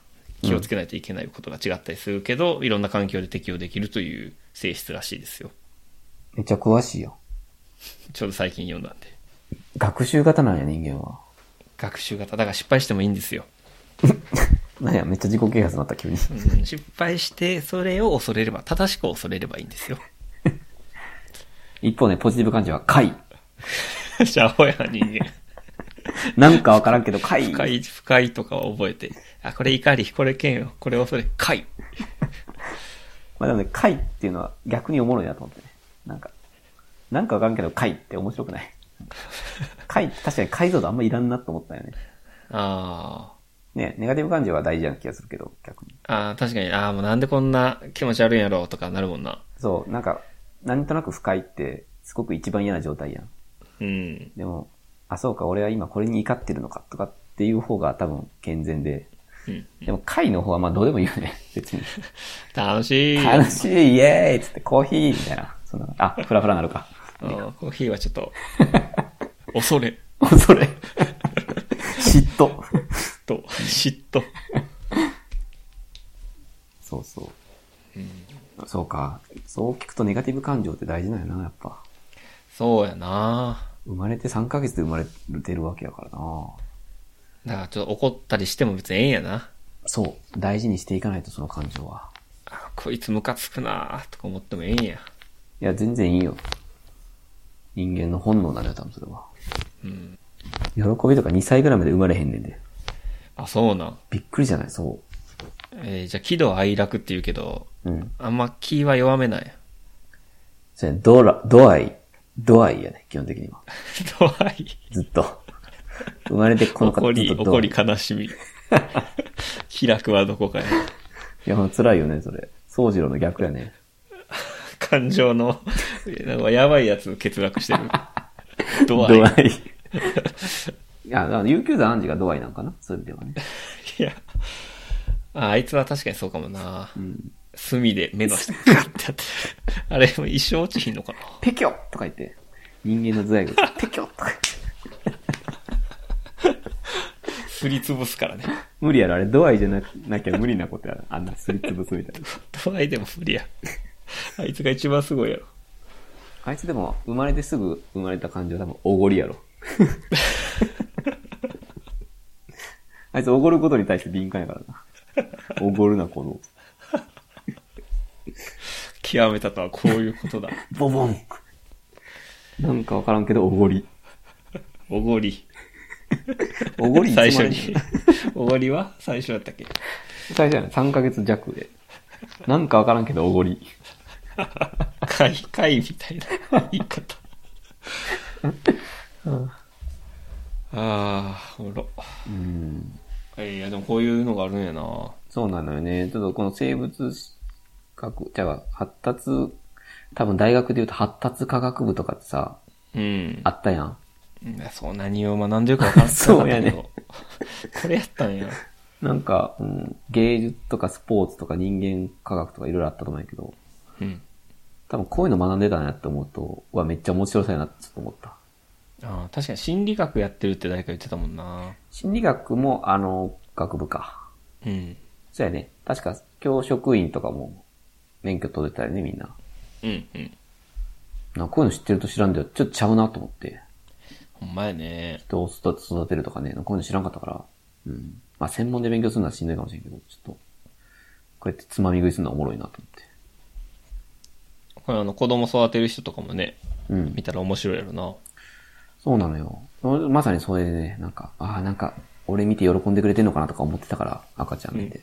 気をつけないといけないことが違ったりするけど、いろんな環境で適応できるという性質らしいですよ。
めっちゃ詳しいよ。
ちょうど最近読んだんで。
学習型なんや、人間は。
学習型。だから失敗してもいいんですよ。
なんや、めっちゃ自己啓発になった、急に。
うん、失敗して、それを恐れれば、正しく恐れればいいんですよ。
一方ね、ポジティブ感情は、快。
じゃあ、ほやな人間。
なんかわからんけど、 快。
深い、深いとかは覚えて。あ、これ怒り、これ嫌悪、これ恐れ、快。
まあでもね、回っていうのは逆におもろいなと思ってね。なんか、なんかわからんけど回って面白くない。 回って確かに解像度あんまいらんなと思ったよね。
あ
ね、ネガティブ感情は大事な気がするけど、逆に。
あ。ああ、確かに。ああ、もうなんでこんな気持ち悪いんやろうとかなるもんな。
そう、なんか、なんとなく不快って、すごく一番嫌な状態やん。
うん。
でも、あ、そうか、俺は今これに怒ってるのかとかっていう方が多分健全で。
うん。
でも、回の方はまあどうでもいいよね、 別に。
楽しい。
楽しい、イエーイっつってコーヒーみたいな。そんなあ、フラフラなるか。
うんコーヒーはちょっ と、恐れ
恐れ。 嫉妬。
と、嫉妬。
そうそう。そうか。そう聞くとネガティブ感情って大事なんやな、やっぱ。
そうやな
生まれて3ヶ月で生まれてるわけやからな。
だからちょっと怒ったりしても別にええんやな。
そう。大事にしていかないと、その感情は。
あこいつムカつくなとか思ってもええんや。
いや、全然いいよ。人間の本能なのよ、多分それは。
うん。
喜びとか2歳ぐらいまで生まれへんねんで。
あ、そうなん。
びっくりじゃないそ
えーじゃあ、喜怒哀楽って言うけど、
う。うん。
あんま気は弱めない。
それ、ドラ、ドアイ、ドアイやね、基本的には。
怖い。
ずっ と。生まれてこの方
怒
ず
り、
っとド
怒
アイ。
り、
い
悲しみ。 気楽はどこかへ。
や、ほんと辛いよね、それ。宗次郎の逆やね。
感情の、なんかやばいやつ欠落 してる。ドアイ。
ドアイ。 いや、だから琉球山暗示がドアイなんかなそういう意味ではね。
いや。ああいつは確かにそうかもな。
うん。
墨で目の下ガッてや って。あれ、もう一生落ちひんのかな。
ペキョとか言って、人間の頭蓋骨、ペキョとか言って、
すりつぶすからね。
無理やろ、あれ、ドアイじゃななきゃ無理なことやろ。あんなすりつぶすみたいな。
とはいえでも無理や。あいつが一番すごいやろ。
あいつでも、生まれてすぐ生まれた感じは多分、おごりや ろ。
あいつ、おごることに対して敏感やからな。おごるな、この。
極めたとはこういうことだ。
ボボンなんかわからんけど、おごり。
おごり。
おごりいつま
最
で
初に。 おごりは最初だったっけ
最初やね、3ヶ月弱で。なんかわからんけど、おごり。
会、会みたいな言い 方。ああ、おもろ。
うん。
いや、でもこういうのがあるんやな。
そうなのよね。ちょっとこの生物学、じゃあ、発達、多分大学で言うと発達科学部とかってさ、
うん
あ。ったやん。
いやそう、何を学んでるか分からん
そうやね
なかったけど。これやったんや。
なんか、うん、芸術とかスポーツとか人間科学とかいろいろあったと思うんやけど、
うん。
多分こういうの学んでたなって思うと、うわ、めっちゃ面白そうやなってちょっと思った。
ああ、確かに心理学やってるって誰か言ってたもんな。
心理学もあの、学部か。
うん。
そうやね。確か、教職員とかも免許取れたよね、みんな。
うん、うん。
なんかこういうの知ってると知らんではちょっとちゃうなと思って。
ほんまやね。
人を育て育てるとかね、こういうの知らんかったから。うん。まあ、専門で勉強するのはしんどいかもしれんけど、ちょっと、こうやってつまみ食いするのはおもろいなと思って。
これあの、子供育てる人とかもね、
うん
見。たら面白いやろな。
そうなのよ。まさにそれでね、なんか、ああ、なんか、俺見て喜んでくれてんのかなとか思ってたから、赤ちゃん見て。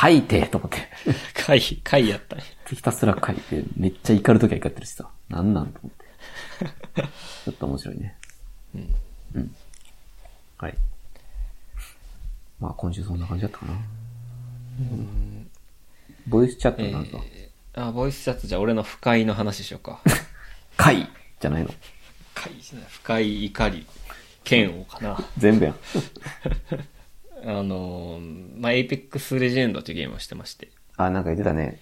書いてと思って。
会、会やったんや。
ひたすら書いて、めっちゃ怒るときは怒ってるしさ。なんなんと思って。 ちょっと面白いね。うん。うん。はい。まあ今週そんな感じだったかな。ボイスチャットなんですか、
あ、ボイスチャットじゃあ俺の不快の話しよう か。
かいじゃないの。
快じゃない不快、怒り、嫌悪かな。
全部やん。
あのー、まあ、エイペックスレジェンドというゲームをしてまして。
あ、なんか言ってたね。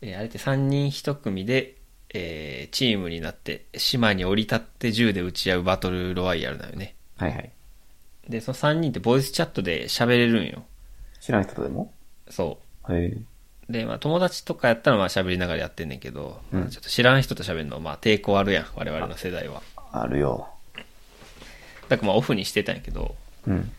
えーあれって3人1組で、えーチームになって島に降り立って銃で撃ち合うバトルロワイヤルだよね。
はいはい。
で、その3人ってボイスチャットで喋れるんよ。
知らん人とでも
そ
はい。うん
う。で、まあ友達とかやったらまあ喋りながらやってんねんけど、まあちょっと知らん人と喋るのまあ抵抗あるやん、我々の世代は。
あるよ。
だからまあオフにしてたんやけど、
うん。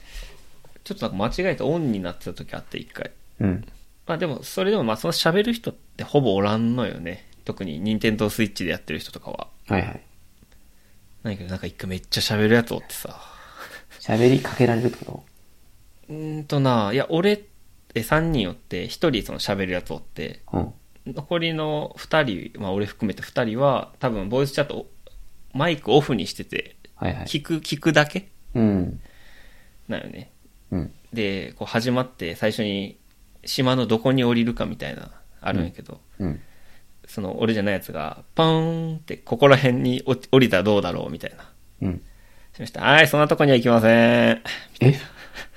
ちょっとなんか間違えてオンになってた時あって一回。
うん。
まあでも、それでもまあその喋る人ってほぼおらんのよね。特に任天堂スイッチでやってる人とかは。
はいはい。
なんやけどなんか一回めっちゃ喋るやつおってさ。
喋りかけられるってこ
うーんとな、いや、俺、え、3人おって、1人その喋るやつおって、
とうん。
残りの2人、まあ俺含めて2人は、多分ボイスチャットを、マイクオフにしてて、
はいはい。
聞く、聞くだけ
うん。
なよね。
うん。
で、こう始まって、最初に、島のどこに降りるかみたいな、あるんやけど、
うん。
その俺じゃないやつが、パーンって、ここら辺にお降りたらどうだろうみたいな。
うん。
しました。はい、そんなとこには行きません。
え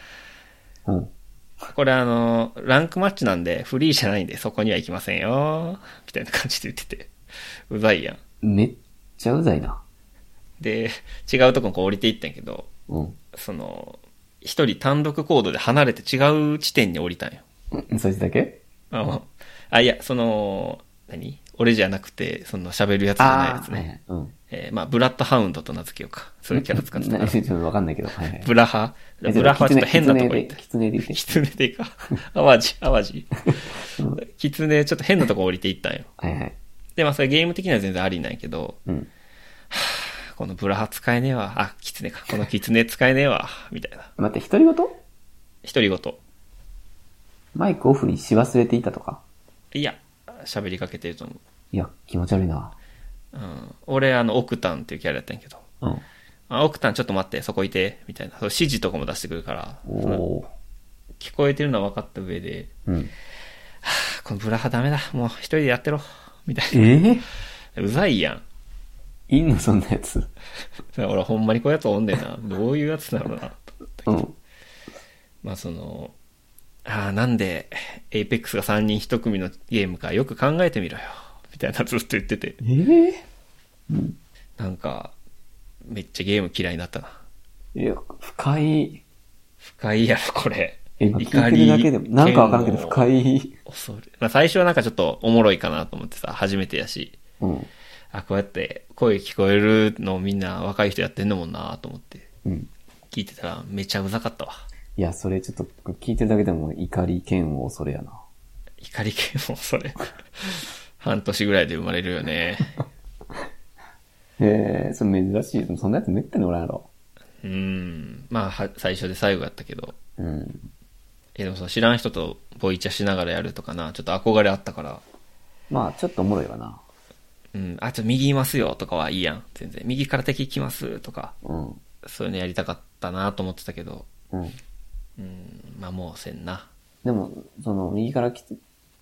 うん。
これあの、ランクマッチなんで、フリーじゃないんで、そこには行きませんよ。みたいな感じで言ってて。うざいやん。
めっちゃうざいな。
で、違うとこにこう降りていったんやけど、
うん。
その、一人単独行動で離れて違う地点に降りたんよ。
そいつだけ
あのあ、いや、その、何俺じゃなくて、その喋るやつじゃないやつね。
あーはいはい
えーまあ、ブラッドハウンドと名付けようか。そういうキャラ使って
うん。
た
な
ら
ちょっとわかんないけど。はいはい。
ブラハ
え
ブラハはちょっと変なとこ
狐
行っ
で
た。
狐でいて。
キツネでか。淡路、淡路。キツネ、ちょっと変なとこ降りていったんよ。
はいはい。
で、まあそれゲーム的には全然ありなんやけど、
うん。
このブラハ使えねえわ。あ、キツネか。このキツネ使えねえわ。みたいな。
待って、独り言
独り言。
マイクオフにし忘れていたとか。
いや、喋りかけてると思う。
いや、気持ち悪いな。
うん。俺、あの、オクタンっていうキャラやったんやけど。
うん。
あ、オクタンちょっと待って、そこいて、みたいな。そう指示とかも出してくるから、
おお
聞こえてるのは分かった上で、
ー。うん。
あこのブラハダメだ。もう一人でやってろ。みたい
ええ
な。うざいやん。
いいのそんなやつ。
俺ほんまにこういうやつおんねんな。どういうやつなのな。
うん。
まあその、ああ、なんで、エイペックスが3人1組のゲームかよく考えてみろよ。みたいなずっと言ってて、
ええ
なんか、めっちゃゲーム嫌いになったな。
いや、深い。
深いやろ、これ。
え、今聞いてるだけでも、なんかわからんけど深
い。
い。
恐れまあ、最初はなんかちょっとおもろいかなと思ってさ、初めてやし。
うん。
あ、こうやって声聞こえるのをみんな若い人やってんのもんなと思って
うん。
聞いてたらめちゃうざかったわ。
いや、それちょっと聞いてるだけでも怒り嫌悪恐れやな。
怒り系もそれ。 半年ぐらいで生まれるよね。
へえ、それ珍しい。でもそんなやつめったにおらんやろ。
うん。まあ、は最初で最後やったけど。
うん。
え、でもその知らん人とボイチャしながらやるとかな、ちょっと憧れあったから。
まあ、ちょっとおもろいわな。
うん。あ、ちょっと右いますよとかはいいやん。全然。右から敵行きますとか。
うん。
そういうのやりたかったなと思ってたけど。
うん。
うん。まあもうせんな。
でも、その、右から来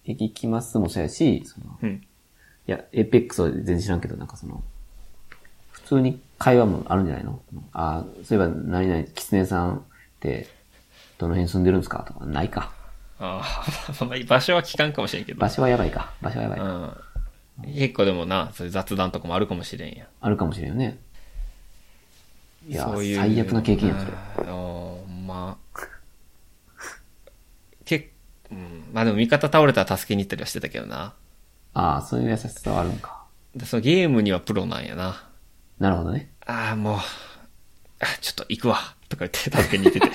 敵来ますもそうやし、その、
うん。
いや、エイペックスは全然知らんけど、なんかその、普通に会話もあるんじゃないのああ、そういえば、何々、キツネさんって、どの辺住んでるんですかとか、ないか。
ああ、 まあ場所は聞かんかもしれんけど
場。所はやばいか。場所はやばい。
うん。結構でもな、そういう雑談とかもあるかもしれんやん。
あるかもしれんよね。いや、
そういう
最悪な経験やん、それ。
あのまあ。結うん、まあでも味方倒れたら助けに行ったりはしてたけどな。
ああ、そういう優しさはあるのか。
でそのゲームにはプロなんやな。
なるほどね。
ああ、もう、あちょっと行くわ。とか言って助けに 行ってて。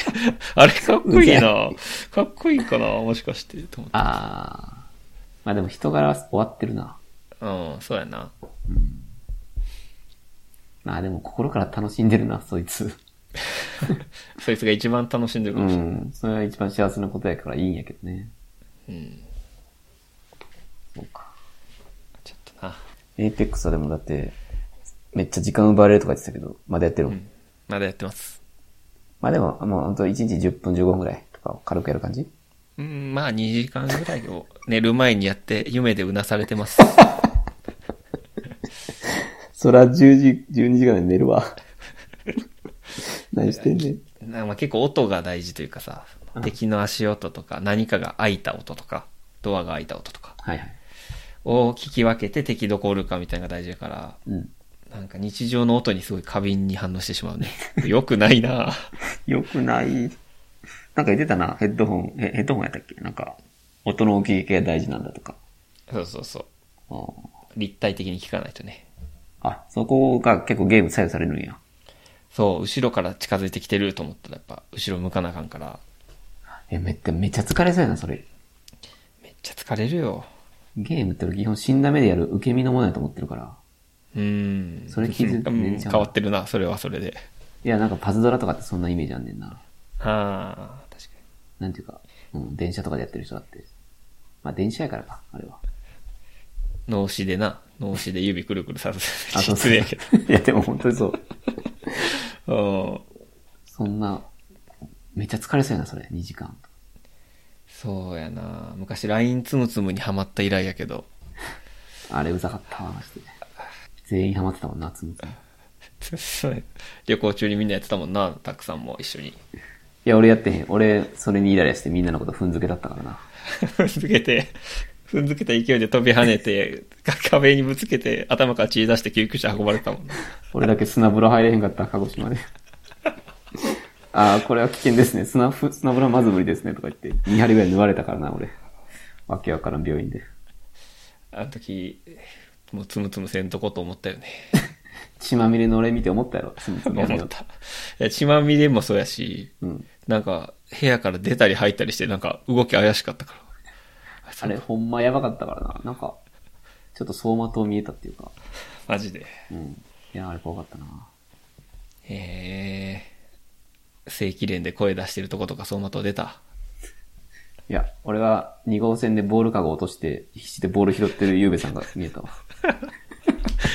あれ、かっこいいな。かっこいいかな、もしかして。と思って
ああ。まあでも人柄は終わってるな。
うん、そうやな。
まあでも心から楽しんでるな、そいつ。
そいつが一番楽しんでるか
う
もしれない。
ん。それは一番幸せなことやからいいんやけどね。
うん。
そうか。
ちょっとな。
エイペックスはでもだって、めっちゃ時間奪われるとか言ってたけど、まだやってるもん。
うん。まだやってます。
まあでも、もう本当1日10分15分ぐらいとかを軽くやる感じ
うん、まあ2時間ぐらいを寝る前にやって夢でうなされてます。
そら10時、12時間で寝るわ。何してんねん。
なまあ結構音が大事というかさ、敵の足音とか何かが開いた音とか、ドアが開いた音とか
はいはい。
を聞き分けて敵どこおるかみたいなのが大事だから、
うん。
なんか日常の音にすごい過敏に反応してしま うね。よくないな
よくない。なんか言ってたな、ヘッドホン、ヘヘッドホンやったっけなんか、音の大きい系が大事なんだとか。
そうそうそ
あ
う。
ー
立体的に聞かないとね。
あ、そこが結構ゲーム左右されるんや。
そう、後ろから近づいてきてると思ったらやっぱ後ろ向かなあかんから、
え、めっちゃ、めっちゃ疲れそうやな、それ。
めっちゃ疲れるよ。
ゲームって俺基本死んだ目でやる受け身のものやと思ってるから。
うん。
それ気づいて寝ちゃう
変わってるな、それはそれで。
いや、なんかパズドラとかってそんなイメージあんねんな。
ああ、確かに。
なんていうか、うん、電車とかでやってる人だって。まあ、電車やからか、あれは。
脳死でな、脳死で指くるくるさせ
あ
て、失礼やけど。
いや、でも本当にそう。
うん
そんな、めっちゃ疲れそうやな、それ、2時間。
そうやな昔 LINE つむつむにハマった以来やけ ど、
あれうざかったわ、マジで。全員ハマってたもんな、つむつむ。い
旅行中にみんなやってたもんな、たくさんも一緒に。
や、俺やってへん。俺、それにイライラしてみんなのこと踏んづけだったからな。
踏んづけて、踏んづけた勢いで飛び跳ねて、か壁にぶつけて、頭から血出して救急車運ばれたもんな。
俺だけ砂風呂入れへんかった、鹿児島で。ああ、これは危険ですね。砂ふ、砂風呂はまず無理ですね、とか言って。2針ぐらい縫われたからな、俺。わけわからん病院で。
あの時、もうつむつむせんとこと思ったよね。
血まみれの俺見て思ったやろ、つむつむ
思
やめよ
っ
う
た。いや、血まみれもそうやし、
うん。
なんか、部屋から出たり入ったりして、なんか、動き怪しかったから。
あれ、ほんまやばかったからな。なんか、ちょっと走馬灯見えたっていうか。
マジで。
うん。いや、あれ怖かったな。
えー、正規連で声出してるとことか相馬と出た。
いや、俺は2号線でボールカゴ落として、必死でボール拾ってるゆうべさんが見え たわ。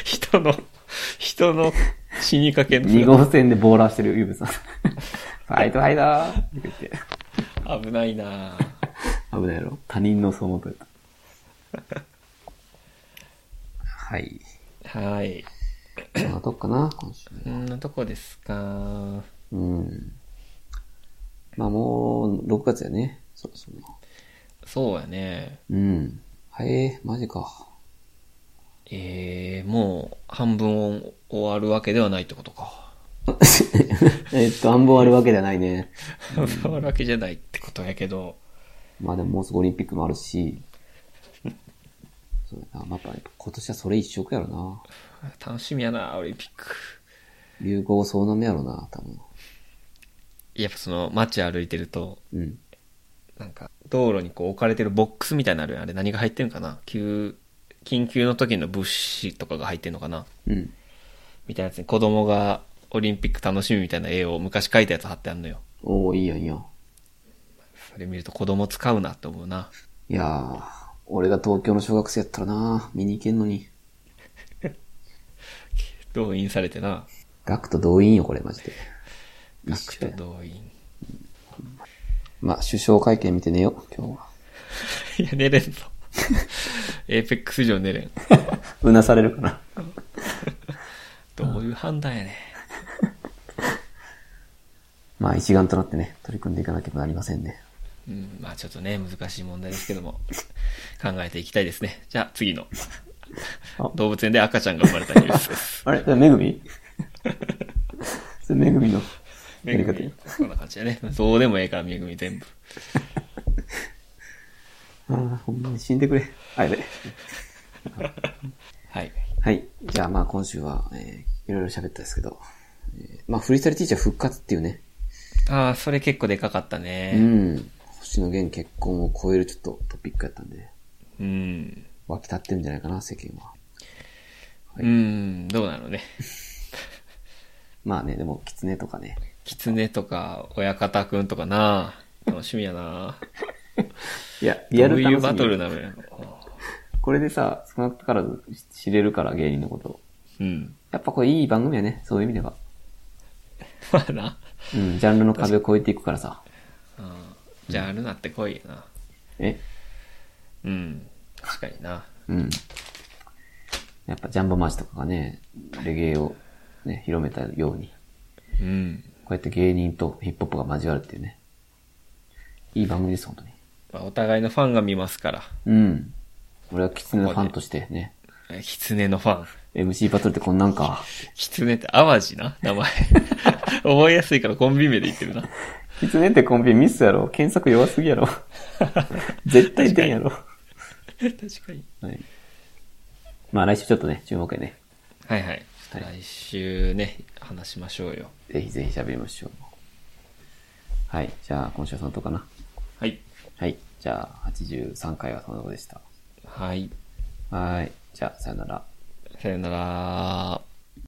人の、人の死にかけの
2号線でボーラーしてるゆうべさん。ファイトファイターって言って。
危ないなぁ
危ないやろ。他人の走馬灯やった。はい。
はい。
そんなとこかな、今週。
こんなとこですか。
うん。まあもう、6月やね。そろそろ。
そうやね。
うん。はい、マジか。
えー、もう半分終わるわけではないってことか。
えっと、暗号あるわけではないね。
触るわけじゃないってことやけど、
まあでももうすぐオリンピックもあるし、そうだな、まあやっぱ今年はそれ一色やろな。
楽しみやな、オリンピック。
流行そうなんねやろな、多分。
やっぱその街歩いてると、
うん。
なんか道路にこう置かれてるボックスみたいなのあるやんあれ何が入ってるのかな急、緊急の時の物資とかが入ってるのかな
うん。
みたいなやつに子供がオリンピック楽しみみたいな絵を昔描いたやつ貼ってあんのよ。
おおいいやんいいやん。
それ見ると子供使うなって思うな。
いやー、俺が東京の小学生やったらな、見に行けんのに。
動員されてな。
学徒動員よ、これ、マジで。
学
一緒
徒
や
動員。
まあ、首相会見見て寝よう、今日は。
いや、寝れんの。 エーペックス以上寝れん。
うなされるかな。
どういう判断やねん。
まあ、一丸となってね、取り組んでいかなければなりませんね。
うん、まあちょっとね、難しい問題ですけども、考えていきたいですね。じゃあ次の
あ。
動物園で赤ちゃんが生まれたニュースです。
あれめぐみ それめぐみのや
め
り
ぐ
方
み。こんな感じだ ね。どうでもええから、めぐみ全部。
ああ、ほんまに死んでくれ。あ、やべ。
はい。
はい。じゃあまあ今週は、えー、いろいろ喋ったですけど、えーまあフリースタイルティーチャー復活っていうね、
ああ、それ結構でかかった
う
ね。
ん。星野源結婚を超えるちょっとトピックやったんで、
うん。
沸き立ってるんじゃないかな、世間は。
うん、どうなのね。
まあね、でも、狐とかね、
狐とか、親方くんとかな。楽しみやな。
いや、
どういうバトルなのやろ。
これでさ、少なからず知れるから、芸人のこと。
うん。
やっぱこれいい番組やね、そういう意味では。
まあな。
うん、ジャンルの壁を越えていくからさ。
うんじゃあ、あるなってこいよな。
え
うん。確かにな。
うん。やっぱジャンボマーチとかがね、レゲエをね、広めたように、
うん。
こうやって芸人とヒップホップが交わるっていうね。いい番組です、本当に。
まあ、お互いのファンが見ますから。
うん。俺はキツネのファンとしてね、
狐のファン。
MC バトルってこんなんか。
狐って淡路な名 前。覚えやすいからコンビ名で言ってるな。
キツネってコンビミスやろ検索弱すぎやろ絶対出んやろ、
確かに。
はい、まあ来週ちょっとね、注目やね。
はいはい。
はい
来週ね、話しましょうよ。
ぜひぜひ喋りましょう。はい。じゃあ、今週はそのとこかな。
はい。
はい。じゃあ、83回はそのとこでした。
はい。
はい。じゃあ、さよなら。
さよなら。